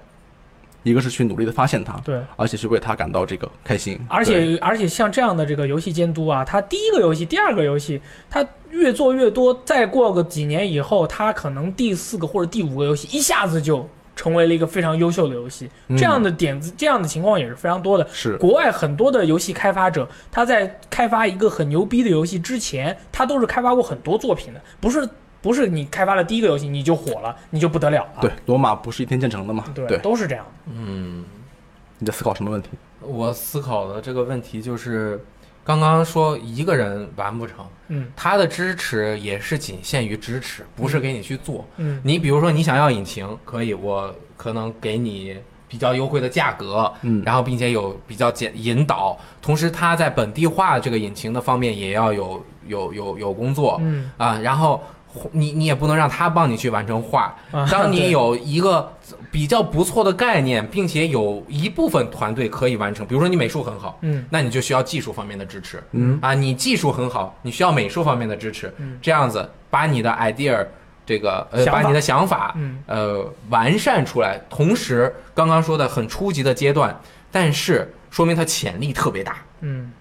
[SPEAKER 2] 一个是去努力的发现它，
[SPEAKER 1] 对。
[SPEAKER 2] 而且去为它感到这个开心，
[SPEAKER 1] 而
[SPEAKER 2] 对
[SPEAKER 1] 且而且像这样的这个游戏监督啊，他第一个游戏、第二个游戏，他越做越多，再过个几年以后，他可能第四个或者第五个游戏一下子就成为了一个非常优秀的游戏。
[SPEAKER 2] 嗯
[SPEAKER 1] 这样的点子、这样的情况也是非常多的。
[SPEAKER 2] 是
[SPEAKER 1] 国外很多的游戏开发者，他在开发一个很牛逼的游戏之前，他都是开发过很多作品的，不是不是你开发了第一个游戏你就火了，你就不得了了。
[SPEAKER 2] 对，罗马不是一天建成的嘛？
[SPEAKER 1] 对，
[SPEAKER 2] 对，
[SPEAKER 1] 都是这样的。
[SPEAKER 3] 嗯，
[SPEAKER 2] 你在思考什么问题？
[SPEAKER 3] 我思考的这个问题就是，刚刚说一个人完不成，
[SPEAKER 1] 嗯
[SPEAKER 3] 他的支持也是仅限于支持，不是给你去做。
[SPEAKER 1] 嗯
[SPEAKER 3] 你比如说，你想要引擎，可以，我可能给你比较优惠的价格，
[SPEAKER 2] 嗯
[SPEAKER 3] 然后并且有比较简引导，同时他在本地化这个引擎的方面也要有有有有工作，
[SPEAKER 1] 嗯
[SPEAKER 3] 啊，然后你你也不能让他帮你去完成画
[SPEAKER 1] 啊。
[SPEAKER 3] 当你
[SPEAKER 1] 对
[SPEAKER 3] 有一个比较不错的概念，并且有一部分团队可以完成，比如说你美术很好，
[SPEAKER 1] 嗯
[SPEAKER 3] 那你就需要技术方面的支持。
[SPEAKER 2] 嗯
[SPEAKER 3] 啊，你技术很好，你需要美术方面的支持
[SPEAKER 1] 嗯。
[SPEAKER 3] 这样子把你的 idea 这个呃，
[SPEAKER 1] 想
[SPEAKER 3] 把
[SPEAKER 1] 法
[SPEAKER 3] 你的想法
[SPEAKER 1] 嗯
[SPEAKER 3] 呃完善出来，同时刚刚说的很初级的阶段，但是说明它潜力特别大，
[SPEAKER 1] 嗯，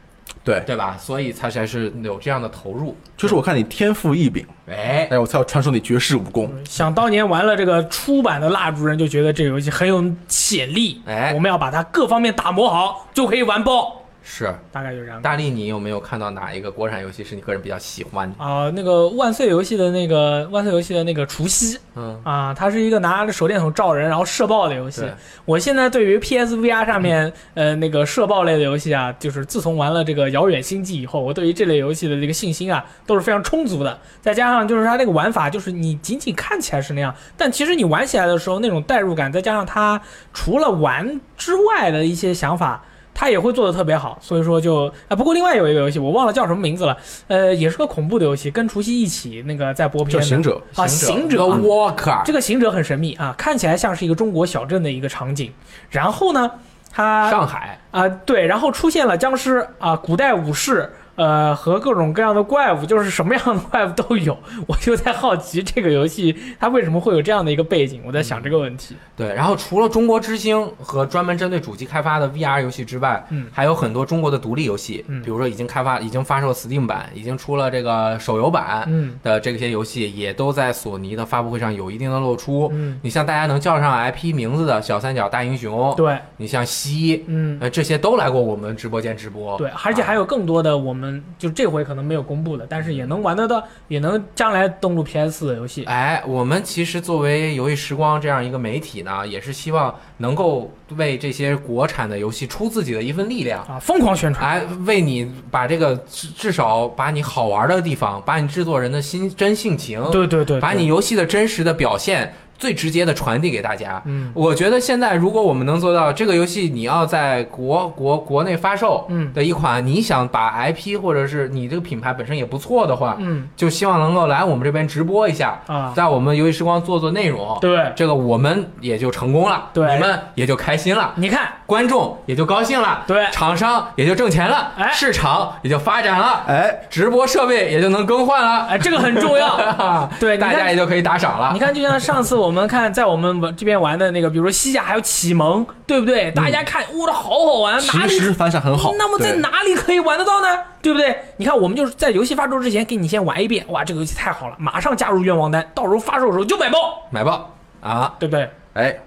[SPEAKER 2] 对，
[SPEAKER 3] 对吧？所以它才是有这样的投入。
[SPEAKER 2] 就是我看你天赋异禀，
[SPEAKER 3] 哎，
[SPEAKER 2] 哎，我才要传授你绝世武功。
[SPEAKER 1] 想当年玩了这个初版的蜡烛人，就觉得这个游戏很有潜力，
[SPEAKER 3] 哎
[SPEAKER 1] 我们要把它各方面打磨好，就可以完爆。
[SPEAKER 3] 是
[SPEAKER 1] 大概就是这样。
[SPEAKER 3] 大力，你有没有看到哪一个国产游戏是你个人比较喜欢的？
[SPEAKER 1] 啊、那个万岁游戏的那个万岁游戏的那个除夕
[SPEAKER 3] 嗯，
[SPEAKER 1] 啊、它是一个拿着手电筒照人然后射爆的游戏
[SPEAKER 3] 对。
[SPEAKER 1] 我现在对于 PSVR 上面呃那个射爆类的游戏啊，就是自从玩了这个《遥远星际》以后，我对于这类游戏的这个信心啊都是非常充足的。再加上就是它那个玩法，就是你仅仅看起来是那样，但其实你玩起来的时候那种代入感，再加上它除了玩之外的一些想法。它也会做的特别好，所以说就啊，不过另外有一个游戏我忘了叫什么名字了，呃，也是个恐怖的游戏，跟除夕一起那个在播片
[SPEAKER 2] 叫
[SPEAKER 1] 的
[SPEAKER 2] 行者，
[SPEAKER 1] 啊，行
[SPEAKER 3] 行
[SPEAKER 1] 者
[SPEAKER 3] The
[SPEAKER 1] 啊
[SPEAKER 3] Walker，
[SPEAKER 1] 这个行者很神秘啊，看起来像是一个中国小镇的一个场景。然后呢，它啊、
[SPEAKER 3] 上海，
[SPEAKER 1] 对，然后出现了僵尸啊、古代武士。呃，和各种各样的怪物，就是什么样的怪物都有。我就在好奇这个游戏它为什么会有这样的一个背景，我在想这个问题。
[SPEAKER 3] 对，然后除了中国之星和专门针对主机开发的 VR 游戏之外，
[SPEAKER 1] 嗯
[SPEAKER 3] 还有很多中国的独立游戏，
[SPEAKER 1] 嗯
[SPEAKER 3] 比如说已经开发、已经发售 Steam 版，已经出了这个手游版
[SPEAKER 1] 嗯
[SPEAKER 3] 的这些游戏，也都在索尼的发布会上有一定的露出。
[SPEAKER 1] 嗯，
[SPEAKER 3] 你像大家能叫上 IP 名字的小三角大英雄，
[SPEAKER 1] 对，
[SPEAKER 3] 你像西，
[SPEAKER 1] 嗯
[SPEAKER 3] 呃，这些都来过我们直播间直播。啊
[SPEAKER 1] 对，而且还有更多的，我们就这回可能没有公布的，但是也能玩得到，也能将来登录 PS 的游戏。
[SPEAKER 3] 哎，我们其实作为游戏时光这样一个媒体呢，也是希望能够为这些国产的游戏出自己的一份力量。
[SPEAKER 1] 啊，疯狂宣传。
[SPEAKER 3] 哎，为你把这个至至少把你好玩的地方，把你制作人的心真性情，
[SPEAKER 1] 对对对，
[SPEAKER 3] 哎把
[SPEAKER 1] 对
[SPEAKER 3] 你游戏的真实的表现最直接的传递给大家。
[SPEAKER 1] 嗯，
[SPEAKER 3] 我觉得现在如果我们能做到这个游戏，你要在国国国内发售
[SPEAKER 1] 嗯
[SPEAKER 3] 的一款，你想把 IP 或者是你这个品牌本身也不错的话，
[SPEAKER 1] 嗯
[SPEAKER 3] 就希望能够来我们这边直播一下，
[SPEAKER 1] 啊，
[SPEAKER 3] 在我们游戏时光做做内容。
[SPEAKER 1] 对，
[SPEAKER 3] 这个我们也就成功了，
[SPEAKER 1] 对
[SPEAKER 3] 你们也就开心了，
[SPEAKER 1] 你看，
[SPEAKER 3] 观众也就高兴了，
[SPEAKER 1] 对
[SPEAKER 3] 厂商也就挣钱了，
[SPEAKER 1] 哎
[SPEAKER 3] 市场也就发展了，
[SPEAKER 2] 哎，
[SPEAKER 3] 直播设备也就能更换了，
[SPEAKER 1] 哎，这个很重要。 对，你
[SPEAKER 3] 大家
[SPEAKER 1] 看
[SPEAKER 3] 也就可以打赏了
[SPEAKER 1] 你。看，就像上次我们看在我们玩这边玩的那个，比如说西甲还有启蒙，对不对？大家看，哇，这好好玩，哪
[SPEAKER 2] 嗯其
[SPEAKER 1] 里
[SPEAKER 2] 实反响很好。
[SPEAKER 1] 那么在
[SPEAKER 2] 对
[SPEAKER 1] 哪里可以玩得到呢？对不对？你看，我们就是在游戏发售之前给你先玩一遍，哇，这个游戏太好了，马上加入愿望单，到时候发售的时候就买爆，
[SPEAKER 3] 买爆啊！
[SPEAKER 1] 对不对？
[SPEAKER 2] 哎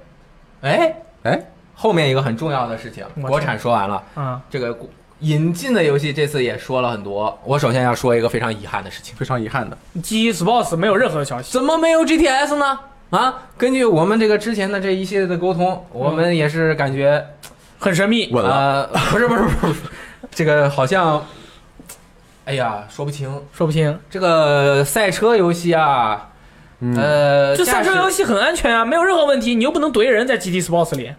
[SPEAKER 3] 哎，
[SPEAKER 2] 哎，
[SPEAKER 3] 后面一个很重要的事情，
[SPEAKER 1] 我
[SPEAKER 3] 国产说完了，
[SPEAKER 1] 啊、
[SPEAKER 3] 这个国引进的游戏这次也说了很多。我首先要说一个非常遗憾的事情，
[SPEAKER 2] 非常遗憾的，
[SPEAKER 1] g Sports 没有任何消息。
[SPEAKER 3] 怎么没有 GTS 呢？啊，根据我们这个之前的这一系列的沟通，我们也是感觉
[SPEAKER 1] 很神秘，
[SPEAKER 2] 稳了。
[SPEAKER 3] 呃，不是不是不是，不是 这个好像，哎呀，说不清。
[SPEAKER 1] 说不清。
[SPEAKER 3] 这个赛车游戏啊，
[SPEAKER 2] 嗯，
[SPEAKER 3] 呃，
[SPEAKER 1] 就赛车游戏很安全啊，没有任何问题，你又不能怼人在 GT Sports 里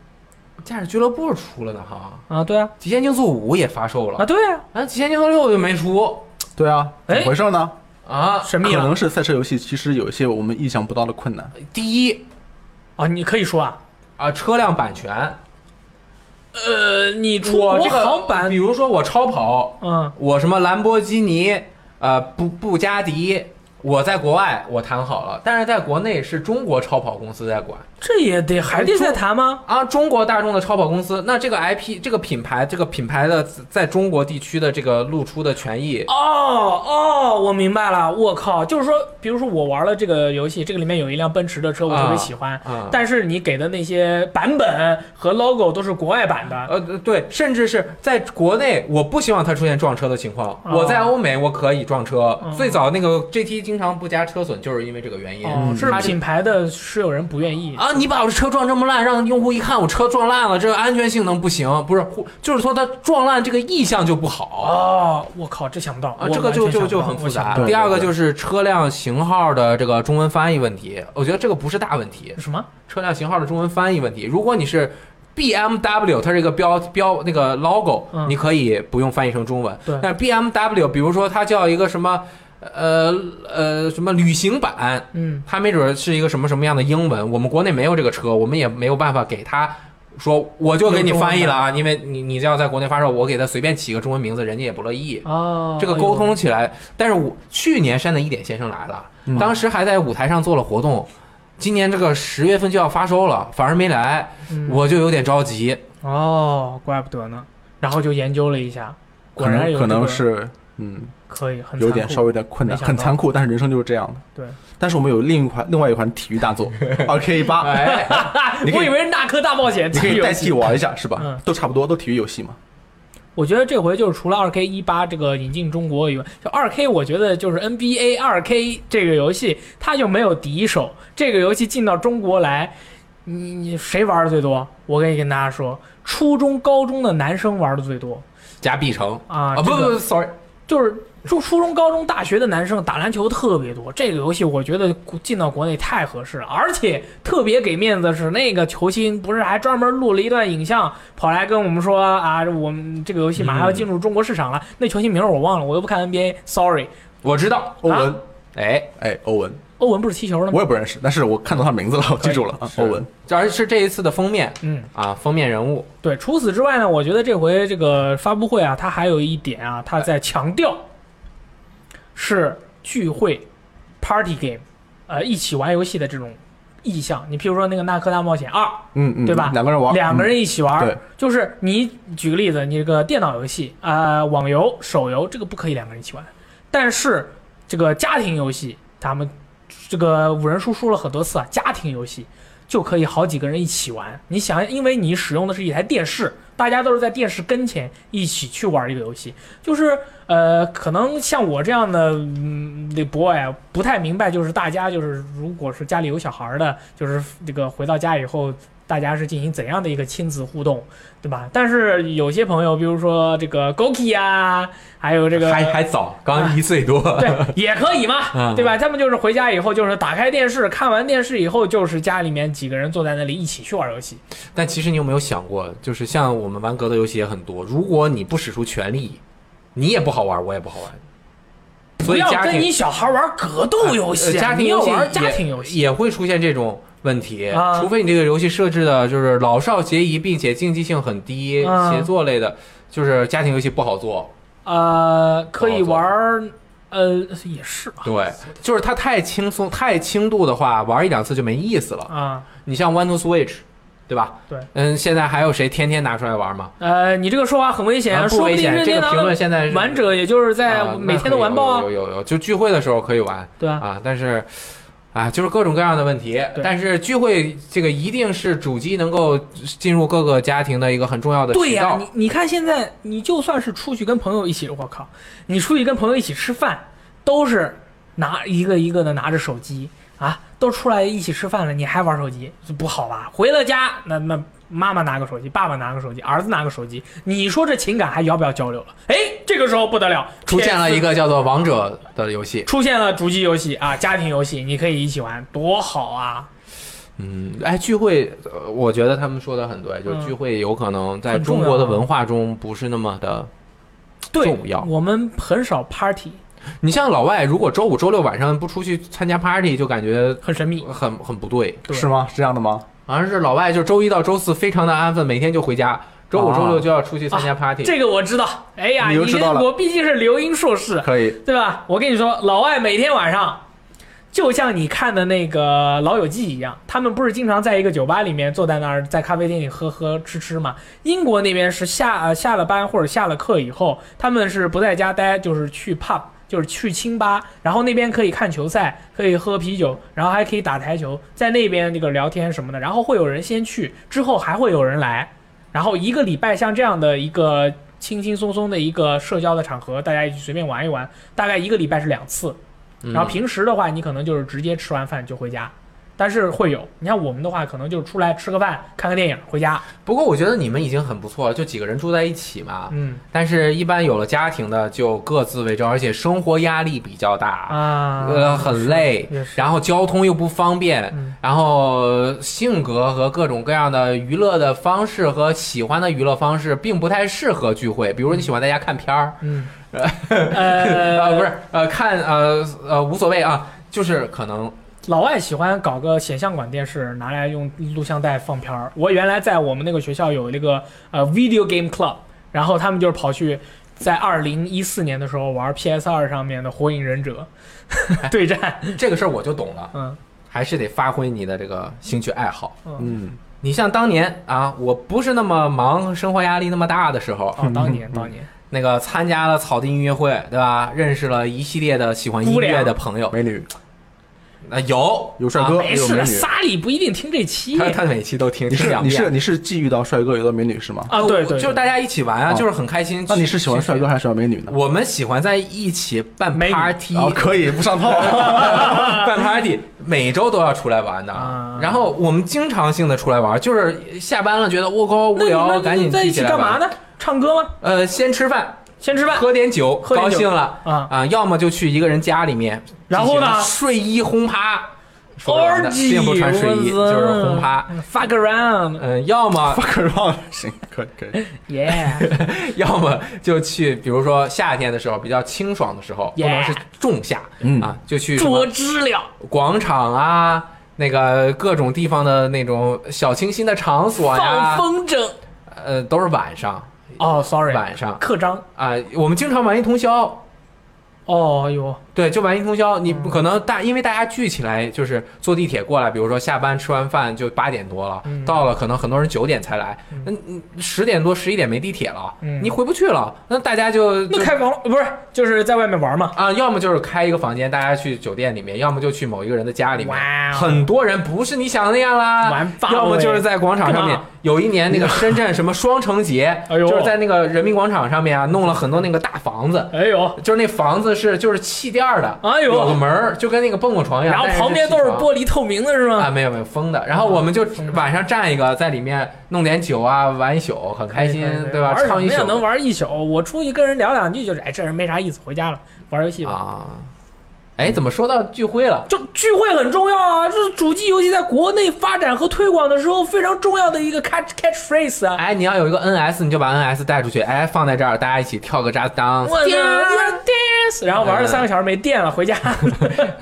[SPEAKER 3] 驾驶俱乐部出了呢哈，
[SPEAKER 1] 啊，对啊，
[SPEAKER 3] 《极限竞速五》也发售
[SPEAKER 1] 啊
[SPEAKER 3] 了，
[SPEAKER 1] 对啊，
[SPEAKER 3] 啊，《极限竞速六》就没出
[SPEAKER 2] 对啊，怎么
[SPEAKER 1] 哎
[SPEAKER 2] 回事呢？
[SPEAKER 3] 啊。
[SPEAKER 1] 神秘
[SPEAKER 2] 可
[SPEAKER 1] 了哎
[SPEAKER 2] 能是赛车游戏其实有一些我们意想不到的困难。
[SPEAKER 3] 第一
[SPEAKER 1] 啊，你可以说啊，
[SPEAKER 3] 啊，车辆版权，
[SPEAKER 1] 呃，你出
[SPEAKER 3] 我
[SPEAKER 1] 国
[SPEAKER 3] 这个
[SPEAKER 1] 行版
[SPEAKER 3] 比，如说我超跑，
[SPEAKER 1] 嗯，
[SPEAKER 3] 我什么兰博基尼，呃，布布加迪。我在国外我谈好了，但是在国内是中国超跑公司在管
[SPEAKER 1] 这也得还得再谈吗？
[SPEAKER 3] 啊，中国大众的超跑公司，那这个 IP 这个品牌这个品牌的在中国地区的这个露出的权益
[SPEAKER 1] 哦哦，我明白了，我靠，就是说，比如说我玩了这个游戏，这个里面有一辆奔驰的车，我特别喜欢，
[SPEAKER 3] 啊
[SPEAKER 1] 但是你给的那些版本和 logo 都是国外版的，
[SPEAKER 3] 呃，对，甚至是在国内，我不希望它出现撞车的情况。
[SPEAKER 1] 哦
[SPEAKER 3] 我在欧美，我可以撞车。
[SPEAKER 1] 嗯
[SPEAKER 3] 最早那个 GT 经常不加车损，就是因为这个原因。
[SPEAKER 1] 哦，是
[SPEAKER 3] 它
[SPEAKER 1] 品牌的是有人不愿意，
[SPEAKER 3] 嗯啊，你把我车撞这么烂，让用户一看我车撞烂了，这个安全性能不行，不是，或就是说它撞烂这个意向就不好。
[SPEAKER 1] 哦，我靠，这想不到，
[SPEAKER 3] 啊，
[SPEAKER 1] 我
[SPEAKER 3] 这个就
[SPEAKER 1] 完全
[SPEAKER 3] 就
[SPEAKER 1] 想不到
[SPEAKER 3] 就很复
[SPEAKER 1] 我想
[SPEAKER 3] 杂
[SPEAKER 1] 不。到
[SPEAKER 2] 对
[SPEAKER 3] 第二个就是车辆型号的这个中文翻译问题，我觉得这个不是大问题。
[SPEAKER 1] 什么？
[SPEAKER 3] 车辆型号的中文翻译问题。如果你是 BMW，它这个标标那个 logo，、
[SPEAKER 1] 嗯
[SPEAKER 3] 你可以不用翻译成中文。
[SPEAKER 1] 对
[SPEAKER 3] 但是 BMW，比如说它叫一个什么，呃呃什么旅行版，
[SPEAKER 1] 嗯
[SPEAKER 3] 它没准儿是一个什么什么样的英文，我们国内没有这个车，我们也没有办法给它。说我就给你翻译了啊，因为你你要在国内发售，我给它随便起个中文名字，人家也不乐意。
[SPEAKER 1] 哦，
[SPEAKER 3] 这个沟通起来。但是我去年山的一点先生来了，
[SPEAKER 2] 嗯
[SPEAKER 3] 当时还在舞台上做了活动，今年这个十月份就要发售了，反而没来，
[SPEAKER 1] 嗯
[SPEAKER 3] 我就有点着急。
[SPEAKER 1] 哦，怪不得呢。然后就研究了一下，果
[SPEAKER 2] 可
[SPEAKER 1] 然
[SPEAKER 2] 能
[SPEAKER 1] 有
[SPEAKER 2] 可能
[SPEAKER 1] 这个
[SPEAKER 2] 是嗯，
[SPEAKER 1] 可以，很
[SPEAKER 2] 有
[SPEAKER 1] 残
[SPEAKER 2] 点
[SPEAKER 1] 酷
[SPEAKER 2] 稍微有点困难，
[SPEAKER 1] 没想到
[SPEAKER 2] 很残酷，但是人生就是这样的。
[SPEAKER 1] 对，
[SPEAKER 2] 但是我们有另一款另外一款体育 大作 RK 八，
[SPEAKER 3] 哎，
[SPEAKER 1] 哈哈
[SPEAKER 2] 你 可
[SPEAKER 1] 我
[SPEAKER 2] 以
[SPEAKER 1] 以为是纳科大冒险，
[SPEAKER 2] 你可
[SPEAKER 1] 这
[SPEAKER 2] 以
[SPEAKER 1] 个游
[SPEAKER 2] 代
[SPEAKER 1] 戏
[SPEAKER 2] 替玩一下，是吧
[SPEAKER 1] 嗯？
[SPEAKER 2] 都差不多，都体育游戏嘛。
[SPEAKER 1] 我觉得这回就是除了二 K 一八这个引进中国以外，就二 K 我觉得就是 NBA 二 K 这个游戏它就没有敌手，这个游戏进到中国来，你你谁玩的最多？我可以跟大家说，初中、高中的男生玩的最多
[SPEAKER 3] 加必成
[SPEAKER 1] 啊，
[SPEAKER 3] 啊，不
[SPEAKER 1] 这
[SPEAKER 3] 不
[SPEAKER 1] 个
[SPEAKER 3] 不，sorry，
[SPEAKER 1] 就是初初中、高中、大学的男生打篮球特别多，这个游戏我觉得进到国内太合适了，而且特别给面子的是那个球星不是还专门录了一段影像跑来跟我们说啊，我们这个游戏马上要进入中国市场了。那球星名儿我忘了，我又不看 NBA，sorry。
[SPEAKER 3] 我知道，
[SPEAKER 1] 啊
[SPEAKER 2] 欧文，
[SPEAKER 3] 哎，
[SPEAKER 2] 哎，欧文，
[SPEAKER 1] 欧文不是踢球的吗？
[SPEAKER 2] 我也不认识，但是我看到他名字了，我记住了啊，
[SPEAKER 3] 是
[SPEAKER 2] 欧文。，
[SPEAKER 3] 而是这一次的封面
[SPEAKER 1] 嗯，
[SPEAKER 3] 啊，封面人物
[SPEAKER 1] 对。除此之外呢，我觉得这回这个发布会啊，它还有一点啊，它在强调是聚会、party game，呃，一起玩游戏的这种意向。你譬如说那个《纳克大冒险二》，
[SPEAKER 2] 嗯嗯，
[SPEAKER 1] 对吧
[SPEAKER 2] 两个人玩，
[SPEAKER 1] 两个人一起玩
[SPEAKER 2] 嗯
[SPEAKER 1] 儿，
[SPEAKER 2] 对
[SPEAKER 1] 就是你举个例子，你这个电脑游戏啊、呃网游、手游这个不可以两个人一起玩，但是这个家庭游戏，咱们这个五人叔说了很多次啊，家庭游戏就可以好几个人一起玩。你想，因为你使用的是一台电视，大家都是在电视跟前一起去玩这个游戏，就是呃，可能像我这样的嗯那 boy 啊不太明白，就是大家就是如果是家里有小孩儿的，就是这个回到家以后。大家是进行怎样的一个亲子互动，对吧？但是有些朋友，比如说这个 Goki 啊，还有这个
[SPEAKER 3] 还还早，
[SPEAKER 1] 哎
[SPEAKER 3] 刚一岁多，
[SPEAKER 1] 对，也可以嘛，
[SPEAKER 3] 嗯
[SPEAKER 1] 对吧？他们就是回家以后，就是打开电视，看完电视以后，就是家里面几个人坐在那里一起去玩游戏。
[SPEAKER 3] 但其实你有没有想过，就是像我们玩格斗游戏也很多，如果你不使出全力，你也不好玩，我也不好玩。所
[SPEAKER 1] 不
[SPEAKER 3] 以
[SPEAKER 1] 要
[SPEAKER 3] 家
[SPEAKER 1] 跟
[SPEAKER 3] 庭
[SPEAKER 1] 你小孩玩格斗游戏，啊
[SPEAKER 3] 呃家庭
[SPEAKER 1] 你要
[SPEAKER 3] 游戏
[SPEAKER 1] 玩家
[SPEAKER 3] 也
[SPEAKER 1] 庭游戏。
[SPEAKER 3] 也会出现这种问题，
[SPEAKER 1] 啊
[SPEAKER 3] 除非你这个游戏设置的就是老少皆宜，并且竞技性很低，
[SPEAKER 1] 啊
[SPEAKER 3] 协作类的，就是家庭游戏不好做。
[SPEAKER 1] 呃，可以玩儿，呃，也是吧
[SPEAKER 3] 对，就是它太轻松、太轻度的话，玩一两次就没意思了。
[SPEAKER 1] 啊，
[SPEAKER 3] 你像 One to Switch，对吧？
[SPEAKER 1] 对，
[SPEAKER 3] 嗯，现在还有谁天天拿出来玩吗？
[SPEAKER 1] 呃，你这个说法很危险，
[SPEAKER 3] 啊不
[SPEAKER 1] 说不
[SPEAKER 3] 危
[SPEAKER 1] 定
[SPEAKER 3] 险，
[SPEAKER 1] 任
[SPEAKER 3] 这
[SPEAKER 1] 天
[SPEAKER 3] 个
[SPEAKER 1] 堂
[SPEAKER 3] 评
[SPEAKER 1] 的
[SPEAKER 3] 论现在是
[SPEAKER 1] 玩者也就是在
[SPEAKER 3] 啊
[SPEAKER 1] 每天都完爆
[SPEAKER 3] 那
[SPEAKER 1] 啊
[SPEAKER 3] 可以，有有有有，就聚会的时候可以玩
[SPEAKER 1] 对啊，
[SPEAKER 3] 啊，但是。啊，就是各种各样的问题，
[SPEAKER 1] 对
[SPEAKER 3] 但是聚会这个一定是主机能够进入各个家庭的一个很重要的
[SPEAKER 1] 对
[SPEAKER 3] 渠
[SPEAKER 1] 呀、
[SPEAKER 3] 道。
[SPEAKER 1] 你你看现在，你就算是出去跟朋友一起，我靠，你出去跟朋友一起吃饭，都是拿一个一个的拿着手机啊，都出来一起吃饭了，你还玩手机，这不好吧？回了家，那那妈妈拿个手机，爸爸拿个手机，儿子拿个手机，你说这情感还要不要交流了？哎，这个时候不得了，
[SPEAKER 3] 出现了一
[SPEAKER 1] 个。
[SPEAKER 3] 个叫做《王者》的游戏，
[SPEAKER 1] 出现了主机游戏啊，家庭游戏，你可以一起玩，多好啊！
[SPEAKER 3] 嗯，哎，聚会，呃我觉得他们说的很对，就是
[SPEAKER 1] 嗯
[SPEAKER 3] 聚会有可能在
[SPEAKER 1] 很重
[SPEAKER 3] 中
[SPEAKER 1] 要啊
[SPEAKER 3] 国的文化中不是那么的。
[SPEAKER 1] 对
[SPEAKER 3] 重要，
[SPEAKER 1] 我们很少 party，
[SPEAKER 3] 你像老外，如果周五、周六晚上不出去参加 party，就感觉
[SPEAKER 1] 很神秘。
[SPEAKER 3] 很很不对。
[SPEAKER 1] 对
[SPEAKER 2] 是吗？是这样的吗？
[SPEAKER 3] 好像是老外就周一到周四非常的安分，每天就回家，周五、
[SPEAKER 2] 啊
[SPEAKER 3] 周六就要出去参加 party。
[SPEAKER 1] 哦这个我知道，哎呀，
[SPEAKER 2] 你
[SPEAKER 1] 你
[SPEAKER 2] 又知道了
[SPEAKER 1] 我毕竟是留英硕士，
[SPEAKER 2] 可以，
[SPEAKER 1] 对吧？我跟你说，老外每天晚上，就像你看的那个《老友记》一样，他们不是经常在一个酒吧里面坐在那儿，在咖啡店里喝喝吃吃嘛？英国那边是下呃下了班或者下了课以后，他们是不在家待，就是去 pub。就是去清吧，然后那边可以看球赛，可以喝啤酒，然后还可以打台球，在那边这个聊天什么的。然后会有人先去，之后还会有人来，然后一个礼拜像这样的一个轻轻松松的一个社交的场合，大家一起随便玩一玩，大概一个礼拜是两次，
[SPEAKER 3] 嗯
[SPEAKER 1] 然后平时的话，你可能就是直接吃完饭就回家，但是会有。你看我们的话，可能就是出来吃个饭，看个电影，回家。
[SPEAKER 3] 不过我觉得你们已经很不错了，就几个人住在一起嘛。
[SPEAKER 1] 嗯
[SPEAKER 3] 但是，一般有了家庭的就各自为政，而且生活压力比较大，
[SPEAKER 1] 啊，
[SPEAKER 3] 呃，很累
[SPEAKER 1] 也，是
[SPEAKER 3] 然后交通又不方便，
[SPEAKER 1] 嗯
[SPEAKER 3] 然后性格和各种各样的娱乐的方式和喜欢的娱乐方式并不太适合聚会。比如你喜欢在家看片儿，
[SPEAKER 1] 嗯，
[SPEAKER 3] 呃，
[SPEAKER 1] 呃，
[SPEAKER 3] 不，是，呃，看，呃，呃，无所谓啊，就是可能
[SPEAKER 1] 老外喜欢搞个显像管电视，拿来用录像带放片儿。我原来在我们那个学校有那个呃 video game club，然后他们就是跑去。在二零一四年的时候玩 PS 二上面的《火影忍者》 对战，
[SPEAKER 3] 这个事儿我就懂了，
[SPEAKER 1] 嗯
[SPEAKER 3] 还是得发挥你的这个兴趣爱好。
[SPEAKER 1] 嗯，
[SPEAKER 2] 嗯，
[SPEAKER 3] 你像当年啊，我不是那么忙，生活压力那么大的时候，
[SPEAKER 1] 哦，当
[SPEAKER 3] 嗯
[SPEAKER 1] 年当年，
[SPEAKER 3] 那个参加了草地音乐会，对吧？认识了一系列的喜欢音乐的朋友，
[SPEAKER 2] 美女，
[SPEAKER 3] 啊，有
[SPEAKER 2] 有帅哥
[SPEAKER 3] 啊
[SPEAKER 1] 没
[SPEAKER 2] 有
[SPEAKER 1] 事，
[SPEAKER 2] 美女
[SPEAKER 1] 萨里不一定听这期
[SPEAKER 3] 他他每期都听，
[SPEAKER 2] 你
[SPEAKER 3] 听
[SPEAKER 2] 是
[SPEAKER 3] 两
[SPEAKER 2] 你
[SPEAKER 3] 遍
[SPEAKER 2] 是你是既遇到帅哥，遇到美女是吗？
[SPEAKER 1] 啊，对对，
[SPEAKER 3] 哦就是大家一起玩啊，
[SPEAKER 2] 哦
[SPEAKER 3] 就是很开心。
[SPEAKER 2] 那你是喜欢帅哥还是喜欢美女呢？
[SPEAKER 3] 我们喜欢在一起办
[SPEAKER 1] 美女
[SPEAKER 3] party，
[SPEAKER 2] 啊，可以不上套。 啊
[SPEAKER 3] 办 party，每周都要出来玩的。
[SPEAKER 1] 啊
[SPEAKER 3] 然后我们经常性的出来玩，就是下班了觉得我靠无
[SPEAKER 1] 那你
[SPEAKER 3] 聊，
[SPEAKER 1] 们
[SPEAKER 3] 赶紧
[SPEAKER 1] 在一起
[SPEAKER 3] 来
[SPEAKER 1] 干嘛
[SPEAKER 3] 玩？
[SPEAKER 1] 呢？唱歌吗？
[SPEAKER 3] 呃，先吃饭，
[SPEAKER 1] 先吃饭
[SPEAKER 3] 喝点酒，
[SPEAKER 1] 喝点
[SPEAKER 3] 高
[SPEAKER 1] 酒
[SPEAKER 3] 兴了
[SPEAKER 1] 啊，
[SPEAKER 3] 啊，要么就去一个人家里面，
[SPEAKER 1] 然后呢
[SPEAKER 3] 进行睡衣轰趴，说不完的
[SPEAKER 1] Orgy，
[SPEAKER 3] 并不穿睡衣，
[SPEAKER 1] 我操
[SPEAKER 3] 就是轰趴。
[SPEAKER 1] ，fuck around，yeah，
[SPEAKER 3] 嗯，要么
[SPEAKER 2] fuck around，行，可以可以。
[SPEAKER 3] 要么就去，比如说夏天的时候比较清爽的时候，不
[SPEAKER 1] Yeah
[SPEAKER 3] 能是仲夏，
[SPEAKER 2] 嗯
[SPEAKER 3] 啊，就去什么
[SPEAKER 1] 捉知了，
[SPEAKER 3] 广场啊，那个各种地方的那种小清新的场所
[SPEAKER 1] 放
[SPEAKER 3] 呀，
[SPEAKER 1] 风筝。
[SPEAKER 3] 呃，都是晚上
[SPEAKER 1] 哦，sorry，
[SPEAKER 3] 晚上
[SPEAKER 1] 刻章。
[SPEAKER 3] 啊、我们经常玩一通宵。
[SPEAKER 1] 哦哎呦，
[SPEAKER 3] 对，就玩一通宵。你
[SPEAKER 1] 嗯
[SPEAKER 3] 不可能大，因为大家聚起来就是坐地铁过来，比如说下班吃完饭就八点多了，
[SPEAKER 1] 嗯
[SPEAKER 3] 到了可能很多人九点才来，那十点多十一点没地铁了，
[SPEAKER 1] 嗯
[SPEAKER 3] 你回不去了，那大家就就
[SPEAKER 1] 那开房不是就是在外面玩嘛？
[SPEAKER 3] 啊，要么就是开一个房间，大家去酒店里面，要么就去某一个人的家里面。
[SPEAKER 1] 哇哦
[SPEAKER 3] 很多人不是你想的那样啦
[SPEAKER 1] 玩发，了
[SPEAKER 3] 要么
[SPEAKER 1] 喂
[SPEAKER 3] 就是在广场上
[SPEAKER 1] 干
[SPEAKER 3] 面
[SPEAKER 1] 嘛。
[SPEAKER 3] 有一年那个深圳什么双城节
[SPEAKER 1] ，哎呦
[SPEAKER 3] 就是在那个人民广场上面啊，弄了很多那个大房子。
[SPEAKER 1] 哎呦，
[SPEAKER 3] 就是那房子是就是气垫儿的，
[SPEAKER 1] 哎呦
[SPEAKER 3] 有个门儿，就跟那个蹦蹦床一样，
[SPEAKER 1] 然后
[SPEAKER 3] 哎但是
[SPEAKER 1] 旁边都是
[SPEAKER 3] 气床
[SPEAKER 1] 玻璃透明的是
[SPEAKER 3] 啊，
[SPEAKER 1] 吗？
[SPEAKER 3] 没有没有封的。然后我们就晚上站一个，在里面弄点酒啊，玩一宿，很开心
[SPEAKER 1] 可以可以可，以
[SPEAKER 3] 对吧？
[SPEAKER 1] 玩什
[SPEAKER 3] 唱
[SPEAKER 1] 么
[SPEAKER 3] 一
[SPEAKER 1] 呀？
[SPEAKER 3] 宿
[SPEAKER 1] 能玩一宿？我出去跟人聊两句，就是哎，这人没啥意思，回家了，玩游戏吧。
[SPEAKER 3] 啊？哎，怎么说到聚会了？
[SPEAKER 1] 就聚会很重要啊，这是主机游戏在国内发展和推广的时候非常重要的一个 catch catchphrase 啊。
[SPEAKER 3] 哎，你要有一个 NS，你就把 NS 带出去，哎，放在这儿，大家一起跳个扎
[SPEAKER 2] 哎
[SPEAKER 3] 当。
[SPEAKER 1] 我的
[SPEAKER 2] 啊
[SPEAKER 1] dance，然后玩了三个小时没电了，回家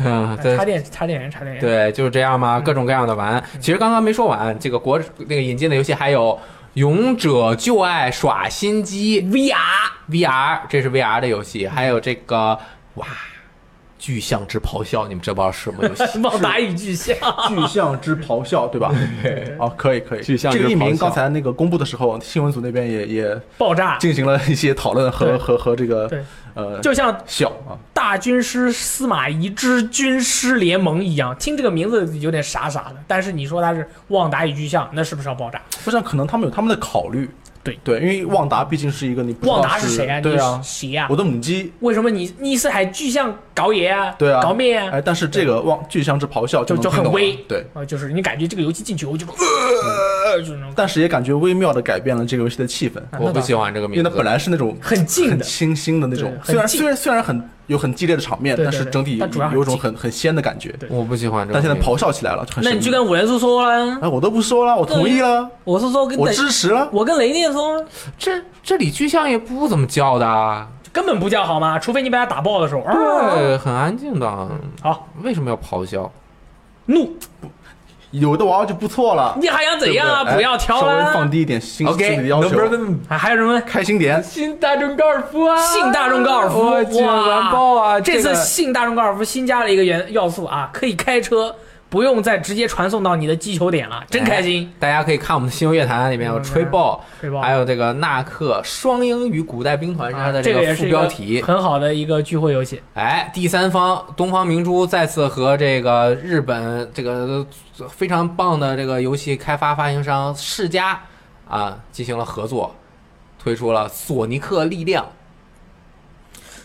[SPEAKER 3] 嗯，对
[SPEAKER 1] 插电插电源插电源。
[SPEAKER 3] 对，就是这样
[SPEAKER 1] 嗯
[SPEAKER 3] 嘛，各种各样的玩。其实刚刚没说完，这个国那个引进的游戏还有《勇者就爱耍心机》VR，VR 这是 VR 的游戏，还有这个哇，《巨象之咆哮》，你们知道是什么 游戏？
[SPEAKER 2] 啊
[SPEAKER 1] 旺达与巨像，
[SPEAKER 2] 巨象之咆哮，对吧？哦，可以可以。
[SPEAKER 3] 巨象之
[SPEAKER 2] 这个译
[SPEAKER 3] 咆
[SPEAKER 2] 名
[SPEAKER 3] 哮
[SPEAKER 2] 刚才那个公布的时候，新闻组那边也也
[SPEAKER 1] 爆炸，
[SPEAKER 2] 进行了一些讨论和
[SPEAKER 1] 对
[SPEAKER 2] 和和这个
[SPEAKER 1] 对
[SPEAKER 2] 呃
[SPEAKER 1] 就像
[SPEAKER 2] 小啊，
[SPEAKER 1] 大军师司马懿之军师联盟一样，听这个名字有点傻傻的，但是你说它是旺达与巨像，那是不是要爆炸？
[SPEAKER 2] 不是可能他们有他们的考虑。
[SPEAKER 1] 对
[SPEAKER 2] 对，因为旺达毕竟是一个你不知道
[SPEAKER 1] 旺达是
[SPEAKER 2] 是
[SPEAKER 1] 谁啊？
[SPEAKER 2] 对啊
[SPEAKER 1] 你，是谁啊
[SPEAKER 2] 我？的母鸡。
[SPEAKER 1] 为什么你你是喊巨像搞爷啊？
[SPEAKER 2] 对啊，
[SPEAKER 1] 搞面啊？
[SPEAKER 2] 哎，但是这个旺巨象之咆哮
[SPEAKER 1] 就
[SPEAKER 2] 能
[SPEAKER 1] 就
[SPEAKER 2] 听
[SPEAKER 1] 很
[SPEAKER 2] 懂了
[SPEAKER 1] 微
[SPEAKER 2] 对。
[SPEAKER 1] 啊，就是你感觉这个游戏进去我就呃，就是那种
[SPEAKER 2] 但是也感觉微妙的改变了这个游戏的气氛，
[SPEAKER 1] 啊
[SPEAKER 3] 我不喜欢这个
[SPEAKER 2] 因为
[SPEAKER 3] 名
[SPEAKER 2] 它
[SPEAKER 3] 字。
[SPEAKER 2] 本来是那种
[SPEAKER 1] 很近
[SPEAKER 2] 很
[SPEAKER 1] 的，
[SPEAKER 2] 清新的那种
[SPEAKER 1] 对，很
[SPEAKER 2] 虽然
[SPEAKER 1] 近
[SPEAKER 2] 虽然虽然很有很激烈的场面，
[SPEAKER 1] 对对
[SPEAKER 2] 但是
[SPEAKER 1] 对
[SPEAKER 2] 整体
[SPEAKER 1] 但主要很
[SPEAKER 2] 有一种
[SPEAKER 1] 近
[SPEAKER 2] 很很仙的感觉。
[SPEAKER 1] 对
[SPEAKER 3] 我不喜欢这个
[SPEAKER 2] 但现在
[SPEAKER 3] 名字。
[SPEAKER 2] 咆哮起来了，就很
[SPEAKER 1] 那
[SPEAKER 2] 神
[SPEAKER 1] 你去
[SPEAKER 2] 秘
[SPEAKER 1] 跟五人叔说啦，
[SPEAKER 2] 哎，我都不说了，我同意了，
[SPEAKER 1] 我是说跟
[SPEAKER 2] 我支持了。
[SPEAKER 1] 我跟雷电说啊，
[SPEAKER 3] 这这里巨象也不怎么叫的啊，呃
[SPEAKER 1] 根本不叫好吗？除非你把他打爆的时候，
[SPEAKER 2] 哦
[SPEAKER 1] 啊，
[SPEAKER 3] 对，很安静的。啊
[SPEAKER 1] 好
[SPEAKER 3] 为什么要咆哮？
[SPEAKER 1] 怒，
[SPEAKER 2] 有的娃娃就不错了，
[SPEAKER 1] 你还想怎样啊？
[SPEAKER 2] 对对
[SPEAKER 1] 不要
[SPEAKER 2] 哎
[SPEAKER 1] 挑
[SPEAKER 2] 稍微放
[SPEAKER 1] 啦，
[SPEAKER 2] 低一点心心
[SPEAKER 3] OK，
[SPEAKER 2] 理的要求，
[SPEAKER 3] 能
[SPEAKER 1] 还还有什么？
[SPEAKER 2] 开心点。
[SPEAKER 3] 新大众高尔夫啊，
[SPEAKER 1] 信大众高尔夫
[SPEAKER 3] 我去
[SPEAKER 1] 哇
[SPEAKER 3] 完爆啊！
[SPEAKER 1] 这次
[SPEAKER 3] 个
[SPEAKER 1] 信大众高尔夫新加了一个元要素啊，可以开车，不用再直接传送到你的击球点了，真开心！
[SPEAKER 3] 大家可以看我们的新游乐坛里
[SPEAKER 2] 嗯
[SPEAKER 3] 面有吹爆，
[SPEAKER 1] 吹爆
[SPEAKER 3] 哎还有这个纳克双鹰与古代兵团
[SPEAKER 2] 啊
[SPEAKER 3] 是它的
[SPEAKER 1] 这
[SPEAKER 3] 个
[SPEAKER 1] 也
[SPEAKER 3] 副
[SPEAKER 1] 是一
[SPEAKER 3] 标
[SPEAKER 1] 个
[SPEAKER 3] 题。
[SPEAKER 1] 很好的一个聚会游戏。
[SPEAKER 3] 哎，第三方东方明珠再次和这个日本这个非常棒的这个游戏开发发行商世嘉啊进行了合作，推出了《索尼克力量》。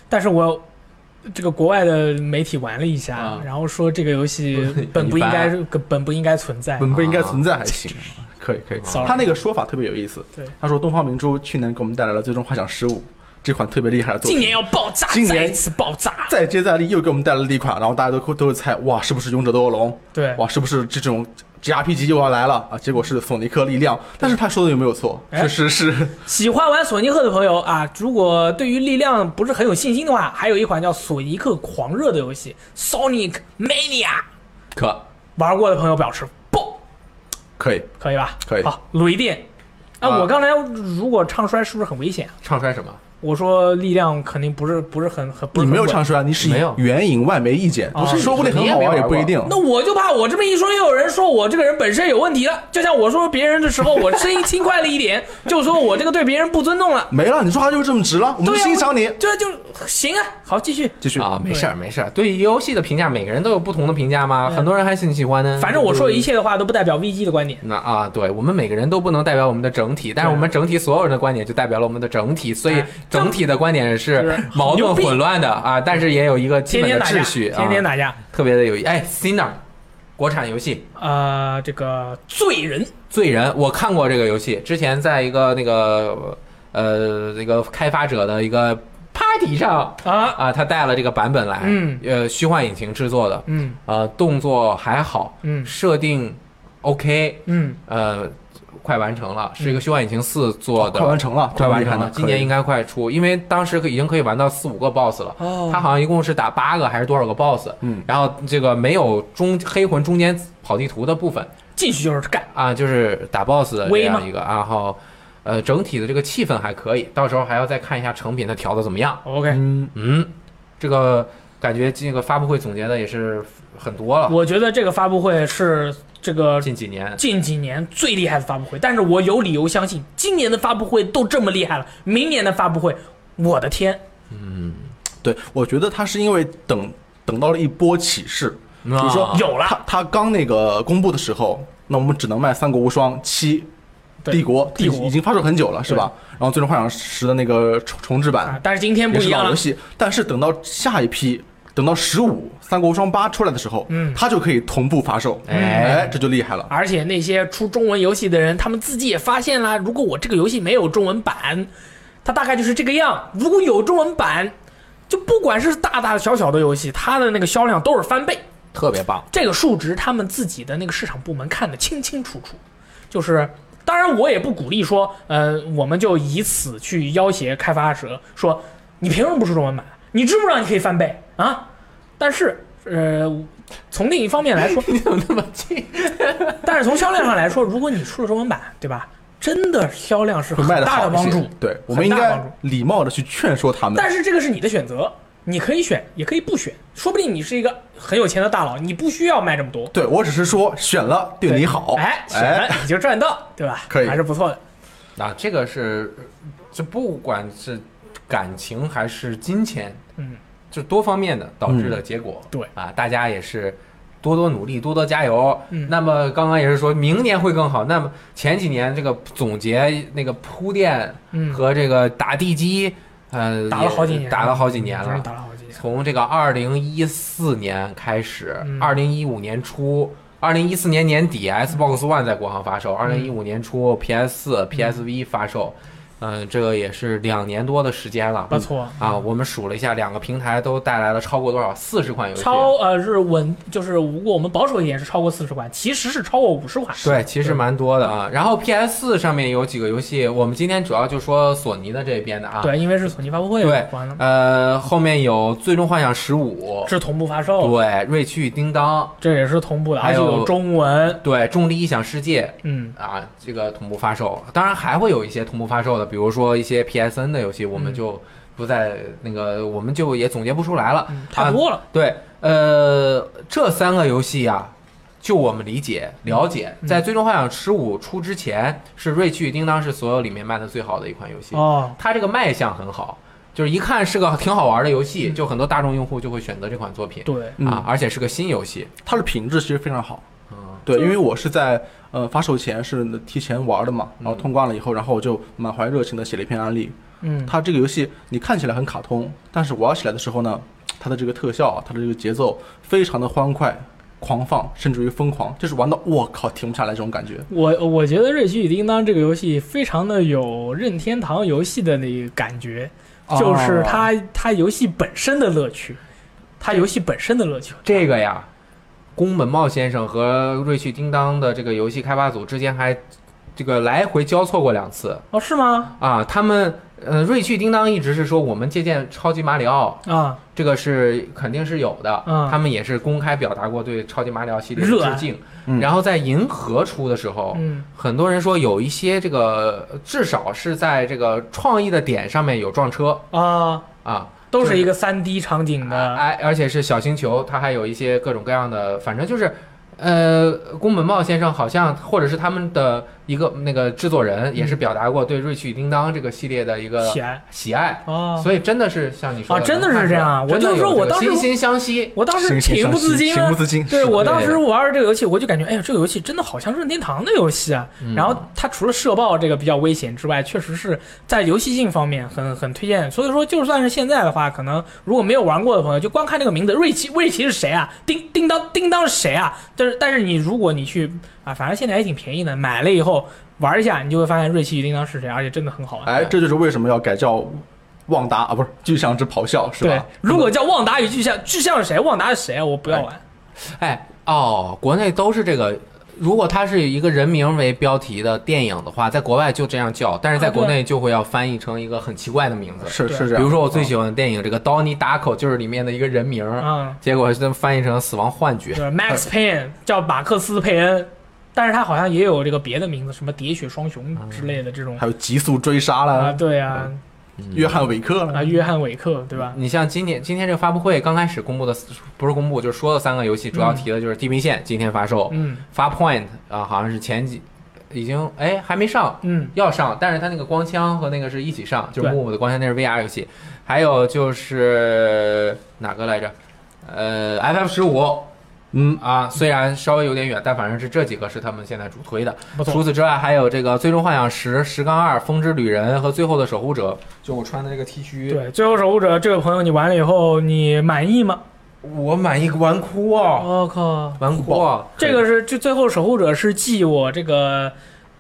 [SPEAKER 1] 但是我这个国外的媒体玩了一下，
[SPEAKER 3] 啊
[SPEAKER 1] 然后说这个游戏本不
[SPEAKER 3] 一
[SPEAKER 1] 应
[SPEAKER 3] 般
[SPEAKER 1] 该本不应该存在。
[SPEAKER 2] 本不应该存在还行，可以可以。
[SPEAKER 1] Sorry
[SPEAKER 2] 他那个说法特别有意思，
[SPEAKER 1] 啊对
[SPEAKER 2] 他说东方明珠去年给我们带来了《最终幻想十五》这款特别厉害的作
[SPEAKER 1] 今
[SPEAKER 2] 品，
[SPEAKER 1] 年要爆炸，
[SPEAKER 2] 今年
[SPEAKER 1] 再一次爆炸。
[SPEAKER 2] 再接再厉又给我们带来了一款，然后大家都都会猜，哇，是不是勇者斗恶龙？
[SPEAKER 1] 对，
[SPEAKER 2] 哇，是不是这种 G R P G 又要来了啊？结果是索尼克力量，但是他说的有没有错？
[SPEAKER 1] 哎
[SPEAKER 2] 是是是，
[SPEAKER 1] 喜欢玩索尼克的朋友啊，如果对于力量不是很有信心的话，还有一款叫《索尼克狂热》的游戏《Sonic Mania》，
[SPEAKER 3] 可
[SPEAKER 1] 玩过的朋友表示爆，
[SPEAKER 2] 可以
[SPEAKER 1] 可以吧？
[SPEAKER 2] 可以
[SPEAKER 1] 好，雷电。啊，
[SPEAKER 2] 啊
[SPEAKER 1] 我刚才如果唱衰是不是很危险？啊
[SPEAKER 3] 唱衰什么？
[SPEAKER 1] 我说力量肯定不是不是很很不是很
[SPEAKER 2] 你
[SPEAKER 1] 哦
[SPEAKER 2] 没有
[SPEAKER 1] 稳
[SPEAKER 2] 尝试啊？你是以
[SPEAKER 3] 没有
[SPEAKER 2] 援引外媒意见，
[SPEAKER 1] 不是
[SPEAKER 2] 说不定很
[SPEAKER 3] 你也
[SPEAKER 2] 好
[SPEAKER 3] 没
[SPEAKER 2] 玩
[SPEAKER 3] 玩
[SPEAKER 2] 也不一
[SPEAKER 3] 过
[SPEAKER 2] 定。
[SPEAKER 1] 那我就怕我这么一说，又有人说我这个人本身有问题了。就像我说别人的时候，我声音轻快了一点，就说我这个对别人不尊重了。
[SPEAKER 2] 没了，你说话就是这么直了，我们
[SPEAKER 1] 对啊
[SPEAKER 2] 就
[SPEAKER 1] 呀
[SPEAKER 2] 欣赏你。
[SPEAKER 1] 这就行啊，好，继续。
[SPEAKER 2] 继续
[SPEAKER 3] 啊，没事儿没事儿。对于游戏的评价，每个人都有不同的评价嘛，
[SPEAKER 1] 对
[SPEAKER 3] 很多人还挺喜欢呢。
[SPEAKER 1] 反正我说的一
[SPEAKER 3] 切。
[SPEAKER 1] 切的话都不代表 VG 的观点。
[SPEAKER 3] 那啊，对我们每个人都不能代表我们的整体，但是
[SPEAKER 1] 对
[SPEAKER 3] 我们整体所有人的观点就代表了我们的整体，所以
[SPEAKER 1] 哎
[SPEAKER 3] 整体的观点是
[SPEAKER 1] 是
[SPEAKER 3] 矛盾
[SPEAKER 1] 牛逼
[SPEAKER 3] 混乱的啊，但是也有一个基
[SPEAKER 1] 天天
[SPEAKER 3] 本的
[SPEAKER 1] 打架，
[SPEAKER 3] 秩序啊
[SPEAKER 1] 天，天打架。
[SPEAKER 3] 特别的有意。哎，Sinner，国产游戏
[SPEAKER 1] 呃，这个罪人
[SPEAKER 3] 《罪人》，我看过这个游戏，之前在一个那个呃那个开发者的一个 party 上
[SPEAKER 1] 啊，
[SPEAKER 3] 啊，他带了这个版本来，
[SPEAKER 1] 嗯，
[SPEAKER 3] 呃，虚幻引擎制作的，
[SPEAKER 1] 嗯
[SPEAKER 3] 呃，动作还好，
[SPEAKER 1] 嗯
[SPEAKER 3] 设定 OK，
[SPEAKER 1] 嗯，
[SPEAKER 3] 呃，快完成了，是一个《虚幻引擎四》做的，
[SPEAKER 2] 嗯哦快完成了，
[SPEAKER 3] 快完成
[SPEAKER 2] 了
[SPEAKER 3] 了，，今年应该快出，因为当时可已经可以玩到四五个 BOSS 了。
[SPEAKER 1] 哦
[SPEAKER 3] 他好像一共是打八个还是多少个 BOSS？
[SPEAKER 2] 嗯，
[SPEAKER 3] 然后这个没有中黑魂中间跑地图的部分
[SPEAKER 1] 进去就是干。
[SPEAKER 3] 啊，就是打 BOSS 的这
[SPEAKER 1] 微吗
[SPEAKER 3] 样一个，然后呃整体的这个气氛还可以，到时候还要再看一下成品它调的怎么样。
[SPEAKER 1] OK，、
[SPEAKER 2] 嗯，
[SPEAKER 3] 嗯，这个感觉这个发布会总结的也是很多了，
[SPEAKER 1] 我觉得这个发布会是这个
[SPEAKER 3] 近几年
[SPEAKER 1] 近几年最厉害的发布会，但是我有理由相信，今年的发布会都这么厉害了，明年的发布会，我的天，
[SPEAKER 2] 对，我觉得他是因为等等到了一波启示，
[SPEAKER 3] 比
[SPEAKER 2] 比如说
[SPEAKER 1] 有了
[SPEAKER 2] 他他刚那个公布的时候，那我们只能卖《三国无双七》。
[SPEAKER 1] 对
[SPEAKER 2] 帝国，
[SPEAKER 1] 帝国
[SPEAKER 2] 已经发售很久了，是吧？然后《最终幻想十》的那个重重置
[SPEAKER 1] 啊
[SPEAKER 2] 版！
[SPEAKER 1] 但是今天
[SPEAKER 2] 也
[SPEAKER 1] 不
[SPEAKER 2] 是
[SPEAKER 1] 一样
[SPEAKER 2] 老游
[SPEAKER 1] 了，
[SPEAKER 2] 戏，但是等到下一批，等到十五《三国无双八》出来的时候，
[SPEAKER 1] 嗯
[SPEAKER 2] 它就可以同步发售，
[SPEAKER 3] 哎
[SPEAKER 2] 哎，这就厉害了。
[SPEAKER 1] 而且那些出中文游戏的人，他们自己也发现了，如果我这个游戏没有中文版，它大概就是这个样；如果有中文版，就不管是大大小小的游戏，它的那个销量都是翻倍。
[SPEAKER 3] 特别棒，
[SPEAKER 1] 这个数值他们自己的那个市场部门看得清清楚楚，就是。当然，我也不鼓励说，呃，我们就以此去要挟开发者，说你凭什么不出中文版？你知不知道你可以翻倍啊？但是，呃，从另一方面来说，
[SPEAKER 3] 你怎么那么近？
[SPEAKER 1] 但是从销量上来说，如果你出了中文版，对吧？真的销量是
[SPEAKER 2] 会
[SPEAKER 1] 很
[SPEAKER 2] 卖的
[SPEAKER 1] 大
[SPEAKER 2] 好
[SPEAKER 1] 的
[SPEAKER 2] 一
[SPEAKER 1] 帮
[SPEAKER 2] 些
[SPEAKER 1] 助。
[SPEAKER 2] 对，我们应
[SPEAKER 1] 很大帮
[SPEAKER 2] 该
[SPEAKER 1] 助
[SPEAKER 2] 礼貌的去劝说他们。
[SPEAKER 1] 但是这个是你的选择，你可以选，也可以不选。说不定你是一个很有钱的大佬，你不需要卖这么多。
[SPEAKER 2] 对我只是说选了对你好，
[SPEAKER 1] 哎，选了你就赚到，对吧？
[SPEAKER 2] 可以
[SPEAKER 1] 还是不错的。
[SPEAKER 3] 啊，这个是，这不管是感情还是金钱，
[SPEAKER 1] 嗯，
[SPEAKER 3] 就多方面的导致的结果。
[SPEAKER 1] 对
[SPEAKER 3] 啊，大家也是多多努力，多多加油。
[SPEAKER 1] 嗯
[SPEAKER 3] 那么刚刚也是说明年会更好。那么前几年这个总结那个铺垫
[SPEAKER 1] 嗯
[SPEAKER 3] 和这个打地基，呃，
[SPEAKER 1] 打了好几
[SPEAKER 3] 也
[SPEAKER 1] 年，嗯
[SPEAKER 3] 打了好几年
[SPEAKER 1] 真是
[SPEAKER 3] 了。嗯
[SPEAKER 1] 打了好几年。
[SPEAKER 3] 从这个二零一四年开始
[SPEAKER 1] 嗯，
[SPEAKER 3] 二零一五年初，二零一四年年底 Xbox One 在国行发
[SPEAKER 1] 嗯
[SPEAKER 3] 售，二零一五年初 PS 4 PSV 发售，嗯，这个也是两年多的时间了
[SPEAKER 1] 不。错，
[SPEAKER 3] 啊，我们数了一下，两个平台都带来了超过多少？四十款游戏。
[SPEAKER 1] 超呃是稳，就是如果我们保守一点是超过四十款，其实是超过五十款。
[SPEAKER 3] 对，其实蛮多的啊。然后 PS 4上面有几个游戏，我们今天主要就说索尼的这边的啊。
[SPEAKER 1] 对，因为是索尼发布会
[SPEAKER 3] 对
[SPEAKER 1] 完了，嘛，
[SPEAKER 3] 呃，后面有《最终幻想十五》，
[SPEAKER 1] 是同步发售，
[SPEAKER 3] 哦对，《瑞奇与叮当》，
[SPEAKER 1] 这也是同步的，
[SPEAKER 3] 还
[SPEAKER 1] 而且
[SPEAKER 3] 有
[SPEAKER 1] 有中文。
[SPEAKER 3] 对，《重力异想世界》，
[SPEAKER 1] 嗯，
[SPEAKER 3] 啊，这个同步发售，当然还会有一些同步发售的，比如说一些 PSN 的游戏，我
[SPEAKER 1] 嗯
[SPEAKER 3] 们就不再那个，我们就也总结不出来了。啊
[SPEAKER 1] 嗯太多了。
[SPEAKER 3] 对，呃，这三个游戏啊，就我们理解了解，
[SPEAKER 1] 嗯
[SPEAKER 3] 在《最终幻想十五》出之前，是《瑞奇与叮当》是所有里面卖的最好的一款游戏，
[SPEAKER 1] 哦，
[SPEAKER 3] 它这个卖相很好，就是一看是个挺好玩的游戏，就很多大众用户就会选择这款作品
[SPEAKER 1] 嗯对，
[SPEAKER 2] 嗯
[SPEAKER 3] 啊，而且是个新游戏，
[SPEAKER 2] 它的品质其实非常好。
[SPEAKER 3] 嗯，
[SPEAKER 2] 对，因为我是在呃发售前是提前玩的嘛，然后通关了以后，然后我就满怀热情的写了一篇案例。
[SPEAKER 1] 嗯，
[SPEAKER 2] 它这个游戏你看起来很卡通，但是玩起来的时候呢，它的这个特效啊，它的这个节奏非常的欢快、狂放，甚至于疯狂，就是玩到我靠停不下来这种感觉。
[SPEAKER 1] 我我觉得《瑞奇与叮当》这个游戏非常的有任天堂游戏的那个感觉，就是
[SPEAKER 2] 哦
[SPEAKER 1] 它它游戏本身的乐趣，它游戏本身的乐趣。
[SPEAKER 3] 这个呀，宫本茂先生和瑞趣叮当的这个游戏开发组之间还这个来回交错过两次
[SPEAKER 1] 哦，是吗？
[SPEAKER 3] 啊。他们呃，瑞趣叮当一直是说我们借鉴超级马里奥，
[SPEAKER 1] 啊，
[SPEAKER 3] 这个是肯定是有的，
[SPEAKER 1] 嗯
[SPEAKER 3] 他们也是公开表达过对超级马里奥系列的
[SPEAKER 1] 热爱
[SPEAKER 3] 致敬。
[SPEAKER 2] 嗯
[SPEAKER 3] 然后在银河出的时
[SPEAKER 2] 哦
[SPEAKER 3] 候，
[SPEAKER 1] 嗯
[SPEAKER 3] 很多人说有一些这个至少是在这个创意的点上面有撞车
[SPEAKER 1] 啊，
[SPEAKER 3] 啊，
[SPEAKER 1] 都是一
[SPEAKER 3] 个
[SPEAKER 1] 个三 D 场景
[SPEAKER 2] 啊
[SPEAKER 1] 的，
[SPEAKER 3] 哎，而且是小星球，它还有一些各种各样的，反正就是。呃，宫本茂先生好像，或者是他们的一个那个制作人，也是表达过对《瑞奇与叮当》这个系列的一
[SPEAKER 2] 啊
[SPEAKER 3] 个
[SPEAKER 1] 嗯喜爱
[SPEAKER 3] 喜爱，
[SPEAKER 1] 哦。
[SPEAKER 3] 所以真的是像你说的
[SPEAKER 1] 啊真的
[SPEAKER 3] 能看
[SPEAKER 1] 是这样啊
[SPEAKER 3] 出来
[SPEAKER 1] 我就
[SPEAKER 3] 真的
[SPEAKER 1] 说
[SPEAKER 3] 有
[SPEAKER 1] 我
[SPEAKER 3] 这个
[SPEAKER 1] 当时
[SPEAKER 3] 惺惺相惜。
[SPEAKER 1] 我当时
[SPEAKER 2] 惺惺
[SPEAKER 1] 情
[SPEAKER 2] 相
[SPEAKER 1] 不
[SPEAKER 2] 惜
[SPEAKER 1] 自禁
[SPEAKER 2] 情
[SPEAKER 1] 啊
[SPEAKER 2] 不，自禁。
[SPEAKER 1] 对
[SPEAKER 2] 是的
[SPEAKER 1] 我当时
[SPEAKER 3] 对
[SPEAKER 1] 玩这个游戏，我就感觉，哎呀，这个游戏真的好像任天堂的游戏啊。
[SPEAKER 3] 嗯
[SPEAKER 1] 然后它除了社爆这个比较危险之外，确实是在游戏性方面很很推荐。所以说，就算是现在的话，可能如果没有玩过的朋友，就光看这个名字，瑞奇瑞奇是谁啊？叮叮当叮当是谁啊？但是但是你如果你去啊，反正现在也挺便宜的，买了以后玩一下，你就会发现瑞奇与叮当是谁，而且真的很好玩。
[SPEAKER 2] 哎，这就是为什么要改叫旺达啊，不是巨象之咆哮是
[SPEAKER 1] 对
[SPEAKER 2] 吧？，
[SPEAKER 1] 如果叫旺达与巨像，巨像是谁？旺达是谁啊？我不要玩。
[SPEAKER 3] 哎，哦，国内都是这个。如果它是以一个人名为标题的电影的话，在国外就这样叫，但是在
[SPEAKER 1] 啊对
[SPEAKER 3] 国内就会要翻译成一个很奇怪的名字。
[SPEAKER 2] 是
[SPEAKER 1] 对
[SPEAKER 2] 是这样。
[SPEAKER 3] 比如说我
[SPEAKER 1] 啊
[SPEAKER 3] 最喜欢的电影这个《Donnie Darko》就是里面的一个人名，
[SPEAKER 1] 嗯。
[SPEAKER 3] 结果是翻译成《死亡幻觉
[SPEAKER 1] 就是 Max Payne 叫马克思佩恩，但是他好像也有这个别的名字，什么喋血双雄之类的这种
[SPEAKER 2] 还有极速追杀
[SPEAKER 1] 啊，
[SPEAKER 2] 啦，
[SPEAKER 1] 对啊，》。
[SPEAKER 2] 约翰韦克
[SPEAKER 1] 啊，
[SPEAKER 2] 啦，
[SPEAKER 1] 约翰韦克对吧？
[SPEAKER 3] 你像今天今天这个发布会刚开始公布的，不是公布就是说的三个游戏，主要提的就是《地平线》今天发售，
[SPEAKER 1] 嗯
[SPEAKER 3] 发 Point》啊，好像是前几已经哎还没上，
[SPEAKER 1] 嗯，
[SPEAKER 3] 要上，但是它那个光枪和那个是一起上，就
[SPEAKER 1] 对
[SPEAKER 3] 是 Move 的光枪，那是 VR 游戏。还有就是哪个来着？呃，FF 十五
[SPEAKER 2] 嗯，
[SPEAKER 3] 啊，虽然稍微有点远，但反正是这几个是他们现在主推的。
[SPEAKER 1] 不
[SPEAKER 3] 除
[SPEAKER 1] 错。
[SPEAKER 3] 此之外，还有这个《最终幻想十》《十杠二》《风之旅人》和《最后的守护者》。就我穿的这个 T 恤，
[SPEAKER 1] 对，最后守护者这位朋友，你玩了以后你满意吗？
[SPEAKER 3] 我满意玩哭啊，
[SPEAKER 1] 我靠，
[SPEAKER 3] 玩哭啊！
[SPEAKER 1] 哦这个是就最后守护者是继我这个。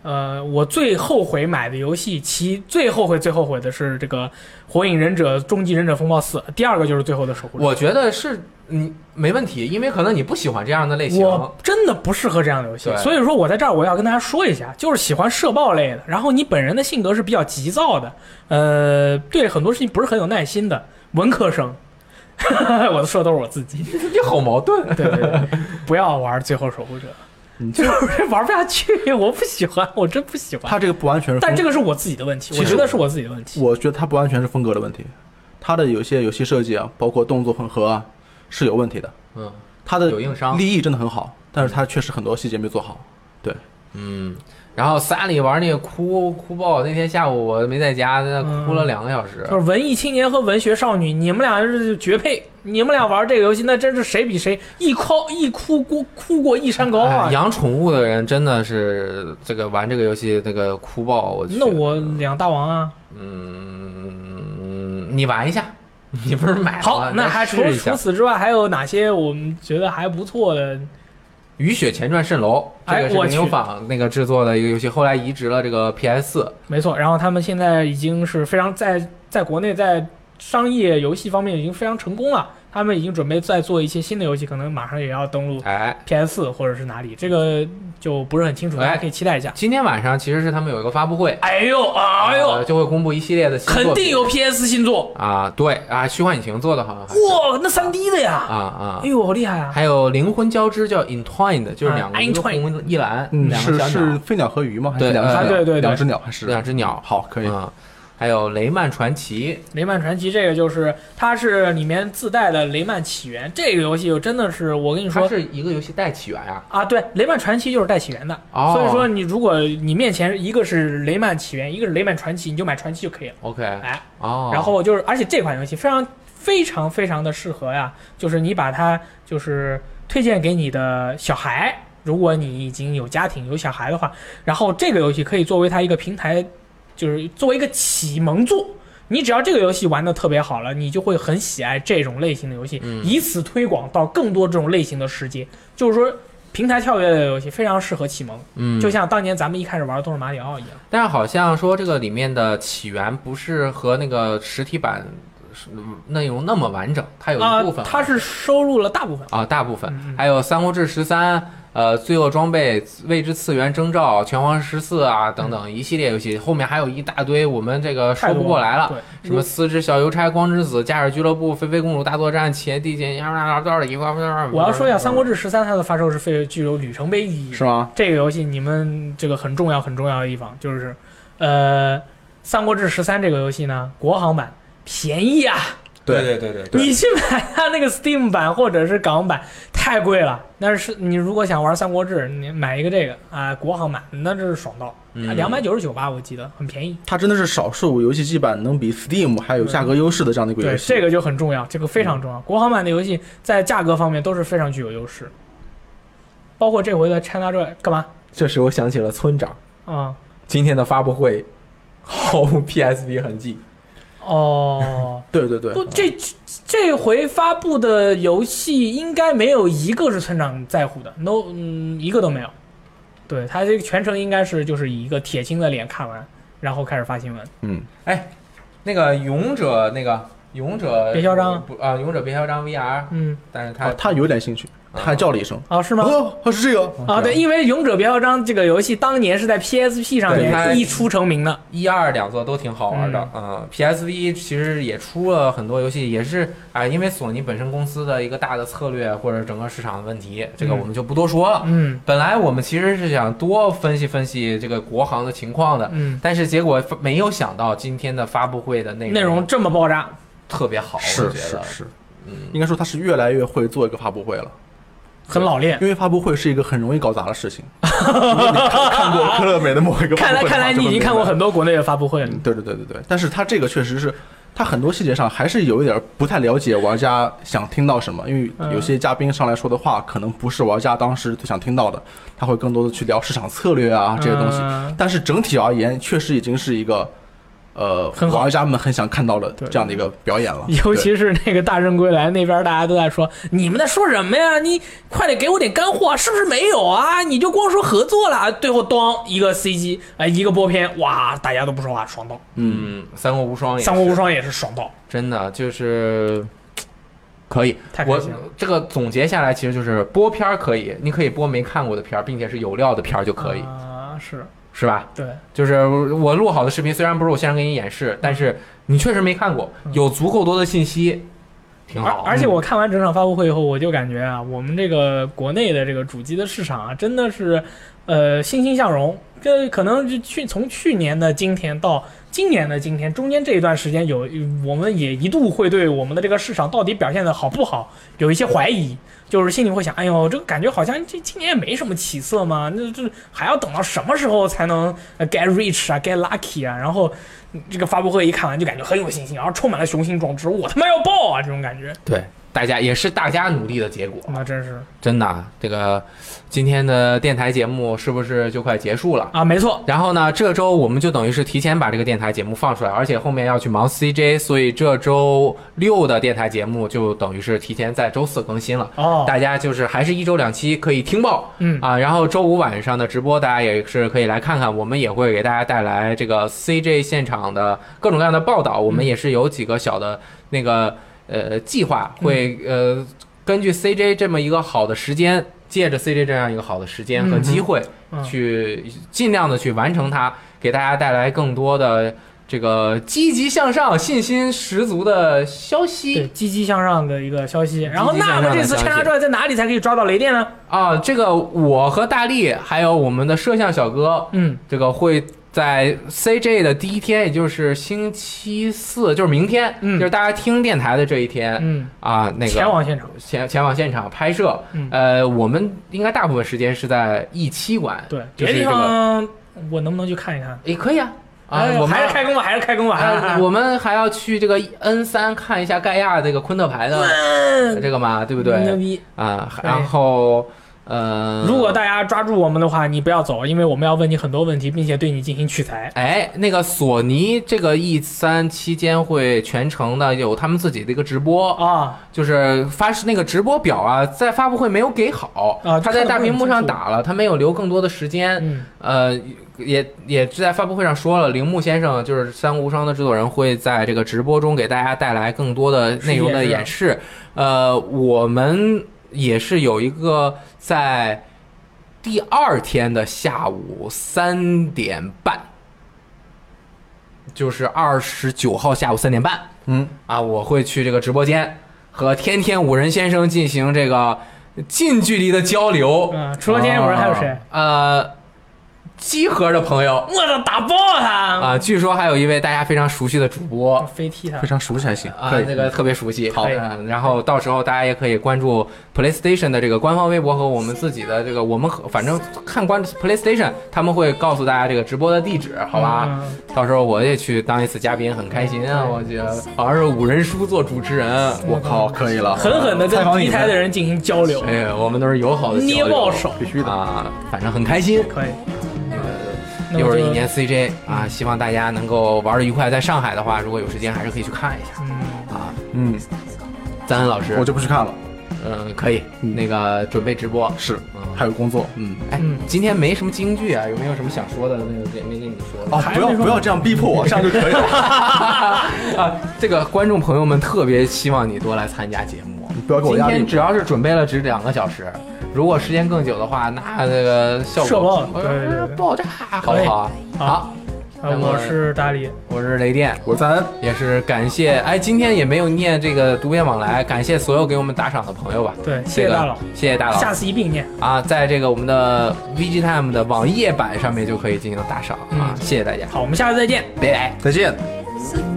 [SPEAKER 1] 呃，我最后悔买的游戏，其最后悔最后悔的是这个《火影忍者》《终极忍者风暴四》，第二个就是《最后的守护者》。
[SPEAKER 3] 我觉得是你没问题，因为可能你不喜欢这样的类型。
[SPEAKER 1] 我真的不适合这样的游戏
[SPEAKER 3] 对，
[SPEAKER 1] 所以说我在这儿我要跟大家说一下，就是喜欢社爆类的，然后你本人的性格是比较急躁的，呃，对很多事情不是很有耐心的文科生。 我说的都是我自己，
[SPEAKER 3] 你好矛盾。啊
[SPEAKER 1] 对对对，不要玩《最后守护者》，就是玩不下去，我不喜欢，我真不喜欢。
[SPEAKER 2] 他这个不完全是风格，
[SPEAKER 1] 但这个是我自己的问题，
[SPEAKER 2] 其
[SPEAKER 1] 我
[SPEAKER 2] 实
[SPEAKER 1] 觉得是我自己的问题。
[SPEAKER 2] 我觉得它不完全是风格的问题，它的有些游戏设计啊，包括动作混合啊，是有问题的。
[SPEAKER 3] 嗯
[SPEAKER 2] 它的
[SPEAKER 3] 有硬伤
[SPEAKER 2] 立意真的很好，但是它确实很多细节没做好。对，
[SPEAKER 3] 嗯，然后萨里玩那个哭哭爆，那天下午我没在家，在
[SPEAKER 1] 嗯
[SPEAKER 3] 那哭了两个小时。
[SPEAKER 1] 就是文艺青年和文学少女，你们俩是绝配，你们俩玩这个游戏，那真是谁比谁一哭一哭过哭过一山高啊！
[SPEAKER 3] 哎养宠物的人真的是这个玩这个游戏那个哭爆，我去
[SPEAKER 1] 那我两大王啊，
[SPEAKER 3] 嗯，你玩 一下，你不是买了吗
[SPEAKER 1] 好，那
[SPEAKER 3] 再
[SPEAKER 1] 还除
[SPEAKER 3] 试一下
[SPEAKER 1] 除此之外，还有哪些我们觉得还不错的？
[SPEAKER 3] 雨雪前传蜃楼》
[SPEAKER 1] 哎
[SPEAKER 3] 这个是
[SPEAKER 1] 我
[SPEAKER 3] 民友
[SPEAKER 1] 去
[SPEAKER 3] 坊那个制作的一个游戏，后来移植了这个 PS 四。
[SPEAKER 1] 没错，然后他们现在已经是非常在在国内在商业游戏方面已经非常成功了，他们已经准备再做一些新的游戏，可能马上也要登陆
[SPEAKER 3] 哎，
[SPEAKER 1] PS 4或者是哪里，这个就不是很清楚，
[SPEAKER 3] 哎
[SPEAKER 1] 大家可以期待一下。
[SPEAKER 3] 今天晚上其实是他们有一个发布会，
[SPEAKER 1] 哎呦，哎
[SPEAKER 3] 呃
[SPEAKER 1] 呦，
[SPEAKER 3] 就会公布一系列的新作
[SPEAKER 1] 肯
[SPEAKER 3] 品
[SPEAKER 1] 定有 PS 新作，
[SPEAKER 3] 啊，对啊，虚幻引擎做的好像还是
[SPEAKER 1] 哇，那3 D 的呀，
[SPEAKER 3] 啊啊
[SPEAKER 1] 哎，呦，好厉害啊！
[SPEAKER 3] 还有灵魂交织叫 Entwined，就是
[SPEAKER 1] 啊
[SPEAKER 3] 两个一个
[SPEAKER 1] Entwined
[SPEAKER 3] 红一蓝，两个
[SPEAKER 2] 是
[SPEAKER 3] 小
[SPEAKER 2] 嗯是
[SPEAKER 3] 鸟，
[SPEAKER 2] 飞鸟和鱼吗？还
[SPEAKER 3] 对
[SPEAKER 2] 是两
[SPEAKER 3] 呃
[SPEAKER 2] 只鸟？
[SPEAKER 1] 啊对对对
[SPEAKER 2] 两只鸟还
[SPEAKER 3] 是
[SPEAKER 2] 是
[SPEAKER 3] 两只鸟，
[SPEAKER 2] 好可以。
[SPEAKER 1] 嗯
[SPEAKER 3] 啊，还有雷曼传奇，
[SPEAKER 1] 雷曼传奇这个就是，它是里面自带的雷曼起源这个游戏，真的是我跟你
[SPEAKER 3] 它
[SPEAKER 1] 说，
[SPEAKER 3] 是一个游戏带起源啊，
[SPEAKER 1] 啊，对，雷曼传奇就是带起源的，
[SPEAKER 3] 哦
[SPEAKER 1] 所以说你如果你面前一个是雷曼起源，一个是雷曼传奇，你就买传奇就可以了。
[SPEAKER 3] ，OK，
[SPEAKER 1] 哎，
[SPEAKER 3] 哦，
[SPEAKER 1] 然后就是，而且这款游戏非常非常非常的适合呀，就是你把它就是推荐给你的小孩，如果你已经有家庭有小孩的话，然后这个游戏可以作为它一个平台，就是作为一个启蒙作。你只要这个游戏玩的特别好了，你就会很喜爱这种类型的游戏，
[SPEAKER 3] 嗯
[SPEAKER 1] 以此推广到更多这种类型的世界。就是说，平台跳跃类的游戏非常适合启蒙，
[SPEAKER 3] 嗯，
[SPEAKER 1] 就像当年咱们一开始玩的都是马里奥一样。
[SPEAKER 3] 但是好像说这个里面的起源不是和那个实体版是内容那么完整，它有
[SPEAKER 1] 啊
[SPEAKER 3] 一部分，
[SPEAKER 1] 它是收录了大部分。
[SPEAKER 3] 啊，大部分
[SPEAKER 1] 嗯嗯
[SPEAKER 3] 还有《三国志十三》呃，《罪恶装备》《未知次元征兆》《拳皇十四》啊等
[SPEAKER 1] 嗯
[SPEAKER 3] 等一系列游戏，后面还有一大堆我们这个说不过来了，
[SPEAKER 1] 对，
[SPEAKER 3] 什么《四只小邮差》《光之子》《驾驶俱乐部》《飞飞公主大作战》《企业地界》啊，多少一块
[SPEAKER 1] 我要说一下，《三国
[SPEAKER 3] 志》
[SPEAKER 1] 志十三》它的发售是非常具有里程碑意义的
[SPEAKER 2] 是。吗？
[SPEAKER 1] 这个游戏你们这个很重要很重要的地方就是，呃，《三国志十三》这个游戏呢，国行版便宜啊，
[SPEAKER 2] 对
[SPEAKER 4] 对对对
[SPEAKER 2] 对
[SPEAKER 1] 你去买它那个 Steam 版或者是港版太贵了。但是你如果想玩《三国志》，你买一个这个啊、国行版那这是爽到，
[SPEAKER 3] 嗯
[SPEAKER 1] 两百九十九吧，我记得很便宜。
[SPEAKER 2] 它真的是少数游戏机版能比 Steam 还有价格优势的这样的一个
[SPEAKER 1] 对，
[SPEAKER 2] 游戏。
[SPEAKER 1] 这个就很重要，这个非常重要。国行版的游戏在价格方面都是非常具有优势，包括这回的 China Joy 干嘛？
[SPEAKER 4] 这时我想起了村长
[SPEAKER 1] 啊、
[SPEAKER 4] 今天的发布会，毫无 PSV 痕迹。
[SPEAKER 1] 哦。
[SPEAKER 2] 对对对
[SPEAKER 1] 不，这这回发布的游戏应该没有一个是村长在乎的，no，嗯，一个都没有。对他这个全程应该是就是以一个铁青的脸看完，然后开始发新闻。
[SPEAKER 2] 嗯，
[SPEAKER 3] 哎那个勇者那个勇者
[SPEAKER 1] 别嚣张
[SPEAKER 3] 不啊，勇者别嚣张 VR，
[SPEAKER 1] 嗯，
[SPEAKER 3] 但是他
[SPEAKER 2] 啊他他有点兴趣，他还叫了一声。
[SPEAKER 1] 哦，是吗？
[SPEAKER 2] 哦，他是这个
[SPEAKER 1] 啊，对，因为《勇者别嚣张》这个游戏当年是在 PSP 上
[SPEAKER 3] 对它
[SPEAKER 1] 面一出成名的，
[SPEAKER 3] 一二两座都挺好玩的啊、PSV
[SPEAKER 1] 嗯
[SPEAKER 3] 其实也出了很多游戏，也是啊、因为索尼本身公司的一个大的策略或者整个市场的问题，这个
[SPEAKER 1] 嗯
[SPEAKER 3] 我们就不多说了。
[SPEAKER 1] 嗯
[SPEAKER 3] 本来我们其实是想多分析分析这个国行的情况的，
[SPEAKER 1] 嗯，
[SPEAKER 3] 但是结果没有想到今天的发布会的内容
[SPEAKER 1] 内容这么爆炸，
[SPEAKER 3] 特别好，我
[SPEAKER 2] 是
[SPEAKER 3] 觉
[SPEAKER 2] 是
[SPEAKER 3] 得，
[SPEAKER 2] 是，
[SPEAKER 3] 嗯，
[SPEAKER 2] 应该说他是越来越会做一个发布会了，
[SPEAKER 1] 很老练。
[SPEAKER 2] 因为发布会是一个很容易搞砸的 事情。如果你看看过科乐美的某一个发
[SPEAKER 1] 看
[SPEAKER 2] 布
[SPEAKER 1] 来
[SPEAKER 2] 会的话，
[SPEAKER 1] 看来你已经看过很多国内的发布会了
[SPEAKER 2] 就能明白。嗯。对对对对对，但是他这个确实是，他很多细节上还是有一点不太了解玩家想听到什么，因
[SPEAKER 1] 嗯
[SPEAKER 2] 为有些嘉宾上来说的话，可能不是玩家当时最想听到的，他会更多的去聊市场策略啊这些东西。
[SPEAKER 1] 嗯
[SPEAKER 2] 但是整体而言，确实已经是一个，呃，
[SPEAKER 1] 很好
[SPEAKER 2] 玩家们很想看到的
[SPEAKER 1] 对
[SPEAKER 2] 这样的一个表演了。
[SPEAKER 1] 尤其是那个《大圣归来》那边，大家都在说你们在说什么呀？你快点给我点干货，是不是没有啊？你就光说合作了，啊 最后咣一个 CG，哎，一个播片，哇，大家都不说话，爽到！
[SPEAKER 2] 嗯，
[SPEAKER 3] 嗯，三国无双也
[SPEAKER 1] 三国无
[SPEAKER 3] 是
[SPEAKER 1] 双也是爽到，
[SPEAKER 3] 真的就是可以。
[SPEAKER 1] 太开
[SPEAKER 3] 我
[SPEAKER 1] 心了。
[SPEAKER 3] 这个总结下来，其实就是播片儿可以，你可以播没看过的片儿，并且是有料的片儿就可以，
[SPEAKER 1] 啊，是
[SPEAKER 3] 是吧？
[SPEAKER 1] 对，
[SPEAKER 3] 就是我录好的视频，虽然不是我现场给你演示，但是你确实没看过，有足够多的信息，挺
[SPEAKER 1] 嗯而
[SPEAKER 3] 好。嗯
[SPEAKER 1] 而且我看完整场发布会以后，我就感觉啊，我们这个国内的这个主机的市场啊，真的是，呃，欣欣向荣。这可能就去从去年的今天到今年的今天，中间这一段时间有，我们也一度会对我们的这个市场到底表现的好不好有一些怀疑，就是心里会想，哎呦，这个感觉好像这今年也没什么起色嘛，那这还要等到什么时候才能呃 get rich 啊，get lucky 啊？然后嗯这个发布会一看完就感觉很有信心，然后充满了雄心壮志，我他妈要爆啊这种感觉。
[SPEAKER 3] 对大家也是大家努力的结果，
[SPEAKER 1] 那真是
[SPEAKER 3] 真的啊。这个今天的电台节目是不是就快结束了？
[SPEAKER 1] 啊，没错，
[SPEAKER 3] 然后呢，这周我们就等于是提前把这个电台节目放出来，而且后面要去忙 CJ，所以这周六的电台节目就等于是提前在周四更新了。
[SPEAKER 1] 哦，
[SPEAKER 3] 大家就是还是一周两期可以听报
[SPEAKER 1] 嗯，
[SPEAKER 3] 啊，然后周五晚上的直播大家也是可以来看看，我们也会给大家带来这个 CJ 现场的各种各样的报道，我
[SPEAKER 1] 嗯
[SPEAKER 3] 们也是有几个小的那个呃计划，
[SPEAKER 1] 嗯
[SPEAKER 3] 会呃根据 CJ 这么一个好的时间，借着 CJ 这样一个好的时间和机会，
[SPEAKER 1] 嗯
[SPEAKER 3] 去尽量的去完成它，给大家带来更多的这个积极向上、信心十足的消
[SPEAKER 1] 对，
[SPEAKER 3] 息
[SPEAKER 1] 积极向上的一个消息。然后，
[SPEAKER 3] 积极
[SPEAKER 1] 那
[SPEAKER 3] 向上的
[SPEAKER 1] 么这次
[SPEAKER 3] 消息
[SPEAKER 1] China Joy 在哪里才可以抓到雷电呢？
[SPEAKER 3] 啊！这个我和大力还有我们的摄像小哥，
[SPEAKER 1] 嗯，
[SPEAKER 3] 这个会在 CJ 的第一天，也就是星期四，就是明天，
[SPEAKER 1] 嗯
[SPEAKER 3] 就是大家听电台的这一天、
[SPEAKER 1] 嗯，
[SPEAKER 3] 啊，那个
[SPEAKER 1] 前往现场。
[SPEAKER 3] 前前往现场拍摄。
[SPEAKER 1] 嗯
[SPEAKER 3] 呃，我们应该大部分时间是在 E 七馆，
[SPEAKER 1] 对，
[SPEAKER 3] 就
[SPEAKER 1] 别的地
[SPEAKER 3] 是这个
[SPEAKER 1] 方我能不能去看一看？
[SPEAKER 3] 也可以啊啊
[SPEAKER 1] 哎，
[SPEAKER 3] 我们
[SPEAKER 1] 还是开工吧，还是开工吧。
[SPEAKER 3] 啊，我们还要去这个 N 三看一下盖亚这个昆特牌的
[SPEAKER 1] 嗯，
[SPEAKER 3] 这个嘛，呃对不
[SPEAKER 1] 牛
[SPEAKER 3] 对？
[SPEAKER 1] 逼！
[SPEAKER 3] 啊，
[SPEAKER 1] 对
[SPEAKER 3] 然后呃，
[SPEAKER 1] 如果大家抓住我们的话，你不要走，因为我们要问你很多问题，并且对你进行取材。
[SPEAKER 3] 哎，那个索尼这个 E 三期间会全程的有他们自己的一个直播，
[SPEAKER 1] 啊，
[SPEAKER 3] 就是发那个直播表啊，在发布会没有给好
[SPEAKER 1] 啊
[SPEAKER 3] 他在大屏幕上打了，他没有留更多的时间，
[SPEAKER 1] 嗯，
[SPEAKER 3] 呃，也也是在发布会上说了，铃木先生就是《三国无双》的制作人，会在这个直播中给大家带来更多的内容的演示。呃，我们也是有一个在第二天的下午三点半，就是二十九号下午三点半
[SPEAKER 2] 嗯，
[SPEAKER 3] 啊，我会去这个直播间和天天五人先生进行这个近距离的交流。
[SPEAKER 1] 嗯，除了天天五人还有谁？
[SPEAKER 3] 呃，集合的朋友
[SPEAKER 1] 我操，打爆他！
[SPEAKER 3] 啊，据说还有一位大家非常熟悉的主播
[SPEAKER 1] 我飞踢他
[SPEAKER 2] 非！常熟悉还行，
[SPEAKER 3] 啊
[SPEAKER 2] 可以，
[SPEAKER 3] 那个特别熟悉。
[SPEAKER 1] 好
[SPEAKER 3] 嗯然后到时候大家也可以关注 PlayStation 的这个官方微博和我们自己的这个，我们和反正看关注 PlayStation，他们会告诉大家这个直播的地址，好吧？
[SPEAKER 1] 嗯
[SPEAKER 3] 到时候我也去当一次嘉宾，很开心啊！我觉得好像是五人书做主持人，
[SPEAKER 2] 我靠，可以了，
[SPEAKER 1] 狠狠的
[SPEAKER 2] 采
[SPEAKER 1] 跟
[SPEAKER 2] 访你
[SPEAKER 1] 敌
[SPEAKER 2] 们
[SPEAKER 1] 台的人进行交流，
[SPEAKER 3] 哎呀，我们都啊是友好的交流
[SPEAKER 1] 捏爆手，
[SPEAKER 2] 必须的。
[SPEAKER 3] 啊，反正很开心。
[SPEAKER 1] 可以。那
[SPEAKER 3] 又
[SPEAKER 1] 我
[SPEAKER 3] 是一
[SPEAKER 1] 就嗯
[SPEAKER 3] 年 CJ 啊，希望大家能够玩的愉快。在上海的话，如果有时间还是可以去看一下
[SPEAKER 1] 嗯，
[SPEAKER 3] 啊。
[SPEAKER 2] 嗯，
[SPEAKER 3] 赞恩老师，
[SPEAKER 2] 我就不去看了，
[SPEAKER 3] 嗯可以，
[SPEAKER 2] 嗯
[SPEAKER 3] 那个准备直播。
[SPEAKER 2] 是
[SPEAKER 3] 嗯，
[SPEAKER 2] 还有工作，嗯，
[SPEAKER 3] 哎
[SPEAKER 1] 嗯，
[SPEAKER 3] 今天没什么京剧啊，有没有什么想说的？那个没跟你说的
[SPEAKER 2] 哦，
[SPEAKER 1] 还
[SPEAKER 2] 不要
[SPEAKER 1] 没说
[SPEAKER 2] 不要这样逼迫我，这样就可 以了，
[SPEAKER 3] 啊。这个观众朋友们特别希望你多来参加节目。
[SPEAKER 2] 不要给我
[SPEAKER 3] 今
[SPEAKER 2] 压
[SPEAKER 3] 天
[SPEAKER 2] 力
[SPEAKER 3] 只。要是准备了只两个小时，如果时间更久的话，那这个效
[SPEAKER 1] 射
[SPEAKER 3] 果呃
[SPEAKER 1] 爆对对对
[SPEAKER 3] 爆炸，好不好？好，
[SPEAKER 1] 呃，我是大力，
[SPEAKER 3] 我是雷电。
[SPEAKER 2] 我在
[SPEAKER 3] 也是感谢，哎，今天也没有念这个读编往来，感谢所有给我们打赏的朋友吧。
[SPEAKER 1] 对，谢
[SPEAKER 3] 这
[SPEAKER 1] 谢
[SPEAKER 3] 个
[SPEAKER 1] 大佬，
[SPEAKER 3] 谢谢大佬。
[SPEAKER 1] 下次一并念。
[SPEAKER 3] 啊，在这个我们的 VG Time 的网页版上面就可以进行打赏啊，
[SPEAKER 1] 嗯
[SPEAKER 3] 谢谢大家，
[SPEAKER 1] 好，我们下次再见。
[SPEAKER 3] 拜拜。
[SPEAKER 2] 再见。
[SPEAKER 5] It's a